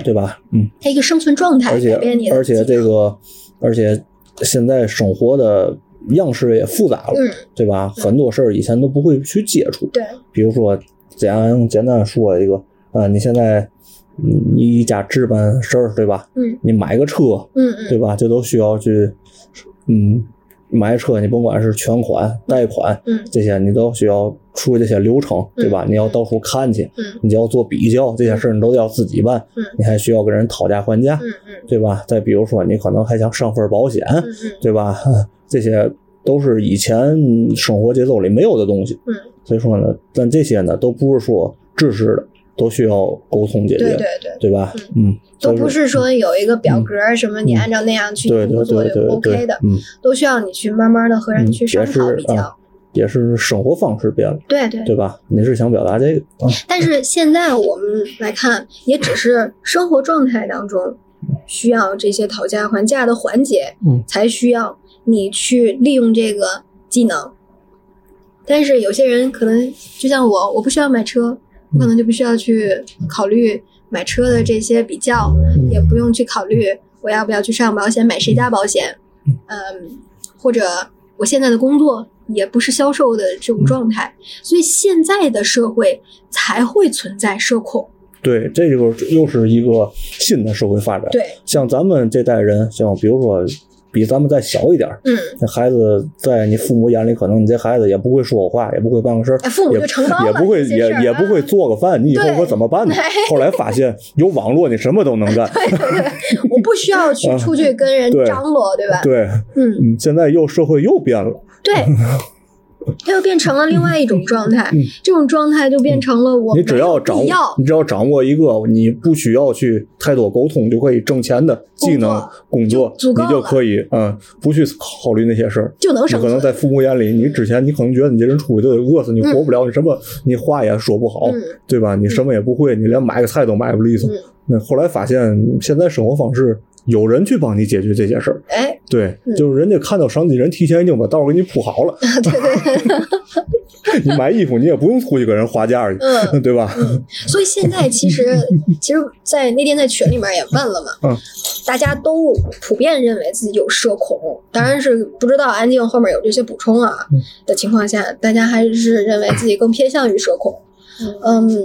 Speaker 5: 对吧？嗯。
Speaker 2: 他一个生存状态
Speaker 5: 而且
Speaker 2: 改变你的
Speaker 5: 而
Speaker 2: 技
Speaker 5: 且
Speaker 2: 能
Speaker 5: 这个，而且现在生活的样式也复杂了，
Speaker 2: 嗯
Speaker 5: 对吧？很多事儿以前都不会去接触，
Speaker 2: 对，
Speaker 5: 比如说简单简单说一个，啊、你现在嗯你一家置办事儿，对吧？
Speaker 2: 嗯
Speaker 5: 你买个车，
Speaker 2: 嗯嗯
Speaker 5: 对吧？这都需要去，嗯，买车，你甭管是全款、贷款，
Speaker 2: 嗯
Speaker 5: 这些你都需要出这些流程，对吧？
Speaker 2: 嗯
Speaker 5: 你要到处看去，
Speaker 2: 嗯
Speaker 5: 你就要做比较，这些事儿你都要自己办，
Speaker 2: 嗯
Speaker 5: 你还需要跟人讨价还价，
Speaker 2: 嗯嗯
Speaker 5: 对吧？再比如说，你可能还想上份保险，
Speaker 2: 嗯嗯
Speaker 5: 对吧？ 这些都是以前生活节奏里没有的东西。
Speaker 2: 嗯，
Speaker 5: 所以说呢，但这些呢都不是说制式的，都需要沟通解决，
Speaker 2: 对对对，
Speaker 5: 对吧？嗯，
Speaker 2: 都
Speaker 5: 所以
Speaker 2: 不是说有一个表格儿什么，你
Speaker 5: 嗯
Speaker 2: 按照那样去一
Speaker 5: 对
Speaker 2: 步
Speaker 5: 对
Speaker 2: 做
Speaker 5: 对
Speaker 2: 就
Speaker 5: 对对
Speaker 2: OK 的，
Speaker 5: 嗯，
Speaker 2: 都需要你去慢慢的和人
Speaker 5: 嗯
Speaker 2: 去商
Speaker 5: 也是
Speaker 2: 讨比
Speaker 5: 啊
Speaker 2: 较。
Speaker 5: 也是生活方式变了，
Speaker 2: 对对，
Speaker 5: 对吧？你是想表达这个啊？
Speaker 2: 但是现在我们来看，也只是生活状态当中需要这些讨价还价的环节，
Speaker 5: 嗯，
Speaker 2: 才需要你去利用这个技能。但是有些人可能就像我，我不需要买车，我可能就不需要去考虑买车的这些比较，也不用去考虑我要不要去上保险，买谁家保险，嗯，或者我现在的工作也不是销售的这种状态，所以现在的社会才会存在社恐。
Speaker 5: 对，这就是又是一个新的社会发展。，
Speaker 2: 对，
Speaker 5: 像咱们这代人，像比如说比咱们再小一点儿，
Speaker 2: 嗯，
Speaker 5: 那孩子在你父母眼里，可能你这孩子也不会说话，也不会办个事儿
Speaker 2: 哎，父母
Speaker 5: 也
Speaker 2: 就承包了
Speaker 5: 也不会
Speaker 2: 这些
Speaker 5: 也
Speaker 2: 事儿
Speaker 5: 也不 会
Speaker 2: 啊
Speaker 5: 做个饭，你以后
Speaker 2: 对
Speaker 5: 可怎么办呢？后来发现有网络，你什么都能干。
Speaker 2: 我不需要去出去跟人
Speaker 5: 嗯对
Speaker 2: 张罗，对吧？
Speaker 5: 对，
Speaker 2: 嗯，
Speaker 5: 嗯，现在又社会又变了，
Speaker 2: 对，它又变成了另外一种状态，这种状态就变成了我
Speaker 5: 嗯你只
Speaker 2: 没有
Speaker 5: 要
Speaker 2: 必
Speaker 5: 掌握
Speaker 2: 要，
Speaker 5: 你只要掌握一个你不需要去太多沟通就可以挣钱的技能工作，
Speaker 2: 足够
Speaker 5: 你就
Speaker 2: 了
Speaker 5: 可以嗯，不去考虑那些事儿。
Speaker 2: 就能
Speaker 5: 你
Speaker 2: 生
Speaker 5: 可能
Speaker 2: 存。
Speaker 5: 在父母眼里，你之前你可能觉得你这人出去就得饿死，你活不了，你什么你话也说不好，
Speaker 2: 嗯
Speaker 5: 对吧？你什么也不会，你连买个菜都买不利索。
Speaker 2: 嗯
Speaker 5: 那后来发现，现在生活方式有人去帮你解决这些事儿，
Speaker 2: 哎，
Speaker 5: 对，就是人家看到商机，人提前已经把道儿给你铺好了。
Speaker 2: 对对，对
Speaker 5: 你买衣服你也不用出去给人花价去，
Speaker 2: 嗯
Speaker 5: 对吧？
Speaker 2: 所以现在其实， 其实，在那天在群里面也问了嘛，
Speaker 5: 嗯
Speaker 2: 大家都普遍认为自己有社恐，当然是不知道
Speaker 5: 嗯
Speaker 2: 安静后面有这些补充啊的情况下，大家还是认为自己更偏向于社恐。嗯，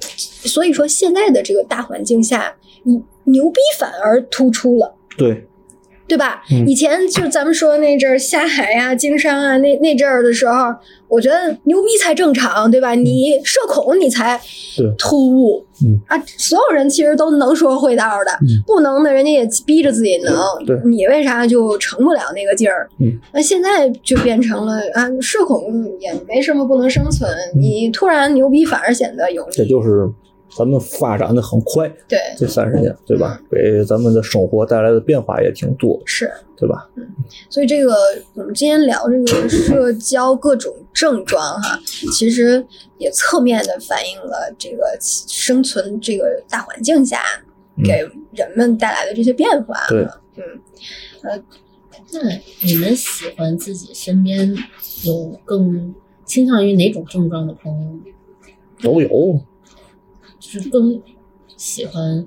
Speaker 2: 所以说现在的这个大环境下，你牛逼反而突出了。
Speaker 5: 对，
Speaker 2: 对吧？
Speaker 5: 嗯
Speaker 2: 以前就咱们说那阵儿下海呀、经商啊，那那阵儿的时候，我觉得牛逼才正常，对吧？
Speaker 5: 嗯
Speaker 2: 你社恐你才
Speaker 5: 对
Speaker 2: 突兀，
Speaker 5: 嗯
Speaker 2: 啊，所有人其实都能说会道的，
Speaker 5: 嗯
Speaker 2: 不能的人家也逼着自己能，
Speaker 5: 对
Speaker 2: 你为啥就成不了那个劲儿？
Speaker 5: 嗯，
Speaker 2: 那现在就变成了啊，社恐也没什么不能生存，
Speaker 5: 嗯
Speaker 2: 你突然牛逼反而显得有
Speaker 5: 这
Speaker 2: 力，
Speaker 5: 就是咱们发展的很快，
Speaker 2: 对，
Speaker 5: 这三十年，对吧？给咱们的生活带来的变化也挺多，
Speaker 2: 是。
Speaker 5: 对吧？
Speaker 2: 所以这个我们今天聊这个社交各种症状哈，其实也侧面的反映了这个生存这个大环境下给人们带来的这些变化。
Speaker 5: 嗯
Speaker 2: 啊嗯
Speaker 5: 对，
Speaker 3: 那你们喜欢自己身边有更倾向于哪种症状的朋友吗？
Speaker 5: 都有，
Speaker 3: 就是更喜欢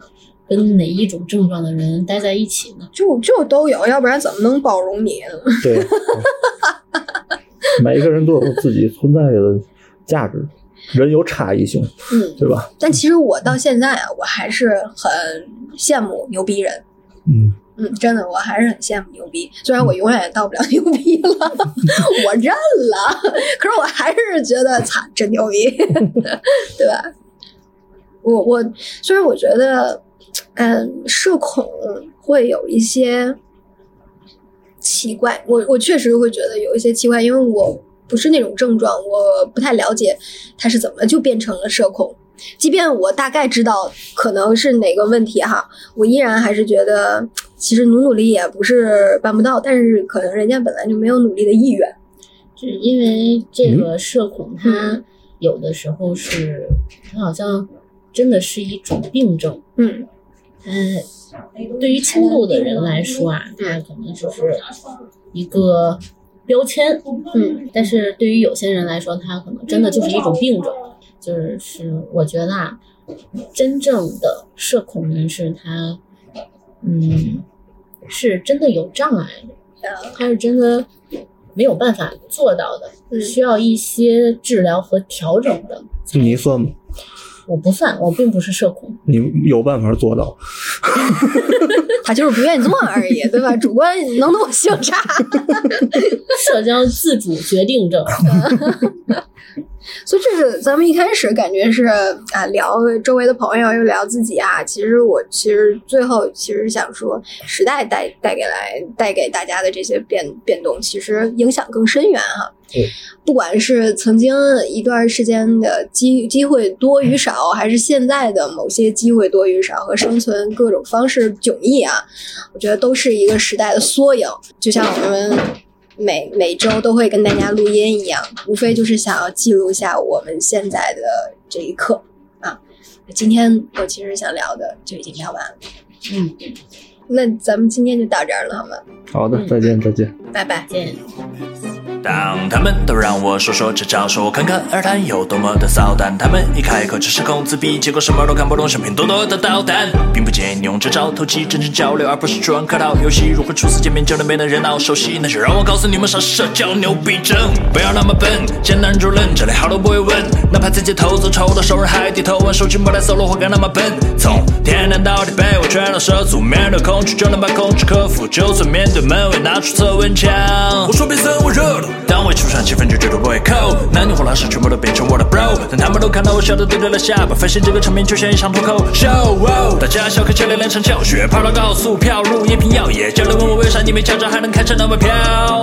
Speaker 3: 跟哪一种症状的人待在一起呢？
Speaker 2: 就就都有，要不然怎么能包容你呢？
Speaker 5: 对，嗯每个人都有自己存在的价值，人有差异性，
Speaker 2: 嗯，
Speaker 5: 对吧？
Speaker 2: 但其实我到现在啊，我还是很羡慕牛逼人。
Speaker 5: 嗯，
Speaker 2: 嗯，真的，我还是很羡慕牛逼。虽然我永远也到不了牛逼了， 我认了，可是我还是觉得，操，真牛逼， 对吧？我我虽然我觉得，嗯，社恐会有一些奇怪，我我确实会觉得有一些奇怪，因为我不是那种症状，我不太了解它是怎么就变成了社恐。即便我大概知道可能是哪个问题哈，我依然还是觉得，其实努努力也不是办不到，但是可能人家本来就没有努力的意愿。
Speaker 3: 就是因为这个社恐，它有的时候是它好像真的是一种病症，
Speaker 2: 嗯
Speaker 3: 它对于轻度的人来说啊，它可能就是一个标签，
Speaker 2: 嗯
Speaker 3: 但是对于有些人来说，它可能真的就是一种病症。就是是，我觉得啊，真正的社恐人士他，嗯，是真的有障碍的，他是真的没有办法做到的，
Speaker 2: 嗯
Speaker 3: 需要一些治疗和调整的。
Speaker 5: 你算吗？
Speaker 3: 我不算，我并不是社恐。
Speaker 9: 你有办法做到。
Speaker 2: 他就是不愿意做而已，对吧？主观能动性差。
Speaker 3: 社交自主决定症，
Speaker 2: 所以这是咱们一开始感觉是啊，聊周围的朋友，又聊自己啊。其实我其实最后其实想说，时代带带给来带给大家的这些变变动，其实影响更深远哈、
Speaker 5: 对
Speaker 2: 不管是曾经一段时间的机机会多与少，还是现在的某些机会多与少和生存各种方式迥异啊，我觉得都是一个时代的缩影。就像我们每每周都会跟大家录音一样，无非就是想要记录下我们现在的这一刻啊。今天我其实想聊的就已经聊完了，
Speaker 3: 嗯，
Speaker 2: 那咱们今天就到这儿了，好吗？
Speaker 9: 好的，
Speaker 3: 嗯
Speaker 9: 再见，再见。
Speaker 2: 拜拜。
Speaker 3: 见。
Speaker 11: 当他们都让我说说这招数，我看看二蛋有多么的骚，但他们一开口只是孔子逼，结果什么都看不懂，像拼多多的导弹。并不建议你用这招投机真诚交流，而不是装客套。游戏如何初次见面就能变得人脑熟悉？那就让我告诉你们啥是社交牛逼症，不要那么笨，见男人就愣，这里好多不会问，哪怕自己头子抽到熟人还低头玩手机没带 solo 活该那么笨。从天南到地北，我全都涉足，面对恐惧就能把恐惧克服，就算面对门卫拿出测温枪。我说别生我热度，当我出场气氛就绝对不会扣，男女混乱时全部都变成我的 bro，但他们都看到我笑得嘟掉了下巴，发现这个场面就像一场脱口秀。哦大家笑看教练两场教学，跑到高速票入夜频耀眼，教练问我为啥你没驾照还能开车那么飘，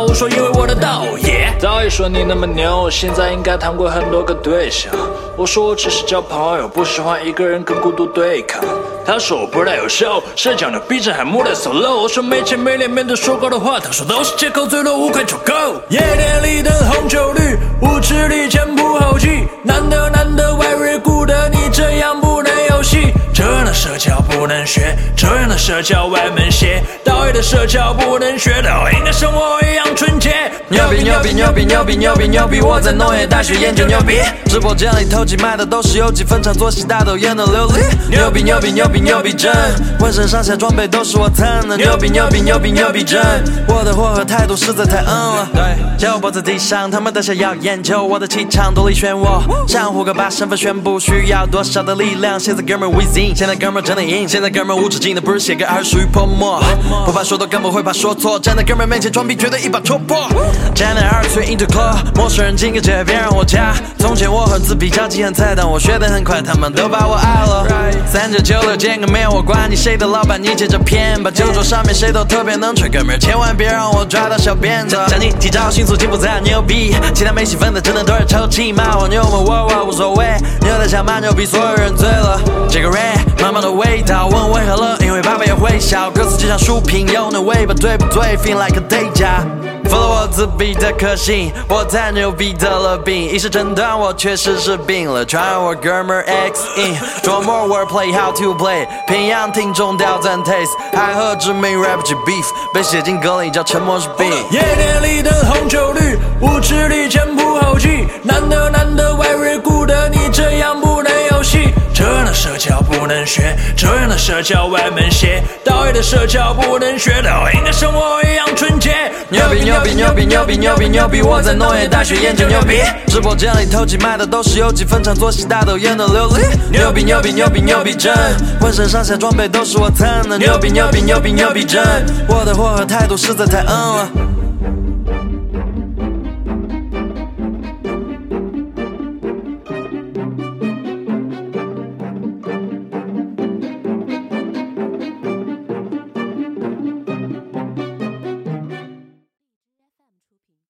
Speaker 11: 我说因为我的道爷。早已说你那么牛，现在应该谈过很多个对象。我说我只是交朋友，不喜欢一个人跟孤独对抗。他说我不太优秀，社交牛逼症还没得 solo。我说没钱没脸，面对说过的话，他说都是借口，最多无愧就够。夜店里灯红酒绿，舞池里前仆后继，难得难得 very good，你这样不能游戏。这样的社交不能学，这样的社交歪门邪，道义的社交不能学的，应该像我一样纯洁。牛逼牛逼牛逼牛逼牛逼牛逼！我在农业大学研究牛逼，直播间里偷鸡卖的都是有几分炒作，洗大豆也能流利。牛逼牛逼牛逼牛逼真，浑身上下装备都是我蹭的。牛逼牛逼牛逼牛逼真，我的货和态度实在太嗯了。对，脚脖在地上，他们的想要研究我的气场，独立漩涡，像胡歌把身份宣布，需要多少的力量？现在哥们儿 we zin，现在哥们儿真的硬，现在哥们儿无止境的不是写歌，而是属于泼墨。不怕说多，更不会怕说错，站在哥们儿面前装逼绝对一把戳破。站在二次元 into club，陌生人经过这别让我加。从前我很自闭，交际很菜，但我学得很快，他们都把我爱了。三九九六见个面，我管你谁的老板，你接着骗吧。酒桌上面谁都特别能吹，哥们儿千万别让我抓到小辫子。讲你几招迅速进步才牛逼，其他没戏份的真的都是抽气，骂我牛吗？我我无所谓，牛的想骂牛逼，所有人醉了。这个 red 妈妈的味道，问为何了，因为爸爸也会笑。歌词就像书评，有那味吧，对不对？Feel like a day job。服了我自闭的可信，我太牛逼得了病，医生诊断我确实是病了，传染我哥们儿 X in，琢磨 wordplay how to play，平阳听众调赞 taste，爱喝知名 rap 及 beef，被写进歌里叫沉默是病。夜店里灯红酒绿，舞池里前仆后继，难得难得 very good，你这样不能游戏。这样的社交不能学，这样的社交歪门邪，道义的社交不能学的，应该像我一样纯洁。牛逼牛逼牛逼牛逼牛逼牛逼！我在农业大学研究牛逼，直播间里偷鸡卖的都是有几分炒作，洗大豆也能流利。牛逼牛逼牛逼牛逼真，浑身上下装备都是我蹭的。牛逼牛逼牛逼牛逼真，我的货和态度实在太嗯了。